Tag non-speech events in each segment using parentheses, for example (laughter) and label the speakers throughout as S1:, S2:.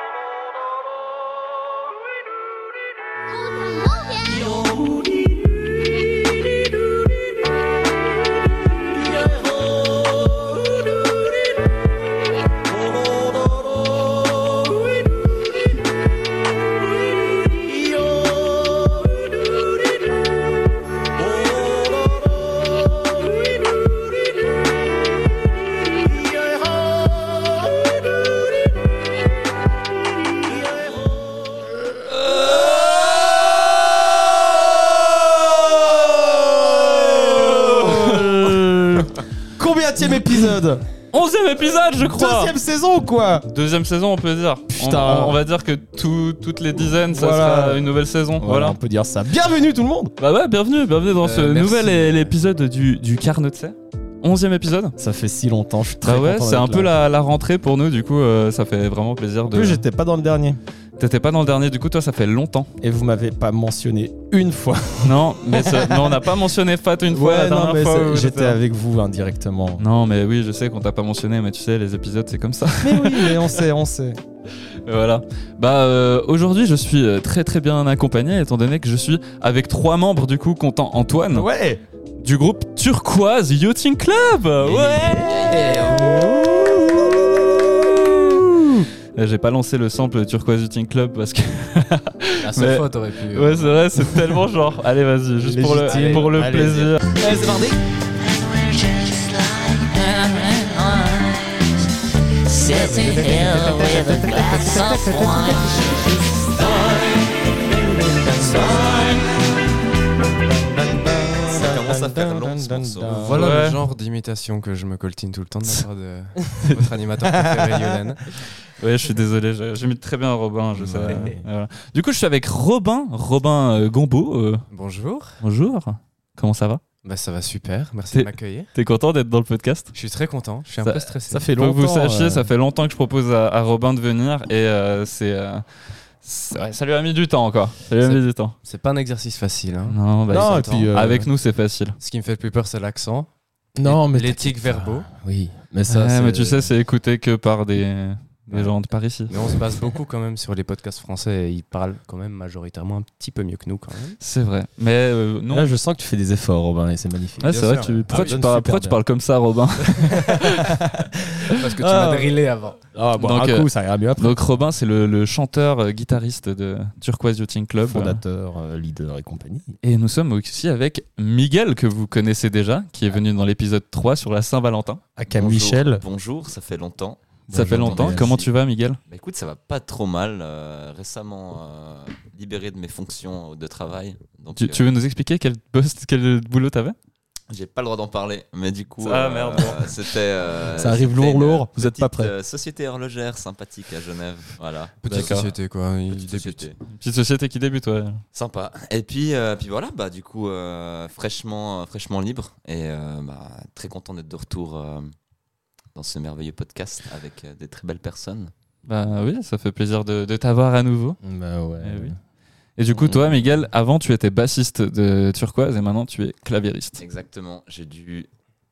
S1: Oh! septième épisode
S2: Onzième épisode, je crois
S1: Deuxième saison, quoi
S2: Deuxième saison, on peut dire.
S1: Putain.
S2: On, on- on va dire que tout- toutes les dizaines, ça
S1: Voilà.
S2: sera une nouvelle saison. Voilà.
S1: on peut dire ça. Bienvenue tout le monde
S2: Bah ouais, bienvenue, bienvenue dans ce
S3: Euh, merci.
S2: nouvel é- épisode du, du Carnet de Sais. Onzième épisode.
S1: Ça fait si longtemps, je suis très
S2: Bah ouais,
S1: content
S2: c'est
S1: d'être
S2: un
S1: là.
S2: peu la, la rentrée pour nous, du coup, euh, ça fait vraiment plaisir
S1: En plus,
S2: de.
S1: j'étais pas dans le dernier.
S2: T'étais pas dans le dernier, du coup, toi, ça fait longtemps.
S1: Et vous m'avez pas mentionné une fois.
S2: non, mais, ça-
S1: (laughs)
S2: mais on n'a pas mentionné Fat une fois la
S1: Ouais, non,
S2: dernière
S1: mais
S2: fois.
S1: c'est-
S2: où
S1: j'étais
S2: t'étais là.
S1: avec vous indirectement.
S2: Non, mais oui, je sais qu'on t'a pas mentionné, mais tu sais, les épisodes, c'est comme ça.
S1: mais oui, mais on sait, on sait.
S2: (laughs) Voilà. Bah euh, aujourd'hui, je suis euh, très très bien accompagné étant donné que je suis avec trois membres du coup comptant Antoine
S1: Ouais Eh
S2: du groupe Turquoise Yachting Club. Ouais. Là, J'ai pas lancé le sample Turquoise Yachting Club parce que
S3: La
S2: (laughs) Mais-
S3: seule fois, t'aurais pu. euh,
S2: ouais c'est vrai c'est tellement genre allez vas-y juste pour le
S1: Légitime.
S2: pour le
S1: Allez.
S2: plaisir
S1: c'est parti
S4: Sitting here with a glass of wine.
S1: Ça
S5: commence à faire long, ce morceau.
S3: Voilà
S2: Ouais.
S3: le genre d'imitation que je me coltine tout le temps de la part de votre animateur préféré, Yolan.
S2: ouais je suis désolé j'ai j'ai mis très bien Robin je sais
S1: Ouais.
S2: Voilà. du coup je suis avec Robin Robin euh, Gombeau euh,
S3: Bonjour.
S2: bonjour comment ça va
S3: Bah, ça va super. Merci
S2: T'es-
S3: de m'accueillir.
S2: t'es content d'être dans le podcast
S3: Je suis très content. Je suis un
S2: Ça-
S3: peu stressé.
S1: Ça fait
S2: Pour que
S1: longtemps.
S2: vous sachiez,
S1: euh,
S2: ça fait longtemps que je propose à, à Robin de venir et euh, c'est. euh, c'est- ouais, ça lui a mis du temps encore. Ça lui a
S3: C'est-
S2: mis du temps.
S3: C'est pas un exercice facile. hein.
S2: Non, bah,
S1: Non,
S3: ça
S1: et
S3: attend.
S1: puis, euh,
S2: Avec nous, c'est facile.
S3: Ce qui me fait le plus peur, c'est l'accent.
S1: Non, mais
S3: Les tics verbaux.
S1: Oui, mais ça.
S2: Ouais,
S1: c'est-
S2: mais tu sais, c'est écouté que par des, des
S3: Ouais.
S2: gens de par ici.
S3: Mais on se base beaucoup quand même sur les podcasts français et ils parlent quand même majoritairement un petit peu mieux que nous quand même.
S2: C'est vrai. Mais euh, non.
S1: Là, je sens que tu fais des efforts, Robin, et c'est magnifique.
S2: Ouais, c'est
S3: bien
S2: vrai,
S3: sûr.
S2: tu, pourquoi,
S1: Ah,
S2: tu
S1: oui.
S2: parles,
S1: Super
S2: pourquoi tu
S1: bien.
S2: parles comme ça, Robin
S3: Parce que tu
S1: Ah.
S3: m'as drillé avant.
S1: Ah, bon, un
S2: Donc, euh,
S1: coup, ça ira mieux après.
S2: Donc, Robin, c'est le, le chanteur euh, guitariste de Turquoise Yachting Club.
S1: Fondateur, euh, leader et compagnie.
S2: Et nous sommes aussi avec Miguel, que vous connaissez déjà, qui est venu dans l'épisode 3 sur la Saint-Valentin.
S1: Aka
S5: Bonjour.
S1: Michel.
S5: Bonjour, ça fait longtemps.
S2: Ça fait
S5: Bonjour,
S2: longtemps.
S5: merci.
S2: Comment tu vas, Miguel
S5: Bah, écoute, ça va pas trop mal. euh, récemment euh, libéré de mes fonctions de travail. Donc,
S2: Tu,
S5: euh,
S2: tu veux nous expliquer quel, poste, quel boulot t'avais
S5: j'ai pas le droit d'en parler. Mais du coup,
S2: Ah, merde, bon.
S5: (laughs) c'était. euh,
S1: Ça arrive
S5: c'était
S1: lourd,
S5: une
S1: lourd, vous êtes
S5: petite,
S1: pas prêts.
S5: euh, société horlogère sympathique à Genève. Voilà.
S3: Petite
S2: D'accord.
S3: société quoi. Il
S5: Petite
S3: débute.
S5: société.
S2: Petite société qui débute, ouais.
S5: Sympa. Et puis, euh, puis voilà, bah, du coup, euh, fraîchement, euh, fraîchement libre. Et euh, bah, très content d'être de retour euh, dans ce merveilleux podcast avec euh, des très belles personnes.
S2: Bah oui, ça fait plaisir de, de t'avoir à nouveau.
S1: Bah ouais.
S2: Eh oui. Et du coup,
S5: Mmh.
S2: toi, Miguel, avant tu étais bassiste de Turquoise et maintenant tu es claviériste.
S5: Exactement. J'ai dû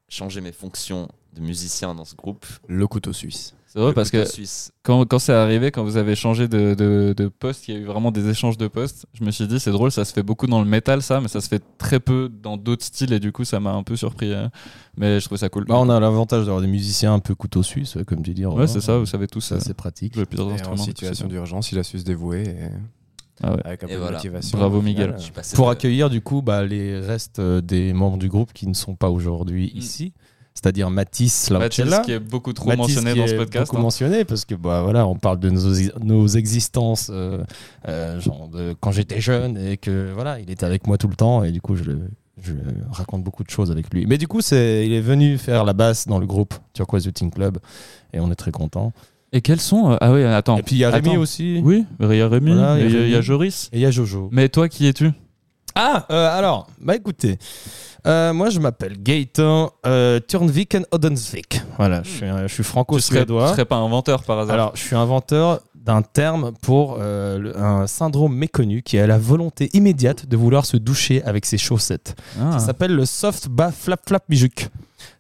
S5: changer mes fonctions de musicien dans ce groupe.
S3: Le couteau suisse.
S2: C'est vrai
S5: Le
S2: parce
S5: couteau
S2: que
S5: Suisse.
S2: quand, quand c'est arrivé, quand vous avez changé de, de, de poste, il y a eu vraiment des échanges de postes. Je me suis dit, c'est drôle, ça se fait beaucoup dans le métal, ça, mais ça se fait très peu dans d'autres styles et du coup, ça m'a un peu surpris. euh, Mais je trouvais ça cool.
S1: Bah, on a l'avantage d'avoir des musiciens un peu couteau suisse, ouais, comme tu dis. Robin.
S2: Ouais, c'est ça, vous savez tous.
S1: Ça,
S2: euh,
S1: c'est pratique.
S2: jouer plusieurs
S3: Et en
S2: instruments.
S3: situation d'urgence, il a su se dévouer. et-
S2: Ah ouais.
S3: Avec un
S5: Et
S3: peu de
S5: voilà.
S3: motivation.
S2: Bravo,
S3: au final,
S2: Miguel.
S3: euh,
S5: Je suis passé
S1: Pour
S5: de-
S1: accueillir, du coup, bah, les restes euh, des membres du groupe qui ne sont pas aujourd'hui
S2: Mm.
S1: ici, c'est-à-dire Mathis
S2: Mathis
S1: Laucella.
S2: qui est beaucoup trop
S1: Mathis
S2: mentionné
S1: qui
S2: dans ce
S1: est
S2: podcast.
S1: beaucoup
S2: hein.
S1: mentionné parce que bah voilà on parle de nos, nos existences euh, euh, genre de quand j'étais jeune et que voilà il était avec moi tout le temps et du coup je le- je raconte beaucoup de choses avec lui mais du coup c'est il est venu faire la basse dans le groupe Turquoise Yachting Club et on est très content
S2: Et quels sont euh, Ah oui, attends.
S1: et puis il y a
S2: Attends.
S1: Rémi aussi
S2: Oui, il y a Rémi,
S1: Voilà, il y a
S2: il y a- il y a
S1: Rémi.
S2: Joris.
S1: et il y a Jojo
S2: Mais toi, qui es-tu
S1: ah euh, alors bah écoutez euh, moi je m'appelle Gaëtan euh, Turnvik and Odensvik voilà je suis, je suis
S2: Tu serais, tu
S1: franco-suédois
S2: serais pas inventeur par hasard.
S1: Alors, je suis inventeur d'un terme pour euh, le- un syndrome méconnu qui a la volonté immédiate de vouloir se doucher avec ses chaussettes.
S2: Ah.
S1: Ça s'appelle le soft bath flap flap mijuk.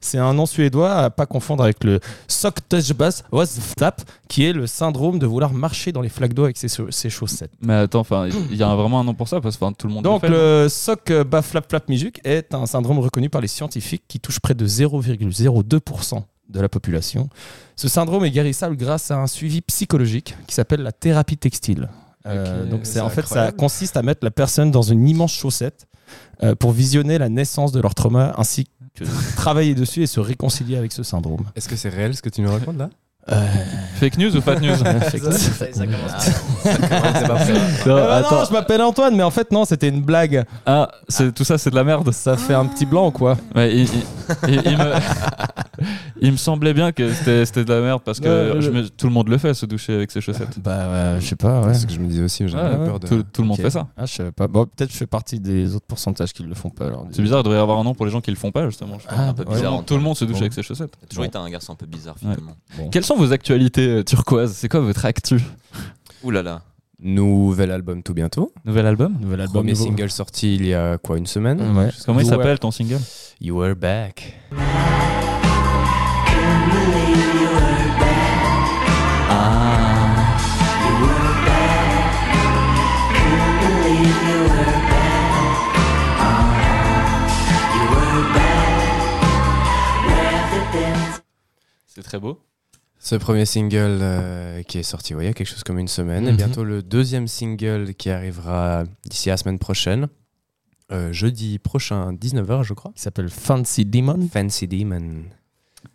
S1: C'est un nom suédois à pas confondre avec le sock touch bass was flap qui est le syndrome de vouloir marcher dans les flaques d'eau avec ses, cha- ses chaussettes.
S2: Mais attends, enfin, il y a vraiment un nom pour ça parce que enfin, tout le monde.
S1: Donc
S2: le... fait, non
S1: le sock bath flap flap mijuk est un syndrome reconnu par les scientifiques qui touche près de 0,02% de la population. Ce syndrome est guérissable grâce à un suivi psychologique qui s'appelle la thérapie textile. Euh,
S2: Ok,
S1: donc c'est
S3: c'est
S1: en fait ça
S3: incroyable.
S1: consiste à mettre la personne dans une immense chaussette euh, pour visionner la naissance de leur (laughs) trauma ainsi que travailler dessus et se réconcilier avec ce syndrome.
S3: Est-ce que c'est réel ce que tu nous racontes là
S2: Fake news ou fat (laughs) news
S3: (laughs)
S1: attends. Euh, bah je m'appelle Antoine, mais en fait, non, c'était une blague.
S2: Ah, c'est- tout ça, c'est de la merde.
S1: Ça fait un petit blanc, quoi.
S2: Ouais, il, il- il- il me, (laughs) il me semblait bien que c'était c'était de la merde parce que
S1: Ouais,
S2: je
S1: ouais.
S2: me- tout le monde le fait, se doucher avec ses chaussettes.
S1: Bah, euh, je sais pas, ouais.
S6: C'est ce que je me disais aussi. J'avais
S2: Ouais, ouais,
S6: peur de.
S2: Tout, tout le monde
S1: Ok.
S2: fait ça.
S1: Ah, je savais pas. Bon, peut-être je fais partie des autres pourcentages qui le font pas. Alors.
S2: C'est bizarre, il devrait y avoir un nom pour les gens qui le font pas, justement. je pense.
S1: Ah,
S5: un peu
S1: ouais.
S2: Tout le
S5: bizarre.
S2: monde- tout le monde se douche
S1: Bon.
S2: avec ses chaussettes.
S5: T'as toujours
S1: Bon.
S5: été un garçon un peu bizarre finalement.
S2: Quelles sont vos actualités euh, turquoises C'est quoi votre actu
S5: Ouh là là.
S3: Nouvel album tout bientôt.
S2: Nouvel album
S1: Nouvel album.
S3: Premier
S1: nouveau. Mm.
S3: single sorti il y a quoi, une semaine
S1: Ouais.
S2: Comment il
S1: Ouais.
S2: s'appelle ton single
S3: You Are Back.
S2: C'est très beau.
S3: Ce premier single euh, qui est sorti ouais, il y a quelque chose comme une semaine. Et
S1: Mhm.
S3: bientôt le deuxième single qui arrivera d'ici la semaine prochaine. Euh, jeudi prochain, 19h, je crois.
S1: Qui s'appelle Fancy Demon.
S3: Fancy Demon.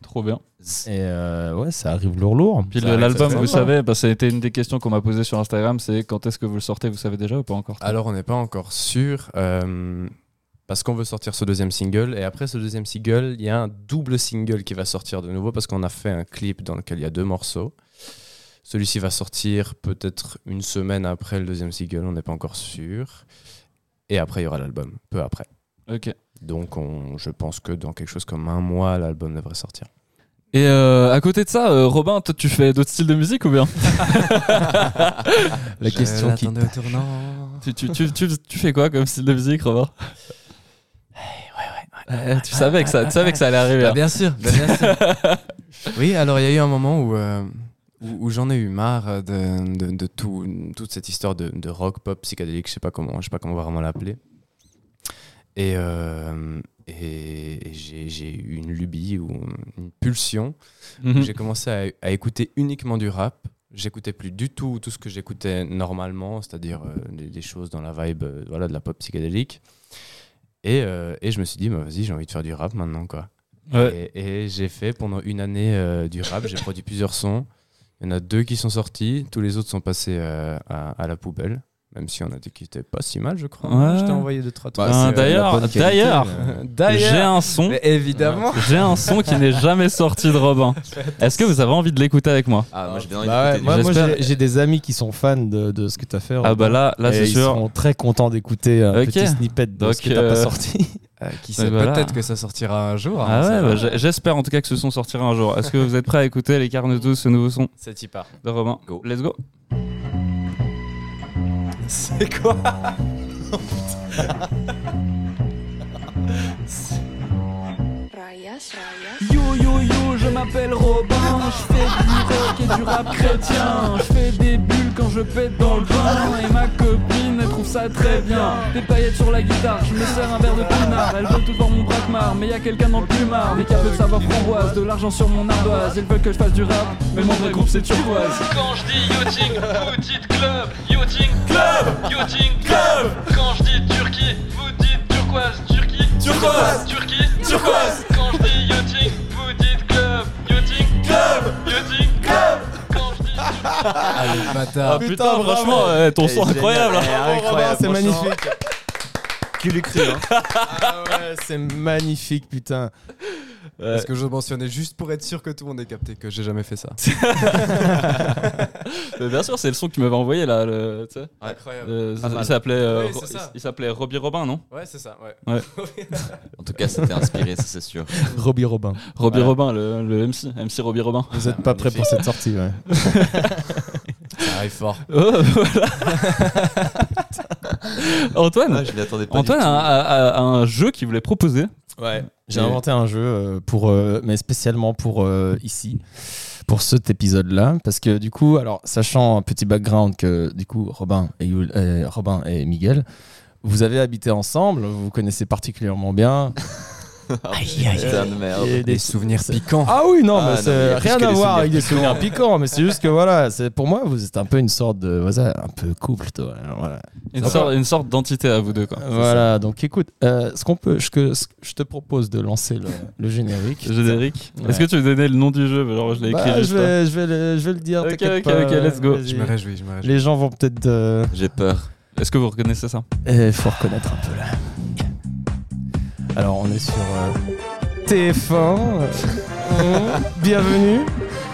S2: Trop bien.
S1: Et euh, ouais, ça arrive lourd, lourd.
S2: Puis
S3: Ça
S2: le-
S3: arrive,
S2: l'album,
S3: ça
S2: vous
S3: se fait.
S2: savez, parce que ça a été une des questions qu'on m'a posée sur Instagram, c'est quand est-ce que vous le sortez Vous savez déjà ou pas encore
S3: Alors, on n'est pas encore sûr. euh, parce qu'on veut sortir ce deuxième single. Et après ce deuxième single, il y a un double single qui va sortir de nouveau. Parce qu'on a fait un clip dans lequel il y a deux morceaux. Celui-ci va sortir peut-être une semaine après le deuxième single. On n'est pas encore sûr. Et après, il y aura l'album. Peu après.
S2: Ok.
S3: Donc, on- je pense que dans quelque chose comme un mois, l'album devrait sortir.
S2: Et euh, à côté de ça, euh, Robin, toi, tu fais d'autres styles de musique ou bien
S1: La question qui.
S2: (laughs) tu, tu, tu, tu, tu fais quoi comme style de musique, Robin Euh, tu, savais que ça, tu savais que ça allait arriver. hein.
S3: Bah, bien sûr, bien sûr. (laughs) oui, alors il y a eu un moment où, euh, où, où j'en ai eu marre euh, de, de- de tout- toute cette histoire de, de rock, pop, psychédélique, je sais pas comment, je sais pas comment vraiment l'appeler. Et, euh, et, et j'ai j'ai eu une lubie ou une pulsion.
S2: Mhm.
S3: J'ai commencé à, à écouter uniquement du rap. J'écoutais plus du tout tout ce que j'écoutais normalement, c'est-à-dire euh, des, des choses dans la vibe euh, voilà, de la pop psychédélique. Et, euh, et je me suis dit, bah, vas-y, j'ai envie de faire du rap maintenant. quoi.
S2: Ouais.
S3: Et, et j'ai fait pendant une année euh, du rap, j'ai produit plusieurs sons. Il y en a deux qui sont sortis, tous les autres sont passés euh, à, à la poubelle, même si on a dit qu'ils étaient pas si mal, je crois.
S2: Ouais.
S3: Je t'ai envoyé deux, trois
S6: Bah,
S3: trucs.
S6: c'est,
S2: Hein,
S6: euh, la
S2: d'ailleurs,
S6: bonne qualité,
S2: d'ailleurs,
S6: euh.
S2: j'ai un son.
S3: Mais évidemment
S2: J'ai un son qui n'est jamais sorti de Robin. Est-ce que vous avez envie de l'écouter avec moi
S5: Ah, moi j'ai bien envie
S1: Bah ouais,
S5: d'écouter
S1: moi, moi,
S2: J'espère-
S1: j'ai j'ai des amis qui sont fans de, de ce que t'as fait. hein.
S2: Ah bah là, là
S1: Et
S2: c'est
S1: ils
S2: sûr.
S1: seront très contents d'écouter un
S2: Ok.
S1: petit snippet de
S2: Donc,
S1: ce que t'as pas
S2: euh,
S1: sorti.
S3: Euh, Qui sait,
S2: Mais voilà.
S3: peut-être que ça sortira un jour. hein,
S2: Ah ouais,
S3: ça-
S2: bah, j'ai- j'espère en tout cas que ce son sortira un jour. Est-ce que vous êtes prêts à écouter les carnes tous ce nouveau son
S3: C'est y part.
S2: de Robin
S5: Go.
S2: Let's go.
S7: Rayas, rayas.
S8: Yo yo yo, je m'appelle Robin, je fais du rock et du rap chrétien, je fais des bulles quand je pète dans le vin et ma copine elle trouve ça très bien. Des paillettes sur la guitare, je me sers un verre de pinard, elle veut tout voir mon braquemar, mais y a quelqu'un dans le plumard, des câbles de savoir framboise, de l'argent sur mon ardoise, ils veulent que je fasse du rap, mais mon vrai groupe c'est turquoise. Quand je dis yachting, vous dites club, yachting club, yachting club. Quand je dis Turquie, vous dites turquoise, Turquie, turquoise, Turquie, turquoise. Quand je dis yachting, vous dites club, yachting club, yachting club. Quand je dis
S2: Ah, putain, franchement, eh, ton son incroyable. hein.
S1: Robin, c'est magnifique.
S6: Tu l'écris, hein.
S1: (laughs) Ah ouais, c'est magnifique, putain.
S3: Parce que je mentionnais juste pour être sûr que tout le monde ait capté que j'ai jamais fait ça.
S2: Euh, Bien sûr, c'est le son que tu m'avais envoyé là. Le, tu sais.
S3: Incroyable.
S2: Euh,
S1: Pas mal.
S2: il s'appelait euh,
S3: Oui,
S2: Ro-
S3: c'est ça.
S2: il il s'appelait Robbie Robin, non
S3: Ouais, c'est ça, ouais.
S5: En tout cas, c'était inspiré, ça c'est sûr.
S1: Robbie Robin.
S2: Robbie
S1: Voilà.
S2: Robin, le, le MC, MC Robbie Robin.
S1: Vous êtes pas prêts pour cette sortie, ouais.
S3: (laughs) Ça arrive fort.
S2: (laughs) Oh, voilà. Antoine,
S5: Ah, je m'y attendais pas. du
S2: Antoine
S5: tout.
S2: a, a- a- a un jeu qu'il voulait proposer.
S1: Ouais. J'ai
S2: Et-
S1: inventé un jeu euh, pour, euh, mais spécialement pour euh, ici, pour cet épisode-là, parce que du coup, alors sachant un petit background que du coup Robin et Yul- euh, Robin et Miguel, vous avez habité ensemble, vous vous connaissez particulièrement bien. Aïe, aïe,
S5: Putain de merde.
S1: Et des-
S3: Des souvenirs piquants.
S1: Ah oui, non,
S5: Ah,
S1: mais
S5: non,
S1: c'est
S5: mais y a plus
S1: rien
S5: que
S1: à
S5: les
S1: voir
S5: souvenirs
S1: avec des
S5: piquants.
S1: souvenirs piquants, mais c'est juste que voilà, c'est pour moi, vous êtes un peu une sorte de, voilà, un peu couple, toi. alors Voilà,
S2: Une
S1: Ça va.
S2: sorte, une sorte d'entité à vous deux, quoi.
S1: voilà donc écoute, euh, ce qu'on peut, je, que, ce que je te propose de lancer le, le générique.
S2: Générique.
S1: Ouais.
S2: Est-ce que tu veux donner le nom du jeu Genre, je l'ai écrit
S1: Bah,
S2: juste. hein.
S1: je, vais, je, vais le, je vais le dire.
S2: Ok,
S1: t'inquiète
S2: ok,
S1: pas,
S2: ok, let's go.
S1: vas-y.
S6: Je me réjouis, je me réjouis.
S1: Les gens vont peut-être. euh,
S5: J'ai peur.
S2: Est-ce que vous reconnaissez ça
S1: Eh, faut reconnaître un peu là. Alors, on est sur euh, TF1.
S2: (laughs)
S1: euh, bienvenue.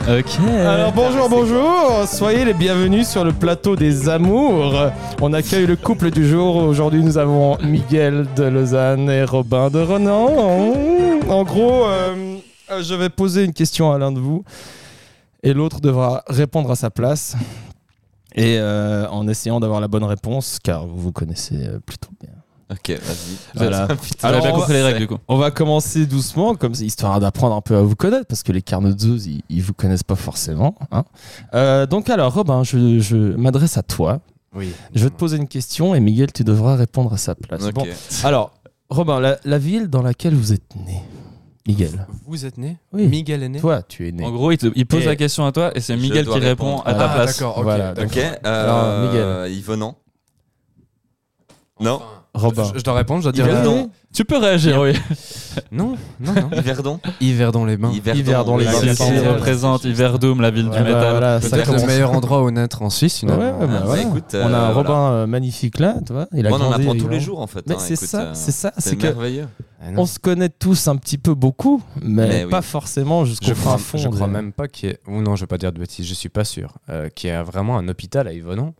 S2: Ok.
S1: Alors bonjour, bonjour, soyez les bienvenus sur le plateau des amours. On accueille le couple du jour. Aujourd'hui nous avons Miguel de Lausanne et Robin de Renan. En gros, euh, euh, je vais poser une question à l'un de vous et l'autre devra répondre à sa place. Et euh, en essayant d'avoir la bonne réponse, car vous vous connaissez euh, plutôt bien.
S5: Ok, vas-y.
S1: Voilà.
S2: Ah,
S1: Alors, on
S2: j'ai bien
S1: va-
S2: compris les règles du coup.
S1: On va commencer doucement, comme ça, histoire d'apprendre un peu à vous connaître, parce que les Carnotzos, ils, ils vous connaissent pas forcément. hein. Euh, donc alors, Robin, je, je m'adresse à toi.
S3: Oui.
S1: Je vais te poser une question et Miguel, tu devras répondre à sa place.
S5: Ok.
S1: Bah, Bon. Alors, Robin, la, la ville dans laquelle vous êtes né, Miguel.
S3: Vous êtes né
S1: Oui.
S3: Miguel est né
S1: Toi, tu es né.
S2: En gros, il, te- il pose
S1: Et-
S2: la question à toi et c'est
S5: Je
S2: Miguel qui
S5: dois
S2: répond
S5: répondre.
S2: à ta
S1: Ah,
S2: place.
S6: d'accord, ok.
S1: Voilà,
S6: d'accord.
S5: Ok, euh,
S1: Alors,
S5: Yvonan. Non,
S1: Robin.
S3: Je, je dois répondre, je dois dire
S1: Il est
S3: là-
S1: né
S2: Tu peux réagir, oui.
S3: Non, non, non.
S5: Yverdon.
S3: Yverdon-les-Bains.
S1: Yverdon,
S5: oui.
S1: les
S2: La
S1: Bah,
S2: ville qui
S1: c'est-
S2: représente Yverdum, la ville du
S1: Ouais, bah,
S2: métal.
S1: voilà, ça
S3: Peut-être
S1: commence.
S3: le meilleur endroit où naître en Suisse,
S1: Ouais, ouais,
S3: finalement.
S1: bah,
S5: Ah, bah,
S1: voilà.
S5: écoute, euh,
S1: on a un
S5: voilà.
S1: Robin euh, magnifique là, tu vois. Il a
S5: Moi, on en
S1: grandi
S5: apprend
S1: avec
S5: tous les
S1: Robin.
S5: jours en fait.
S1: Mais
S5: hein,
S1: c'est
S5: écoute,
S1: ça,
S5: euh,
S1: c'est ça, c'est
S5: C'est
S1: que
S5: merveilleux.
S3: Ah,
S1: on
S3: non.
S1: se connaît tous un petit peu beaucoup, mais,
S5: Mais oui.
S1: pas forcément jusqu'au
S3: Je
S1: fin
S3: crois,
S1: fond.
S3: je crois
S1: des-
S3: même pas qu'il y ait, ou non, je vais pas dire de bêtises, je suis pas sûr, euh, qu'il y ait vraiment un hôpital à Yvonon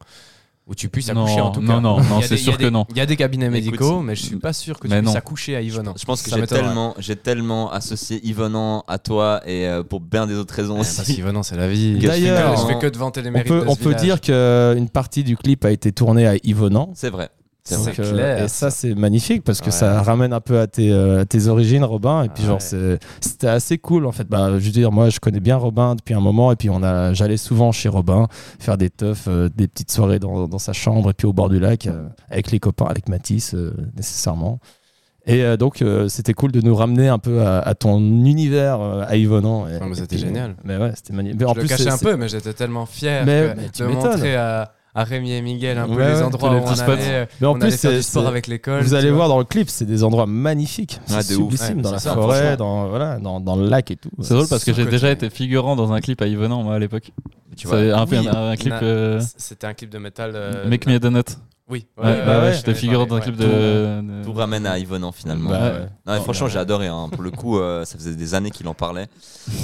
S3: où tu puisses
S2: Non,
S3: accoucher en tout
S2: non,
S3: cas.
S2: non,
S3: Il y a
S2: non,
S3: des-
S2: c'est
S3: il y a
S2: sûr
S3: des-
S2: que non.
S3: Il y a des cabinets
S5: Écoute,
S3: médicaux, mais je suis pas sûr que tu
S2: mais
S3: puisses
S2: non.
S3: accoucher à Yvonon.
S5: Je pense que
S3: Ça
S5: j'ai
S3: m'étonnerait.
S5: tellement, j'ai tellement associé Yvonan à toi et euh, pour bien des autres raisons
S3: Ouais, Eh, parce
S5: (laughs) aussi.
S3: qu'Yvonon, c'est la vie.
S1: Que D'ailleurs,
S3: je fais que de vanter les
S1: On
S3: mérites.
S1: peut,
S3: de
S1: on
S3: ce
S1: peut
S3: village.
S1: dire qu'une partie du clip a été tournée à Yvonan.
S5: C'est vrai. C'est
S3: c'est
S5: vrai.
S1: Donc, euh,
S3: clair.
S1: et ça, c'est magnifique parce que
S3: Ouais.
S1: ça ramène un peu à tes, euh, à tes origines, Robin. Et puis,
S3: Ah
S1: genre,
S3: ouais.
S1: c'est- c'était assez cool en fait. Bah, je veux dire, moi, je connais bien Robin depuis un moment. Et puis, on a, j'allais souvent chez Robin faire des teufs, euh, des petites soirées dans, dans sa chambre et puis au bord du lac euh, avec les copains, avec Matisse, euh, nécessairement. Et euh, donc, euh, c'était cool de nous ramener un peu à, à ton univers euh, à Yvonan. Et-
S3: Non, Ah, mais
S1: et
S3: c'était
S1: puis-
S3: génial.
S1: Mais ouais, c'était magnifique. Mais en
S3: je
S1: plus,
S3: le cachais
S1: c'est-
S3: un peu, mais j'étais tellement fier
S1: Mais-
S3: que
S1: mais tu
S3: de
S1: m'étonnes.
S3: montrer à, à Rémi et Miguel un peu
S1: Ouais,
S3: les
S1: ouais,
S3: endroits
S2: tous les
S3: où
S2: petits
S3: on
S2: spots.
S3: allait, euh,
S1: Mais en
S3: on
S1: plus,
S3: allait faire
S1: c'est-
S3: du sport
S1: c'est-
S3: avec l'école.
S1: Vous
S3: tu
S1: allez
S3: vois.
S1: voir dans le clip, c'est des endroits magnifiques.
S5: Ah,
S1: c'est
S5: de ouf.
S1: sublissime
S3: Ouais,
S1: dans la
S3: c'est ça,
S1: forêt,
S3: franchement.
S1: dans, voilà, dans, dans le lac et tout.
S2: C'est drôle parce que
S3: Sauf
S2: j'ai
S3: que
S2: déjà
S3: tu-
S2: été figurant dans un clip à Yvenin, moi, à l'époque.
S5: Tu vois.
S2: C'est un,
S3: Oui,
S2: un- un clip.
S3: na-
S2: euh,
S3: C'était un clip de métal. euh,
S2: Make me a donut.
S3: Oui,
S2: Ouais, bah ouais,
S1: ouais,
S2: j'étais figurant dans un clip de. de-
S3: euh,
S5: Tout ramène à Yvonan finalement.
S1: Bah,
S2: ouais.
S5: Non, mais franchement, j'ai adoré. hein. Pour le coup, euh, ça faisait des années qu'il en
S3: (laughs)
S5: parlait.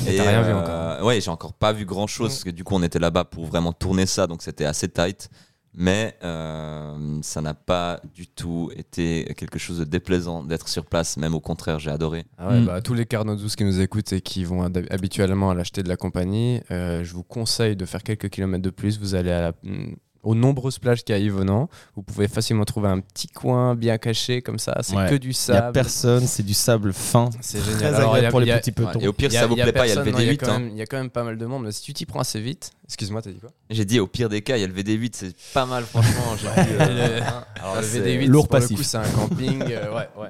S5: Et
S3: t'as rien vu
S5: encore. Ouais, j'ai encore pas vu grand chose parce que du coup, on était là-bas pour vraiment tourner ça, donc c'était assez tight. Mais euh, ça n'a pas du tout été quelque chose de déplaisant d'être sur place. Même au contraire, j'ai adoré.
S3: Ah ouais,
S2: Mm.
S3: bah, tous les Carnotzous qui nous écoutent et qui vont hab- habituellement à l'acheter de la compagnie, euh, je vous conseille de faire quelques kilomètres de plus. Vous allez à la- mm, aux nombreuses plages qu'il y a à Yvonan. Vous pouvez facilement trouver un petit coin bien caché comme ça. C'est
S1: Ouais.
S3: que
S1: Il
S3: du
S1: n'y a
S3: sable.
S1: personne, c'est du sable fin.
S3: C'est
S1: Très
S3: génial. Alors, il y
S1: agréable
S3: a-
S1: pour
S3: il y
S1: les
S3: a-
S1: petits petons.
S5: Et au pire, si ça vous plaît pas, il y a le
S3: personne, non, il y a
S5: VD8.
S3: quand
S5: hein.
S3: même- Il y a quand même pas mal de monde. Mais si tu t'y prends assez vite, excuse-moi, t'as
S1: (laughs)
S3: dit quoi
S5: J'ai dit, au pire des cas, il y a le VD8, c'est pas mal, franchement. J'ai dit,
S1: (laughs)
S5: euh, hein. Alors,
S3: Alors,
S5: là,
S3: le
S5: c'est-
S3: VD8,
S1: ah, lourd
S3: pour
S1: passif.
S3: le coup, c'est un camping. euh, ouais, ouais.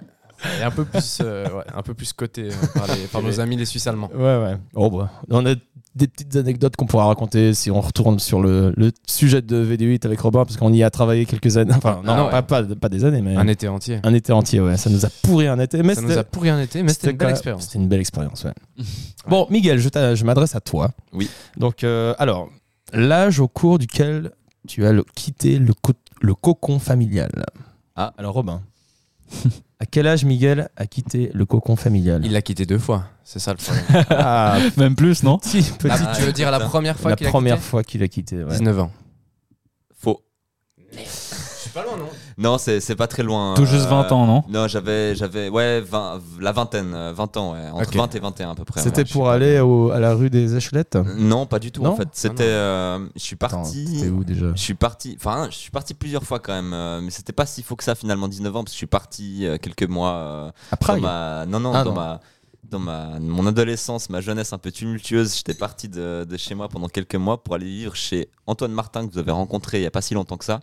S3: Il est un peu plus, euh, ouais, un peu plus coté euh, par, les-
S1: (laughs)
S3: par nos amis les Suisses allemands.
S1: Ouais, ouais. Oh, bah. On a des petites anecdotes qu'on pourra raconter si on retourne sur le, le sujet de VD8 avec Robin, parce qu'on y a travaillé quelques années. Enfin, non,
S3: Ah ouais.
S1: pas, pas, pas des années, mais
S3: Un
S1: un,
S3: été entier.
S1: été entier, ouais. Ça nous a pourri un été. Mais
S3: ça
S1: c'était-
S3: nous a pourri un été, mais c'était
S1: quand
S3: une belle
S1: même-
S3: expérience.
S1: C'était une belle expérience, ouais. bon, Miguel, je, t'a- je m'adresse à toi.
S5: Oui.
S1: Donc, euh, alors, l'âge au cours duquel tu as le- quitté le, co- le cocon familial.
S5: Ah.
S1: alors Robin. (laughs) à quel âge Miguel a quitté le cocon familial
S3: Il l'a quitté deux fois, c'est ça le problème.
S1: (laughs) Ah,
S2: (laughs) Même plus, non
S1: petit, petit.
S3: Ah,
S5: Ah,
S3: tu veux dire la
S5: putain.
S3: première fois
S1: la
S3: qu'il a
S1: première
S3: quitté
S1: fois qu'il a quitté. ouais.
S3: 19 ans.
S5: Faux.
S3: Je suis pas loin, non
S5: Non, c'est c'est pas très loin.
S2: Tout juste 20
S5: Euh,
S2: ans, non
S5: Non, j'avais, j'avais, ouais, 20, la vingtaine, euh, 20 ans, ouais, entre
S3: Ok.
S5: 20 et 21 à peu près.
S1: C'était
S5: ouais.
S1: pour aller au- à la rue des Échelettes.
S5: Non, pas du tout.
S1: Non
S5: en fait,
S3: Ah
S5: c'était, euh, je suis
S1: Attends,
S5: Mmh. parti.
S1: C'était où déjà
S5: Je suis parti, enfin, je suis parti plusieurs fois quand même, euh, mais c'était pas si faux que ça finalement 19 ans parce que je suis parti euh, quelques mois euh,
S1: À
S5: dans
S1: Prague.
S5: ma, non non
S1: Ah,
S5: dans
S1: non.
S5: ma, dans ma, mon adolescence, ma jeunesse un peu tumultueuse, j'étais parti de, de chez moi pendant quelques mois pour aller vivre chez Antoine Martin que vous avez rencontré il y a pas si longtemps que ça,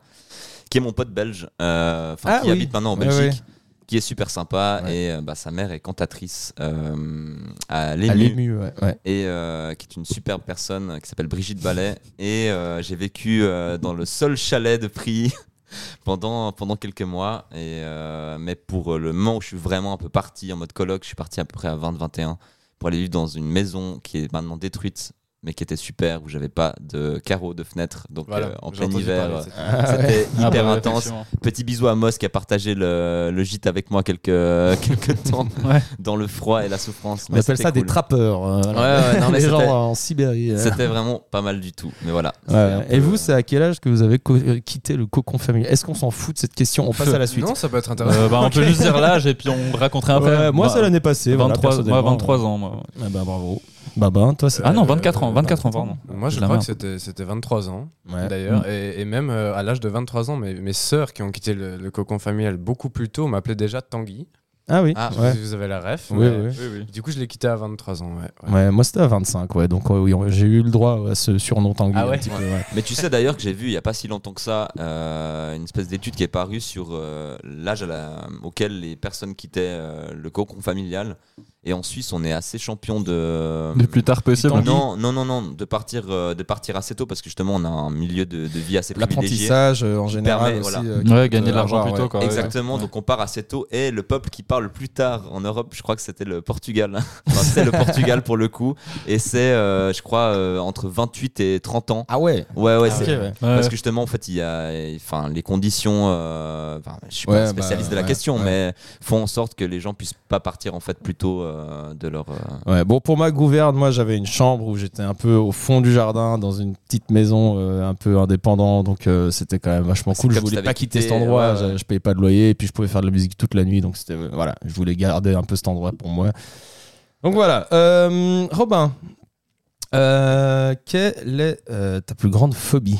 S5: qui est mon pote belge, euh, enfin
S1: Ah
S5: qui
S1: oui.
S5: habite maintenant en
S1: Ouais,
S5: Belgique, qui est super sympa.
S1: Ouais.
S5: Et euh, bah, sa mère est cantatrice euh, à
S1: À
S5: l'EMU.
S1: l'ému, ouais. ouais.
S5: et euh, qui est une superbe personne euh, qui s'appelle Brigitte Ballet. Et euh, j'ai vécu euh, dans le seul chalet de prix (laughs) pendant, pendant quelques mois. Et, euh, mais pour euh, le moment où je suis vraiment un peu parti en mode colloque, je suis parti à peu près à 20-21 pour aller vivre dans une maison qui est maintenant détruite mais qui était super, où j'avais pas de carreaux, de fenêtres, donc euh, en
S3: j'ai
S5: plein
S3: entendu
S5: hiver,
S3: parler de cette-
S1: Ah ouais.
S5: (laughs) c'était
S2: Ah
S5: hyper
S2: bah,
S5: intense.
S2: effectivement.
S5: Petit bisou à Moss qui a partagé le, le gîte avec moi quelques, (laughs) quelques temps
S2: Ouais.
S5: dans le froid et la souffrance.
S1: On
S5: mais
S1: appelle
S5: c'était
S1: ça des
S5: cool.
S1: trappeurs. euh,
S5: Ouais,
S1: voilà.
S5: ouais, non,
S1: (laughs)
S5: mais
S1: les gens
S5: c'était-
S1: en Sibérie. euh.
S5: c'était vraiment pas mal du tout. Mais voilà.
S1: Ouais, ouais. Et vous, c'est à quel âge que vous avez co- euh, quitté le cocon familial Est-ce qu'on s'en fout de cette question On (laughs) passe à la suite.
S3: Non, ça peut être intéressant.
S2: Euh, bah, on peut juste dire l'âge et puis on raconterait
S1: Ouais,
S2: après.
S1: moi,
S2: Bah,
S1: c'est l'année passée. voilà,
S2: 23, moi,
S1: personnellement.
S2: 23 ans. Moi.
S1: Ah bah, bravo. Bah, ben, toi, c'est.
S2: Ah non, 24 ans, 24 ans, pardon.
S3: Moi, je
S2: La merde.
S3: crois
S2: Mm.
S3: que c'était- c'était 23 ans,
S1: Ouais.
S3: d'ailleurs. Et, et même euh, à l'âge de 23 ans, mes, mes sœurs qui ont quitté le, le cocon familial beaucoup plus tôt m'appelaient déjà Tanguy.
S1: Ah oui.
S5: Ah,
S3: Je sais
S1: ouais.
S3: pas si vous avez la ref.
S1: Oui,
S3: mais-
S1: oui.
S2: Oui, oui.
S3: Du coup, je l'ai quitté à 23 ans. Ouais, ouais.
S1: Ouais, moi c'était à 25, ouais, donc ouais, oui, on- j'ai eu le droit à ce surnom Tanguy.
S3: Ah
S1: un
S3: ouais
S1: petit peu, ouais.
S5: Mais tu sais d'ailleurs que j'ai vu il n'y a pas si longtemps que ça euh, une espèce d'étude qui est parue sur euh, l'âge à la- auquel les personnes quittaient euh, le cocon familial. Et en Suisse, on est assez champion de.
S2: Le plus tard possible.
S5: Non, non, non, non, de partir, euh, de partir assez tôt parce que justement, on a un milieu de, de vie assez privilégié.
S1: L'apprentissage euh, en général
S5: permet,
S1: aussi.
S5: voilà.
S1: euh, qui
S2: Ouais,
S1: peut
S2: gagner de l'argent
S1: avoir,
S2: plus tôt.
S1: ouais.
S2: Quoi, ouais.
S5: Exactement, donc on part assez tôt. Et le peuple qui parle plus tard en Europe, je crois que c'était le Portugal. (laughs) Enfin, c'est le Portugal pour le coup. Et c'est, euh, je crois, euh, entre 28 et 30 ans.
S1: Ah ouais
S5: Ouais, ouais,
S1: Ah
S5: c'est.
S1: ok, ouais.
S2: Ouais.
S5: Parce que justement, en fait, il y a, enfin, les conditions. euh, enfin, je suis
S1: Ouais,
S5: pas un spécialiste
S1: bah,
S5: de la
S1: ouais,
S5: question,
S1: ouais.
S5: mais font en sorte que les gens puissent pas partir en fait plus tôt euh, de leur. euh,
S1: Ouais, bon, pour ma gouverne, moi j'avais une chambre où j'étais un peu au fond du jardin, dans une petite maison euh, un peu indépendant, donc euh, c'était quand même vachement
S5: C'est
S1: cool. Je
S5: comme si
S1: voulais
S5: t'avais
S1: pas quitter cet
S5: quitté,
S1: endroit,
S5: ouais, ouais.
S1: je, je payais pas de loyer, et puis je pouvais faire de la musique toute la nuit, donc c'était euh, voilà, je voulais garder un peu cet endroit pour moi. Donc voilà, euh, Robin, euh, quelle est euh, ta plus grande phobie,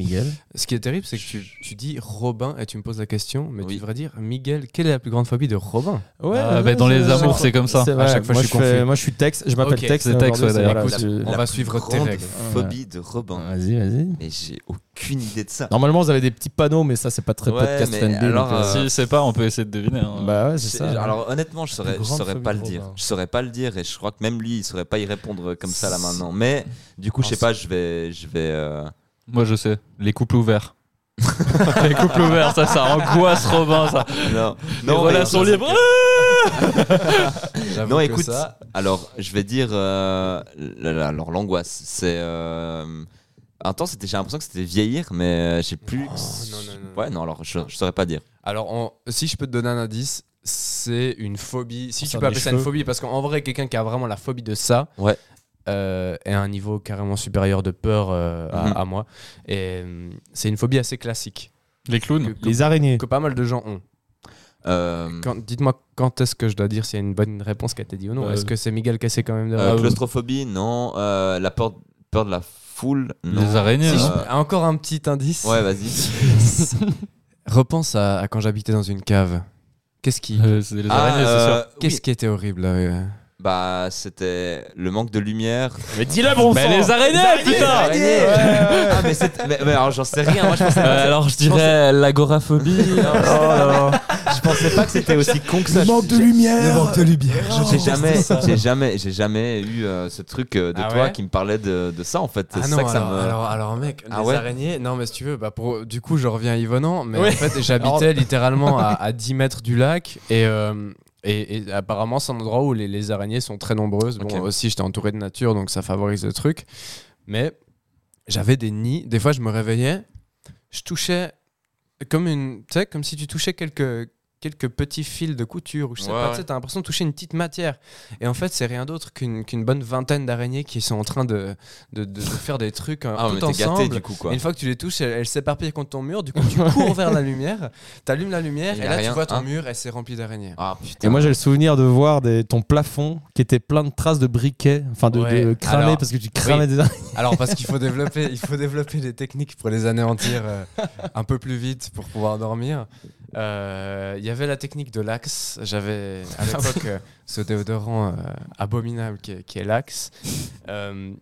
S1: Miguel
S3: Ce qui est terrible, c'est que tu, tu dis Robin et tu me poses la question, mais
S5: Oui.
S3: tu devrais dire Miguel, quelle est la plus grande phobie de Robin
S1: Ouais,
S2: Ah,
S1: ouais,
S2: bah, dans
S1: c'est-
S2: les
S1: à
S2: amours,
S1: chaque
S2: c'est comme ça.
S1: C'est
S3: À
S1: vrai,
S3: chaque fois,
S1: moi,
S3: je suis
S1: fais-
S3: confus.
S1: moi je suis texte, je m'appelle
S3: Ok,
S1: texte. euh,
S2: c'est texte, ouais,
S1: aujourd'hui,
S2: d'ailleurs.
S1: c'est- voilà,
S5: Écoute, euh,
S1: c'est-
S3: On
S5: La
S3: va suivre tes
S5: grande
S3: règles.
S5: phobie de Robin.
S1: Vas-y, vas-y.
S5: Mais j'ai aucune idée de ça.
S1: Normalement, vous avez des petits panneaux, mais ça, c'est pas très
S5: Ouais,
S1: podcast
S5: mais
S1: friendly.
S5: alors,
S1: donc, euh,
S5: euh,
S2: Si c'est pas, on peut essayer de deviner. hein.
S1: Bah ouais, c'est
S5: C'est-
S1: ça. ouais.
S5: Alors honnêtement, je saurais, je
S1: grande
S5: saurais
S1: phobie
S5: pas
S1: de
S5: le dire.
S1: Robin.
S5: Je saurais pas le dire et je crois que même lui, il saurait pas y répondre comme ça là maintenant. Mais du coup, je sais pas, je vais, je vais. euh,
S2: Moi, je sais. Les couples ouverts. les couples ouverts, ça, ça angoisse Robin, ça.
S5: Non,
S2: Les
S5: mais-
S2: relations libres.
S3: J'avoue
S5: Non,
S3: que
S5: écoute,
S3: ça-
S5: alors je vais dire. euh, la- la- alors l'angoisse, c'est. euh, un temps, c'était- j'ai l'impression que c'était vieillir, mais euh, j'ai plus.
S3: Oh, non, non, non.
S5: Ouais, non, alors je, je saurais pas dire.
S3: Alors, on- si je peux te donner un indice, c'est une phobie. Si tu
S1: Concerne
S3: peux
S1: les
S3: appeler ça une
S1: cheveux.
S3: phobie, parce qu'en vrai, quelqu'un qui a vraiment la phobie de ça
S5: Ouais.
S3: euh, est à un niveau carrément supérieur de peur euh, à,
S5: Mhm.
S3: à moi. Et euh, c'est une phobie assez classique
S2: Les
S3: que,
S2: clowns.
S3: que-
S1: les araignées.
S3: que pas mal de gens ont.
S5: Mhm. Euh,
S3: Quand- Dites-moi quand est-ce que je dois dire s'il y a une bonne réponse qui a été dit ou non.
S2: Euh,
S3: Est-ce que c'est Miguel Cassé quand même
S5: euh,
S3: derrière
S5: claustrophobie, non. Euh, la peur, peur de la foule, non.
S2: Les araignées.
S5: Si,
S2: non
S5: je- euh,
S3: Encore un petit indice.
S5: Ouais, vas-y.
S3: Repense à, à quand j'habitais dans une cave. Qu'est-ce qui,
S2: Euh, c'est les
S5: Ah,
S2: araignées, c'est sûr.
S5: euh,
S3: qu'est-ce
S5: oui.
S3: qui était horrible euh,
S5: Bah, c'était le manque
S3: (laughs)
S5: de lumière.
S1: Mais dis-le, bon
S2: Mais les araignées, putain
S5: Ah, mais, c'est- mais- mais alors, j'en sais rien. Moi, je pensais,
S2: Euh, Alors je dirais l'agoraphobie. oh là là.
S5: je pensais pas que c'était aussi con que ça.
S1: de lumière
S2: euh,
S5: J'ai jamais, j'ai jamais, j'ai jamais eu euh, ce truc euh, de
S3: Ah
S5: toi
S3: ouais
S5: qui me parlait de, de ça en fait.
S3: Ah
S5: c'est
S3: non,
S5: ça que ça
S3: alors,
S5: me.
S3: alors, alors, mec,
S5: Ah
S3: les
S5: ouais
S3: araignées, non mais si tu veux, bah pour, du coup je reviens à Yvonan, mais
S1: Ouais.
S3: en fait j'habitais littéralement à,
S5: (laughs)
S3: à 10 mètres du lac et, euh, et, et apparemment c'est un endroit où les, les araignées sont très nombreuses. Bon
S5: Ok.
S3: aussi j'étais entouré de nature donc ça favorise le truc, mais j'avais des nids, des fois je me réveillais, je touchais comme une, tu sais, comme si tu touchais quelques quelques petits fils de couture ou je sais
S5: Ouais,
S3: pas,
S5: ouais.
S3: tu sais, t'as l'impression de toucher une petite matière et en fait c'est rien d'autre qu'une qu'une bonne vingtaine d'araignées qui sont en train de de, (laughs) de- de faire des trucs euh,
S5: Ah, mais
S3: tout
S5: t'es gâté du
S3: ensemble.
S5: coup quoi.
S3: Et une fois que tu les touches, elles, elles s'éparpillent contre ton mur. Du coup, tu
S5: (laughs)
S3: cours vers la lumière, t'allumes la lumière
S5: Il
S3: et,
S5: y a
S3: là
S5: rien,
S3: tu vois ton
S5: hein.
S3: mur et c'est rempli d'araignées.
S5: Ah putain.
S1: Et moi j'ai le souvenir de voir des, ton plafond qui était plein de traces de briquets, enfin de,
S3: Ouais,
S1: de cramés
S3: alors-
S1: parce que tu cramais
S3: oui.
S1: des araignées.
S3: Alors parce qu'il faut développer, il faut développer des techniques pour les anéantir euh, un peu plus vite pour pouvoir dormir. Euh, Il y avait la technique de l'axe. J'avais
S5: Ah
S3: à l'époque euh, ce déodorant euh, abominable qui est, qui est l'axe. Euh,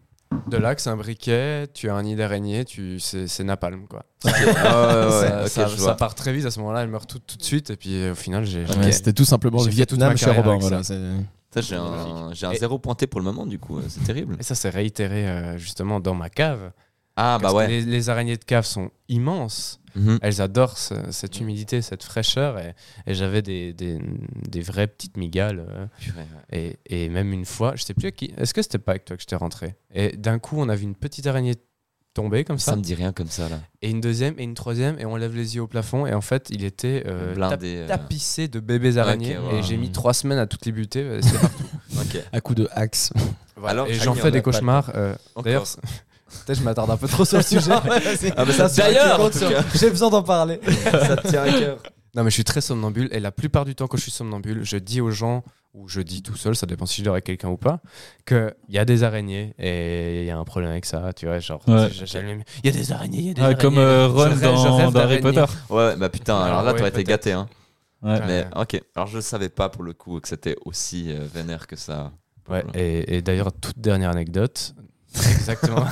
S3: De l'axe, un briquet, tu as un nid d'araignée, tu... c'est c'est napalm quoi.
S5: (laughs)
S3: ça,
S5: Ah bah ouais, ouais,
S3: ça-
S5: ok, je
S3: ça
S5: vois.
S3: part très vite à ce moment-là, elle meurt tout, tout de suite et puis euh, au final j'ai.
S1: Ouais, C'était tout simplement le
S3: J'ai fait toute
S1: Vietnam
S3: ma
S1: chez
S3: carrière
S1: Robin.
S3: avec
S1: Voilà,
S3: ça.
S1: c'est-
S5: Ça, J'ai un, j'ai un
S3: Et-
S5: zéro pointé pour le moment, du coup, euh, c'est terrible.
S3: Et ça s'est réitéré euh, justement dans ma cave.
S5: (laughs) Ah bah
S3: Parce que
S5: ouais.
S3: les, les araignées de cave sont immenses.
S5: Mhm.
S3: Elles adorent ce- cette humidité, cette fraîcheur et, et j'avais des, des, des vraies petites migales. euh,
S5: Ah, Purée, ouais.
S3: Et, et même une fois, je sais plus à qui. Est-ce que c'était pas avec toi que j'étais rentré Et d'un coup, on a vu une petite araignée tomber comme ça,
S5: Ça me dit rien comme ça là.
S3: et une deuxième, et une troisième, et on lève les yeux au plafond, et en fait, il était euh, tap-
S5: Blindé. euh,
S3: tapissé de bébés araignées,
S5: wow.
S3: et j'ai mis trois semaines à toutes les buter. euh, c'est-
S5: ok.
S1: À coup de axe.
S3: voilà.
S5: Alors,
S3: et
S5: chacun
S3: j'en
S5: a
S3: fais des
S5: pas-
S3: cauchemars. euh,
S5: Encore.
S3: D'ailleurs, c'est- peut-être je m'attarde un peu trop sur (laughs) le sujet.
S5: Ah bah ça te tient à cœur, en tout cas.
S1: j'ai besoin d'en parler.
S5: Ça te tient à cœur.
S3: Non, mais je suis très somnambule, et la plupart du temps, quand je suis somnambule, je dis aux gens, ou je dis tout seul, ça dépend si je dors avec quelqu'un ou pas, qu'il y a des araignées, et il y a un problème avec ça, tu vois, genre,
S2: Ouais.
S3: j- j'allume, il y a des araignées, il y a des
S2: Ah,
S3: araignées.
S2: comme euh,
S3: Je
S2: Ron
S3: rêve- je
S2: dans,
S3: rêve
S2: dans Harry
S3: d'araignées.
S2: Potter.
S5: Ouais, bah putain,
S3: Alors,
S5: alors là,
S3: ouais,
S5: t'aurais été
S3: peut-être.
S5: gâté. Hein.
S2: Ouais.
S5: Mais ok. Alors je savais pas pour le coup que c'était aussi euh, vénère que ça. (laughs)
S3: Ouais,
S5: Voilà.
S3: et, et d'ailleurs, toute dernière (laughs) anecdote. Exactement.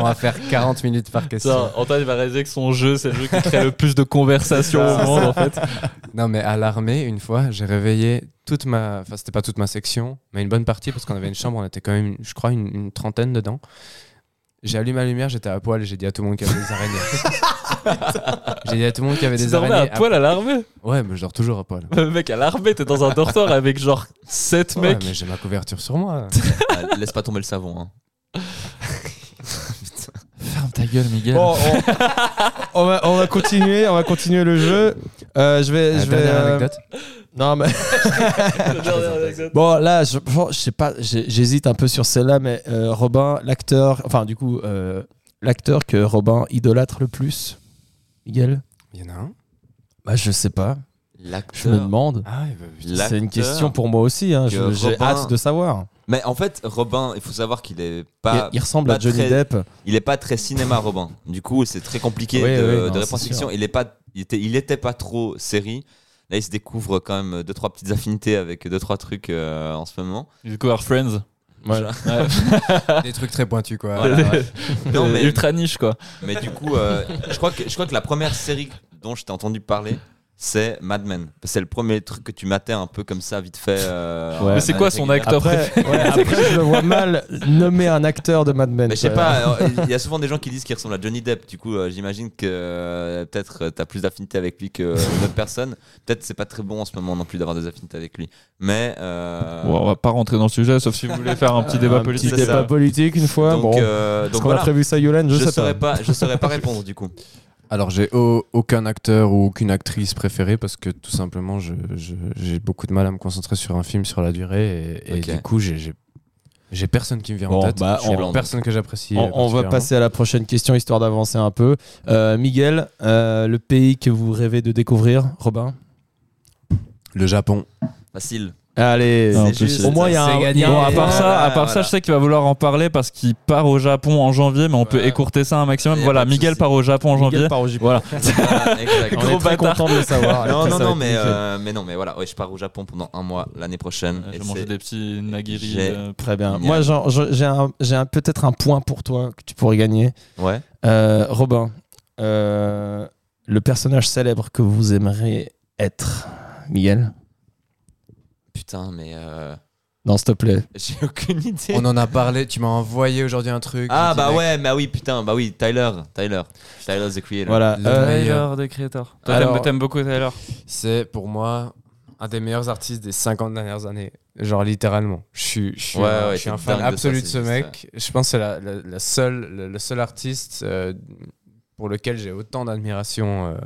S3: On va faire 40 minutes par question.
S2: Ça, Antoine va réaliser que son jeu, c'est le jeu qui crée le plus de conversations au monde, en fait.
S3: Non, mais à l'armée, une fois, j'ai réveillé toute ma. Enfin, c'était pas toute ma section, mais une bonne partie, parce
S2: (laughs)
S3: qu'on avait une chambre, on était quand même, je crois, une, une trentaine dedans. J'ai allumé la lumière, j'étais à poil, et j'ai dit à tout le monde qu'il y avait des araignées.
S2: (laughs)
S3: j'ai dit à tout le monde qu'il y avait
S2: Tu
S3: des
S2: dormais
S3: araignées. Ah,
S2: à poil à l'armée.
S3: Ouais, mais je dors toujours à poil.
S2: Le (laughs) mec, à l'armée, t'es dans un dortoir avec genre 7
S3: Ouais,
S2: mecs.
S3: mais j'ai ma couverture sur moi.
S5: Ah, laisse pas tomber le savon. Hein.
S2: (laughs) Ferme ta gueule, Miguel.
S1: Bon, on, on va, on va continuer, on va continuer le jeu. Euh, je vais,
S3: La
S1: je vais.
S3: dernière
S1: euh,
S3: anecdote.
S1: Non mais bon là, je, bon, je sais pas, j'ai- j'hésite un peu sur celle-là, mais euh, Robin, l'acteur, enfin du coup, euh, l'acteur que Robin idolâtre le plus, Miguel.
S3: Il y en a un.
S1: Bah je sais pas, je me
S5: (laughs) L'acteur.
S1: demande.
S3: Ah, ouais, bah, putain.
S1: C'est une
S5: l'acteur-
S1: question pour moi aussi. hein,
S5: que
S1: je- J'ai
S5: Robin-
S1: hâte de savoir.
S5: Mais en fait, Robin, il faut savoir qu'il est
S1: Il,
S5: pas,
S1: il ressemble
S5: pas
S1: à Johnny
S5: très-
S1: Depp.
S5: il est pas très cinéma, Robin. Du coup, c'est très compliqué
S1: Oui,
S5: de,
S1: oui, non,
S5: de
S1: c'est
S5: répondre à cette
S1: sûr.
S5: question. Il est pas, il était, il était pas trop série. Là, il se découvre quand même deux trois petites affinités avec deux trois trucs euh, en
S1: (laughs)
S5: ce moment.
S2: Du coup, our friends.
S1: Voilà.
S3: Des trucs très pointus, quoi.
S5: Voilà, ouais.
S2: (laughs)
S5: Non, mais-
S2: Ultra niche, quoi.
S5: Mais du coup, euh, je, crois que, je crois que la première série dont je t'ai entendu parler, c'est Mad Men. C'est le premier truc que tu matais un peu comme ça, vite fait. euh,
S1: Ouais.
S2: Mais c'est
S5: en
S2: quoi
S5: année
S2: son
S5: régulière.
S2: acteur
S1: Après, (laughs) ouais, après, je le vois mal nommer un acteur de Mad Men.
S5: Mais je sais
S1: ça.
S5: pas,
S1: (laughs)
S5: euh, il y a souvent des gens qui disent qu'il ressemble à Johnny Depp. Du coup, euh, j'imagine que euh, peut-être euh, t'as plus d'affinité avec lui que euh, une autre personne. Peut-être c'est pas très bon en ce moment non plus d'avoir des affinités avec lui. Mais. euh,
S2: Bon, on va pas rentrer dans le sujet, sauf si vous voulez faire un petit débat
S1: Euh, Un
S2: politique.
S1: petit
S5: c'est
S1: débat
S5: ça.
S1: politique une fois.
S5: donc,
S1: bon,
S5: euh,
S1: est-ce
S5: donc
S1: qu'on a
S5: voilà.
S1: prévu ça, Yolande Je,
S5: Je
S1: sais pas.
S5: saurais pas, je saurais pas répondre du coup.
S3: Alors, j'ai au- aucun acteur ou aucune actrice préférée parce que tout simplement, je- je- j'ai beaucoup de mal à me concentrer sur un film sur la durée et, et
S5: Ok.
S3: du coup, j'ai- j'ai j'ai personne qui me vient en
S1: Bon,
S3: tête.
S1: bah,
S3: Je suis
S5: on-
S3: la personne que j'apprécie. euh,
S1: On, on va
S3: particulièrement.
S1: passer à la prochaine question histoire d'avancer un peu. Euh, Miguel, euh, le pays que vous rêvez de découvrir, Robin
S3: Le Japon.
S1: (laughs)
S5: Facile.
S1: Allez,
S2: Non,
S5: C'est
S2: en plus,
S5: juste-
S1: au moins il y a
S3: c'est
S1: un. il
S3: gagné.
S1: y a un-
S2: Bon, à part ça, à part
S5: Voilà.
S2: ça, je sais qu'il va vouloir en parler parce qu'il part au Japon en janvier, mais on peut
S5: Voilà.
S2: écourter ça un maximum.
S5: Y a
S2: Voilà,
S5: pas de
S2: Miguel
S5: souci.
S2: part au Japon en
S1: Miguel
S2: janvier.
S1: part au Japon.
S2: Voilà.
S5: Voilà, exact.
S1: On est très
S2: bâtard.
S1: content de le savoir.
S5: (laughs) Non,
S1: Ça
S5: non,
S1: va
S5: non,
S1: être
S5: mais,
S1: nickel.
S5: euh, mais non, mais voilà, ouais, je pars au Japon pendant un mois l'année prochaine.
S2: Euh, Je
S5: et
S2: vais
S5: c'est-
S2: manger des petits nagiri.
S5: J'ai-
S2: euh,
S1: Très bien.
S5: Génial.
S1: Moi, j'en- je- j'ai un- j'ai un- peut-être un point pour toi que tu pourrais gagner.
S5: Ouais.
S1: Euh, Robin, euh, le personnage célèbre que vous aimeriez être, Miguel
S5: Putain, mais euh, (laughs)
S1: Non, s'il te plaît.
S5: j'ai aucune idée.
S3: On en a parlé, tu m'as envoyé aujourd'hui un truc.
S5: Ah
S3: je dis,
S5: bah
S3: mec,
S5: ouais, bah oui, putain, bah oui, Tyler, Tyler, Tyler the Creator.
S1: Voilà.
S3: Le
S1: Euh,
S3: meilleur.
S2: des créateurs.
S1: Toi, t'aimes- Alors-
S2: t'aimes beaucoup Tyler.
S3: C'est pour moi un des meilleurs artistes des 50 dernières années. Genre littéralement. Je suis, je suis
S5: Ouais,
S3: un,
S5: ouais,
S3: je suis
S5: t'es
S3: un fan
S5: dingue de ça,
S3: absolu de,
S5: c'est
S3: ce
S5: juste,
S3: mec. Je pense que c'est la, la- la seule, le, le seul artiste euh, pour lequel j'ai autant d'admiration. euh.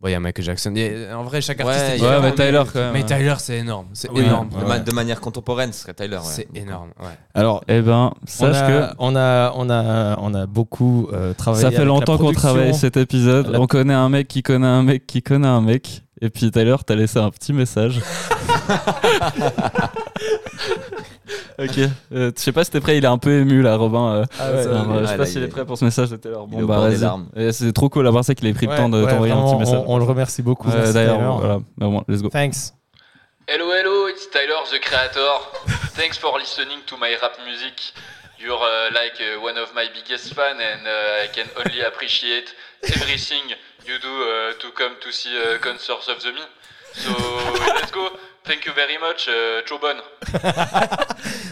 S3: Bon, il y a Michael Jackson. Il y a- en vrai, chaque artiste
S5: Ouais,
S3: est
S5: il y a-
S3: différent,
S2: Ouais, mais Tyler quand même.
S3: mais Tyler, c'est énorme. C'est
S1: Oui,
S3: énorme.
S5: De,
S1: ouais.
S5: ma- de manière contemporaine, ce serait Tyler. ouais.
S3: C'est
S5: Donc,
S3: énorme. ouais.
S1: Alors,
S2: Eh ben, sache
S1: on a,
S2: que
S1: on a on a on a beaucoup euh, travaillé.
S2: ça fait
S1: avec la
S2: longtemps qu'on
S1: production.
S2: travaille cet épisode.
S1: La-
S2: On connaît un mec qui connaît un mec qui connaît un mec. Et puis Tyler, t'as laissé un
S1: (laughs)
S2: petit message. ok. Euh, je sais pas si t'es prêt, il est un peu ému là, Robin. euh.
S1: Ah ouais,
S5: Ça,
S2: Alors,
S5: ouais,
S2: euh, je
S5: là,
S2: sais pas
S5: il
S2: s'il est
S5: est-
S2: prêt pour ce message de Taylor.
S5: il est
S2: Bon,
S5: au
S2: bah
S5: bord des
S2: vas-y.
S5: larmes.
S2: Et C'est trop cool d'avoir ça qu'il ait pris
S1: Ouais,
S2: le temps de
S1: ouais,
S2: t'envoyer un petit
S1: vraiment,
S2: message.
S1: On, on le remercie beaucoup.
S2: Ouais,
S1: merci, Taylor.
S2: D'ailleurs, euh, voilà. Mais bon, let's go.
S1: Thanks.
S9: Hello, hello, it's Tyler the Creator. Thanks for listening to my rap music.
S8: You're uh, like uh, one of my biggest fan and uh, I can only appreciate everything you do uh, to come to see uh, Consorts of the Me. So let's go. Thank you very much, uh, Chobon.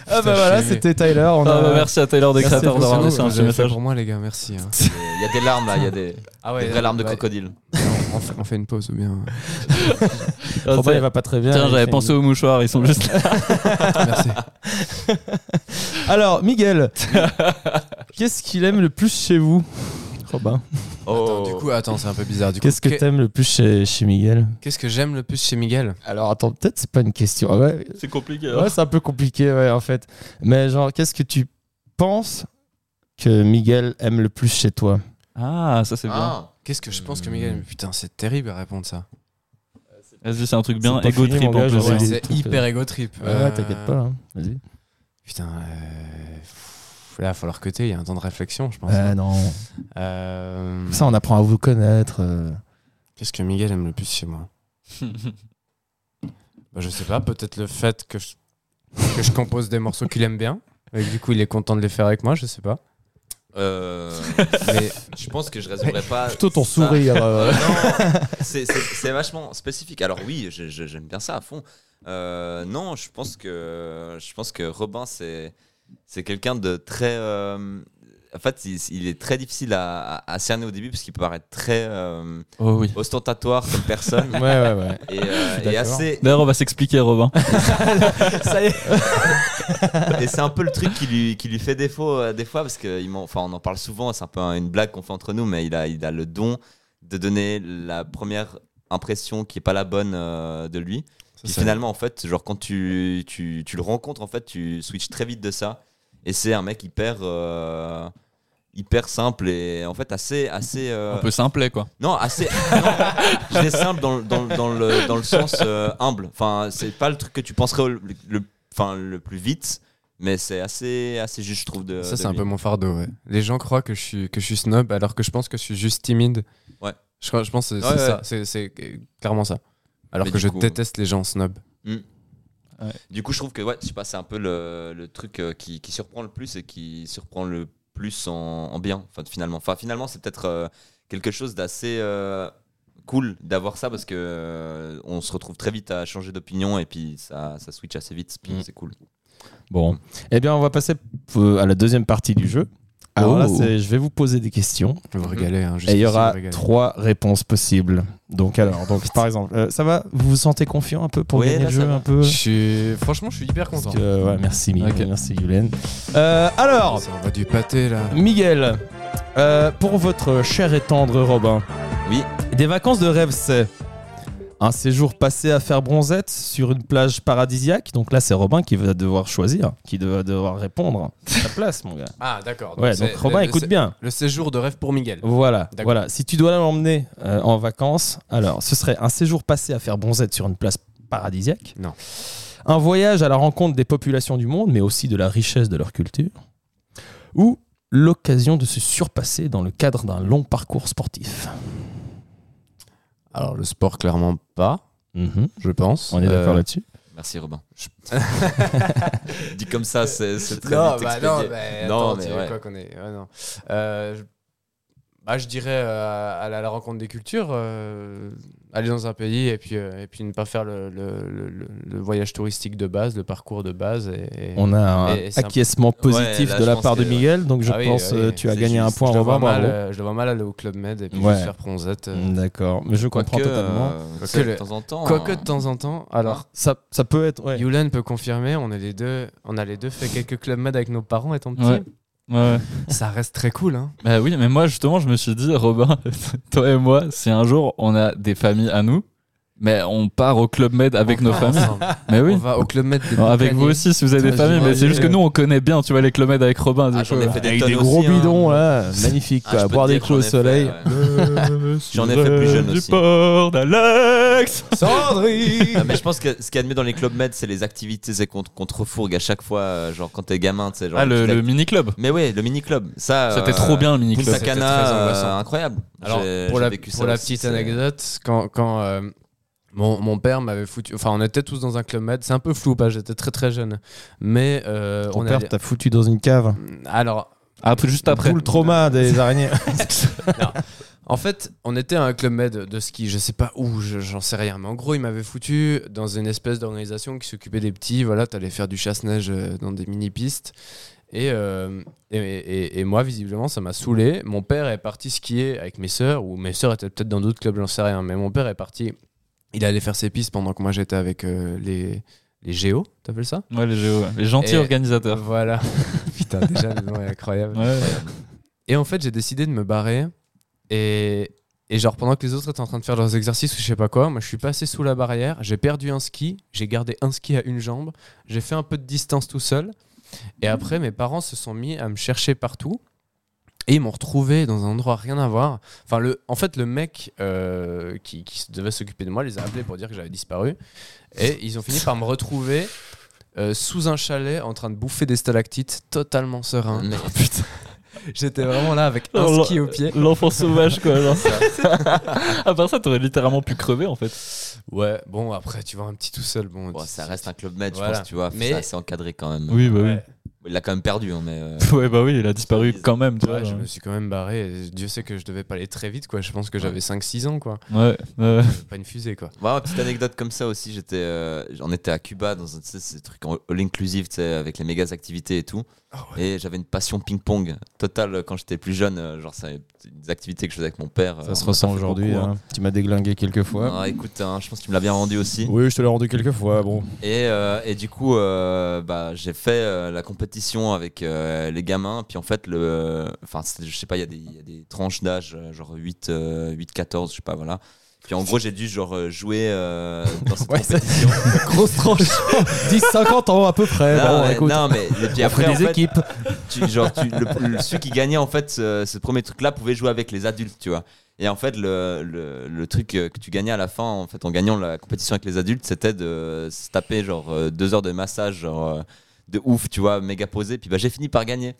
S1: Ah bah voilà, c'était Tyler. On
S2: Ah,
S1: a...
S2: bah, merci à Tyler des
S1: Merci
S2: créateurs
S1: beaucoup,
S2: d'avoir
S1: c'est
S2: laissé un petit message.
S3: hein, pour moi, les gars, merci. hein.
S5: Il y a des larmes là, il y a des,
S3: Ah
S5: des vraies larmes de crocodile.
S3: on, fait, on fait une pause ou bien. euh,
S5: (laughs)
S1: Robin,
S2: Tiens,
S1: il va pas très bien.
S2: Tiens,
S1: il
S2: j'avais
S1: fait
S2: pensé aux mouchoirs, ils sont juste là.
S3: Merci.
S1: une- Alors,
S2: (laughs)
S1: Miguel, qu'est-ce qu'il aime le plus chez vous Robin,
S3: Attends,
S5: Oh.
S3: du coup, attends, c'est un peu bizarre. Du coup,
S1: qu'est-ce que
S3: qu'est-
S1: t'aimes le plus chez, chez Miguel
S3: qu'est-ce que j'aime le plus chez Miguel
S1: Alors attends, peut-être c'est pas une question. Ah ouais,
S2: C'est
S1: (laughs)
S2: compliqué.
S1: ouais, (laughs) c'est un peu compliqué, ouais, en fait. Mais genre, qu'est-ce que tu penses que Miguel aime le plus chez toi
S2: Ah, ça c'est bien.
S5: Ah,
S3: Qu'est-ce que je pense que Miguel Putain, c'est terrible à répondre ça.
S2: Vas-y, c'est un truc bien
S1: C'est pas
S2: égo
S1: fini,
S2: trip en
S1: mon gars,
S2: plus.
S1: je
S2: ouais.
S1: sais.
S3: c'est
S1: tout
S3: hyper égo trip.
S1: Ouais,
S3: Euh,
S1: t'inquiète pas, hein. vas-y.
S3: Putain, euh, pff, là, il va falloir coter, il y a un temps de réflexion, je pense.
S1: Ah non,
S3: Euh,
S1: ça on apprend à vous connaître. euh.
S3: Qu'est-ce que Miguel aime le plus chez moi Bah, Je sais pas, peut-être le fait que je, que je compose des morceaux qu'il aime bien. Et que du coup, il est content de les faire avec moi, je sais pas.
S5: euh,
S3: Mais
S5: je pense que je résumerai pas.
S1: Plutôt ton
S5: ça.
S1: sourire. euh. (laughs)
S5: Euh, non, c'est- c'est c'est vachement spécifique. Alors oui, je- je- j'aime bien ça à fond. Euh, non, je pense que je pense que Robin c'est c'est quelqu'un de très. euh, en fait, il, il est très difficile à, à- à cerner au début parce qu'il peut paraître très euh,
S2: (laughs) Oh oui.
S5: ostentatoire comme
S1: (laughs)
S5: personne
S1: Ouais, ouais, ouais.
S5: et, euh, et
S1: d'accord.
S5: assez.
S2: D'ailleurs, on va s'expliquer, Robin.
S5: (laughs) Et c'est un peu le truc qui lui qui lui fait défaut euh, des fois parce que il m'en- enfin on en parle souvent. C'est un peu une blague qu'on fait entre nous, mais il a il a le don de donner la première impression qui est pas la bonne euh, de lui.
S3: ça,
S5: Puis
S3: ça-
S5: finalement, en fait, genre quand tu, tu, tu le rencontres, en fait, tu switches très vite de ça. Et c'est un mec hyper, euh, hyper simple et en fait assez. assez euh,
S2: Un peu simplet, quoi.
S5: Non, assez. non, je dis simple dans, le- dans, le- dans le, dans le sens euh, humble. Enfin, c'est pas le truc que tu penserais au- le, le- enfin, le plus vite, mais c'est assez, assez juste, je trouve. De,
S3: ça,
S5: de
S3: c'est un
S5: lui.
S3: peu mon fardeau, ouais. Les gens croient que je suis, que je suis snob alors que je pense que je suis juste timide.
S5: Ouais.
S3: Je, crois- je pense que c'est
S5: Ouais,
S3: c'est
S5: ouais.
S3: ça. C'est- C'est euh, clairement ça. Alors
S5: Mais
S3: que
S5: du
S3: je
S5: coup-
S3: déteste les gens snobs.
S5: Du coup, je trouve que ouais, je sais pas, c'est un peu le, le truc euh, qui, qui surprend le plus et qui surprend le plus en, en bien. Enfin, finalement, enfin, finalement, c'est peut-être euh, quelque chose d'assez euh, cool d'avoir ça parce que euh, on se retrouve très vite à changer d'opinion et puis ça, ça switch assez vite. Puis
S1: Mm.
S5: c'est cool.
S1: Bon, eh bien, on va passer euh, à la deuxième partie du jeu. Alors là,
S3: Oh.
S1: c'est- je vais vous poser des questions
S3: Je vais vous régaler. hein,
S1: Mhm. et il y
S3: jusqu'ici, vous
S1: aura
S3: régaler.
S1: trois réponses possibles. Donc, alors, donc, par exemple, euh, ça va Vous vous sentez confiant un peu pour
S5: Ouais,
S1: gagner
S5: là,
S1: le
S5: ça
S1: jeu
S5: va.
S1: un peu
S3: Je suis... Franchement, je suis hyper content.
S1: Parce que, ouais, Merci, Miguel.
S2: Ok.
S1: Merci, Yulen. Euh, alors,
S3: Oh, Ça va du pâté là.
S1: Miguel, euh, pour votre cher et tendre Robin,
S5: Oui.
S1: des vacances de rêve, c'est un séjour passé à faire bronzette sur une plage paradisiaque. Donc là, c'est Robin qui va devoir choisir, qui va devoir (laughs) répondre à ta place, mon gars.
S3: Ah, d'accord.
S1: Ouais, donc
S3: c'est-
S1: Robin,
S3: le-
S1: écoute
S3: le-
S1: bien.
S3: Le séjour de rêve pour Miguel.
S1: Voilà,
S3: D'accord.
S1: voilà. Si tu dois l'emmener euh, en vacances, alors ce serait un séjour passé à faire bronzette sur une place paradisiaque.
S3: Non.
S1: Un voyage à la rencontre des populations du monde, mais aussi de la richesse de leur culture. Ou l'occasion de se surpasser dans le cadre d'un long parcours sportif.
S3: Alors, le sport, clairement pas, je pense.
S1: Mhm. On est d'accord
S3: Euh,
S1: là-dessus
S5: Merci Robin. (laughs) Dit comme ça, c'est c'est très
S3: Non,
S5: vite
S3: bah
S5: expédié.
S3: non, mais
S5: Non,
S3: attends,
S5: mais
S3: tu veux
S5: ouais.
S3: quoi qu'on est ouais, non. Euh, je- bah, je dirais euh, aller à la rencontre des cultures, euh, aller dans un pays et puis, euh, et puis ne pas faire le, le- le- le- le voyage touristique de base, le parcours de base. Et, et-
S1: On a un
S3: et- et c'est un-
S1: acquiescement positif
S5: Ouais, là,
S1: de
S5: je
S1: la
S5: pense
S1: part de
S5: que-
S1: Miguel, donc je
S3: Ah oui,
S1: pense
S3: oui,
S1: euh, tu as
S5: c'est
S1: gagné un
S5: juste.
S1: point,
S3: je, le vois
S1: Robin.
S3: mal,
S1: bravo.
S3: euh, je le vois mal aller au Club Med et puis
S1: Ouais.
S3: juste faire bronzette. euh.
S1: Mm, D'accord, mais je comprends
S5: Quoique,
S1: totalement.
S5: euh,
S3: Quoique
S5: c'est
S3: le-
S5: de temps en temps.
S3: Quoique
S2: Oh.
S5: hein.
S3: de temps en temps,
S2: Ah.
S3: alors
S1: Ça, ça peut être. ouais.
S3: Yulan peut confirmer, on, est les deux, on a les deux fait quelques Club Med avec nos parents étant petits.
S2: Ouais. Ouais.
S3: Ça reste très cool. Hein.
S2: Bah oui, mais moi justement, je me suis dit, Robin, (laughs) toi et moi, si un jour on a des familles à nous, mais on part au Club Med avec
S3: On
S2: nos
S3: va (laughs)
S2: familles.
S3: ensemble.
S2: Mais oui.
S3: On va au Club Med des
S2: Alors, avec
S3: Boucaniers.
S2: vous aussi, si vous avez des
S1: Putain,
S2: familles, mais c'est
S1: j'imagine.
S2: juste que nous, on connaît bien, tu vois, les Club Med avec Robin.
S5: Ah,
S2: des
S5: j'en ai
S2: fois.
S5: fait des,
S1: Avec des (laughs)
S5: tonnes
S1: gros
S5: aussi, hein.
S1: bidons là, magnifique
S5: Ah,
S1: quoi,
S5: je peux te
S1: boire des
S5: dire que
S1: clous au
S5: j'en ai fait,
S1: soleil.
S5: ouais.
S2: (laughs)
S5: J'en ai fait plus jeune aussi.
S2: Port d'Alex (laughs)
S5: Ah, mais je pense que ce qui est admis dans les clubs med, c'est les activités c'est qu'on qu'on te refourgue à chaque fois, euh, genre quand t'es gamin, tu sais, genre.
S2: Ah, le,
S5: tu
S2: le
S5: l'as-
S2: mini-club.
S5: Mais ouais, le mini club. Ça.
S2: C'était
S5: euh,
S2: trop bien, le mini-club.
S5: Punta
S3: C'était très
S5: Cana, euh,
S3: angoissant.
S5: incroyable.
S3: Alors,
S5: J'ai-
S3: pour
S5: j'ai
S3: la,
S5: vécu ça
S3: pour la
S5: aussi,
S3: petite
S5: c'est-
S3: anecdote, quand, quand euh, Mon, mon père m'avait foutu. Enfin, on était tous dans un club med. C'est un peu flou, pas. J'étais très très jeune. Mais euh,
S1: Ton
S3: on
S1: père
S3: allait-
S1: t'a foutu dans une cave.
S3: Alors,
S2: Après, juste après.
S1: Tout le trauma des araignées.
S3: En fait, on était à un club med de ski, je sais pas où, je- j'en sais rien, mais en gros, ils m'avaient foutu dans une espèce d'organisation qui s'occupait des petits. Voilà, t'allais faire du chasse-neige euh, dans des mini-pistes. Et, euh, et, et- et moi, visiblement, ça m'a saoulé. Mon père est parti skier avec mes sœurs, ou mes sœurs étaient peut-être dans d'autres clubs, j'en sais rien, mais mon père est parti. Il allait faire ses pistes pendant que moi j'étais avec euh, les, les géos, t'appelles ça
S2: Ouais, les géos, ouais. Les gentils
S3: Et-
S2: organisateurs.
S3: Voilà. Ah. (laughs) Putain, déjà, le nom est incroyable.
S2: Ouais.
S3: Et en fait, j'ai décidé de me barrer. Et, et genre, pendant que les autres étaient en train de faire leurs exercices ou je sais pas quoi, moi je suis passé sous la barrière, j'ai perdu un ski, j'ai gardé un ski à une jambe, j'ai fait un peu de distance tout seul. Et après, mes parents se sont mis à me chercher partout. Et ils m'ont retrouvé dans un endroit rien à voir. Enfin, le, en fait, le mec euh, qui, qui s- devait s'occuper de moi les a appelés pour dire que j'avais disparu. Et ils ont fini par me retrouver euh, sous un chalet en train de bouffer des stalactites, totalement serein.
S5: Merde.
S3: putain. J'étais vraiment là avec un
S2: Oh,
S3: ski au pied.
S2: L'enfant sauvage, quoi. Genre. à part ça, t'aurais littéralement pu crever, en fait.
S3: Ouais, bon, après, tu vois, un petit tout seul. Bon,
S5: Bon,
S3: tu-
S5: ça reste un club med, je
S3: Voilà.
S5: pense, tu vois.
S3: Mais-
S5: C'est assez encadré quand même.
S2: Oui, bah oui.
S3: Ouais.
S5: Il l'a quand même perdu, hein, mais. euh,
S2: Ouais, bah oui, il a disparu quand même, tu vois.
S3: Ouais, je
S2: genre.
S3: me suis quand même barré. et Dieu sait que je devais pas aller très vite, quoi. Je pense que j'avais 5-6 ans, quoi.
S2: Ouais,
S3: (laughs)
S2: ouais.
S3: Pas une fusée, quoi.
S5: Bah, petite anecdote comme ça aussi, j'étais, euh, on était à Cuba dans un, tu sais, ces trucs en all inclusive, tu sais, avec les mégas activités et tout. Et j'avais une passion ping-pong totale euh, quand j'étais plus jeune. euh, Genre, c'est des activités que je faisais avec mon père. euh,
S1: Ça se
S5: on en a
S1: ressent
S5: fait
S1: aujourd'hui.
S5: beaucoup, hein.
S1: hein. Tu m'as déglingué quelques fois.
S5: Ah, écoute, hein, je pense que tu me l'as bien rendu aussi.
S1: Oui, je te l'ai rendu quelques fois. Bon,
S5: Et, euh, et du coup, euh, bah, j'ai fait euh, la compétition avec euh, les gamins. Puis en fait, le, enfin, c'était- je sais pas, il y, a des- il y a des tranches d'âge, euh, genre 8, euh, 8, 14, je sais pas, voilà. Puis en gros, j'ai dû genre euh, jouer euh, dans cette
S1: (laughs) Ouais, c'est-
S5: compétition.
S1: grosse
S2: (laughs)
S1: tranche. 10-50 ans à peu près.
S5: non,
S1: Eh bon,
S5: mais,
S1: écoute.
S5: non, mais et puis
S1: on
S5: après,
S1: fait
S5: en
S1: des
S5: fait,
S1: équipes.
S5: tu- genre, tu- le- le- celui qui gagnait en fait ce, ce premier truc là pouvait jouer avec les adultes, tu vois. Et en fait, le, le, le truc euh, que tu gagnais à la fin, en fait, en gagnant la compétition avec les adultes, c'était de se taper genre euh, deux heures de massage, genre euh, de ouf, tu vois, méga posé. Puis bah, j'ai fini par gagner.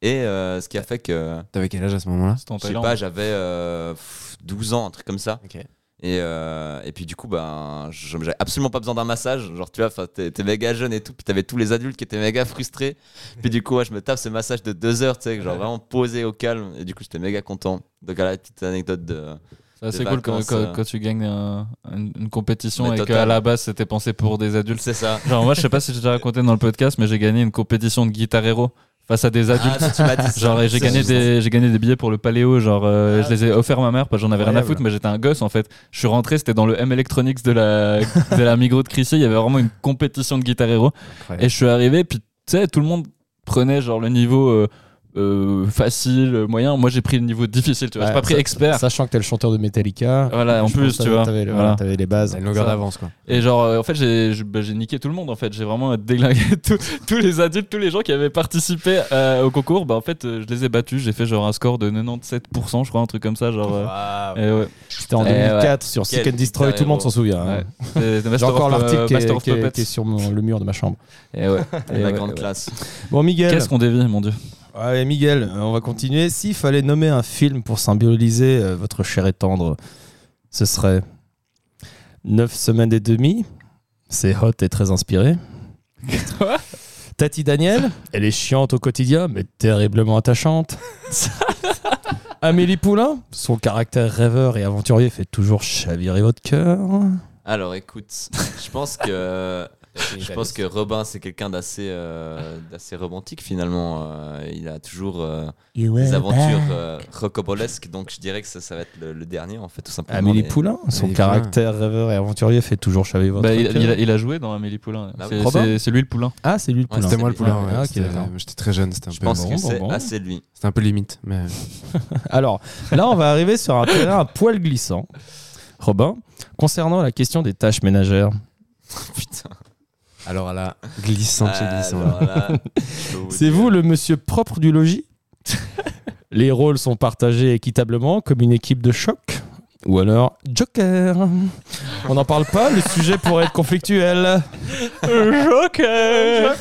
S5: Et euh, ce qui a fait que,
S3: T'avais quel âge à ce moment-là
S2: C'est en
S5: je sais
S2: Thaïlande.
S5: pas, j'avais euh, pff, 12 ans, un truc comme ça.
S3: Ok.
S5: Et, euh, et puis du coup, ben, je- j'avais absolument pas besoin d'un massage. Genre, tu vois, 'fin, t'es t'es méga jeune et tout. Puis t'avais tous les adultes qui étaient méga frustrés. Puis du coup, ouais, je me tape ce massage de deux heures, tu sais, que genre vraiment posé au calme. Et du coup, j'étais méga content. Donc, à la petite anecdote de.
S2: C'est assez
S5: des
S2: cool quand,
S5: vacances,
S2: quand-
S5: euh.
S2: quand tu gagnes un- une, une compétition
S5: Mais
S2: et
S5: total.
S2: qu'à la base c'était pensé pour des adultes.
S5: C'est ça.
S2: Genre, moi je sais pas si j'ai déjà raconté dans le podcast, mais j'ai gagné une compétition de Guitar Hero face à des adultes.
S5: Ah, tu m'as dit ça.
S2: Genre, et j'ai
S5: C'est
S2: gagné,
S5: juste-
S2: des, j'ai gagné des billets pour le paléo. Genre,
S1: Ah.
S2: euh, je les ai offerts à ma mère parce que j'en avais rien à
S1: Incroyable.
S2: foutre, mais j'étais un gosse en fait. Je suis rentré, c'était dans le M Electronics de la, de la Migros de Crissier. Il y avait vraiment une compétition de Guitar Hero.
S3: Incroyable.
S2: Et je suis arrivé, puis tu sais, tout le monde prenait genre le niveau euh, euh, facile, euh, moyen. Moi j'ai pris le niveau difficile, tu vois. j'ai
S1: Ouais,
S2: pas pris
S1: ça-
S2: expert.
S1: Bah, Sachant que t'es le chanteur de Metallica.
S2: Voilà, en
S1: je pense
S2: plus,
S1: que
S2: tu
S1: t'avais-
S2: vois.
S1: T'avais le-
S2: Voilà.
S1: voilà, t'avais les bases.
S3: T'as une longueur
S2: Ça.
S3: d'avance, quoi.
S2: Et genre, euh, en fait, j'ai je- bah, j'ai niqué tout le monde, en fait. J'ai vraiment déglingué (laughs) tout- tous les adultes, tous les gens qui avaient participé euh, au concours. Bah, en fait, euh, je les ai battus. J'ai fait genre un score de 97%, je crois, un truc comme ça. Genre, euh,
S1: Ah,
S2: et ouais.
S1: C'était en
S2: Eh ouais.
S1: 2004 sur Seek
S5: Quel
S1: and Destroy. Tout le monde
S5: guitar
S1: s'en souvient. hein.
S2: Ouais. C'est- c'est
S1: J'ai
S2: Master
S1: encore
S2: of, euh,
S1: l'article qui est-
S2: Master of
S1: qui, est-
S2: Puppets.
S1: qui est sur mon- le mur de ma chambre.
S2: Et
S1: (laughs)
S2: ouais. Et
S5: La
S2: ouais,
S5: grande
S2: ouais.
S5: classe.
S1: Bon, Miguel.
S2: Qu'est-ce qu'on dévie, mon dieu
S1: Ouais, Miguel, euh, on va continuer. S'il fallait nommer un film pour symboliser euh, votre cher et tendre, ce serait 9 semaines et demie. C'est hot et très inspiré.
S2: (laughs) Quoi
S1: Tati Daniel, elle est chiante au quotidien, mais terriblement
S2: (laughs)
S1: attachante. Amélie Poulain, son caractère rêveur et aventurier fait toujours chavirer votre cœur.
S5: Alors, écoute, (laughs) je pense que. Je pense que Robin, c'est quelqu'un d'assez euh, d'assez romantique finalement. Euh, il a toujours euh, des aventures euh, rocobolesques, donc je dirais que ça, ça va être le, le dernier en fait, tout simplement.
S1: Amélie
S5: Mais-
S1: Poulain, son
S3: Amélie Poulain.
S1: caractère rêveur et aventurier fait toujours chavirer votre Ah,
S2: Bah, il,
S1: cœur.
S2: il a, il a joué dans Amélie Poulain.
S5: Bah,
S2: C'est-
S5: Robin
S2: C'est c'est lui le poulain.
S1: Ah, c'est lui le
S5: Ouais,
S1: poulain.
S5: c'était
S3: C'était moi le poulain, ouais.
S1: Ah, ok,
S3: C'était- euh,
S1: d'accord.
S3: J'étais très jeune, c'était un,
S5: Je
S3: peu...
S5: pense
S1: bon,
S5: que
S1: bon,
S5: c'est
S1: bon.
S5: assez lui.
S3: c'était un peu limite. Mais... euh,
S1: Alors, là, on va arriver sur un terrain à poil glissant. Robin, concernant la question des tâches ménagères,
S5: Putain.
S3: Alors là, glissante chez glissant.
S5: Alors Ah, là,
S1: (laughs)
S5: je peux vous
S1: hein. c'est
S5: dire.
S1: vous le monsieur propre du logis (laughs) Les rôles sont partagés équitablement comme une équipe de choc ou alors Joker. On n'en parle pas, le sujet pourrait être conflictuel. Joker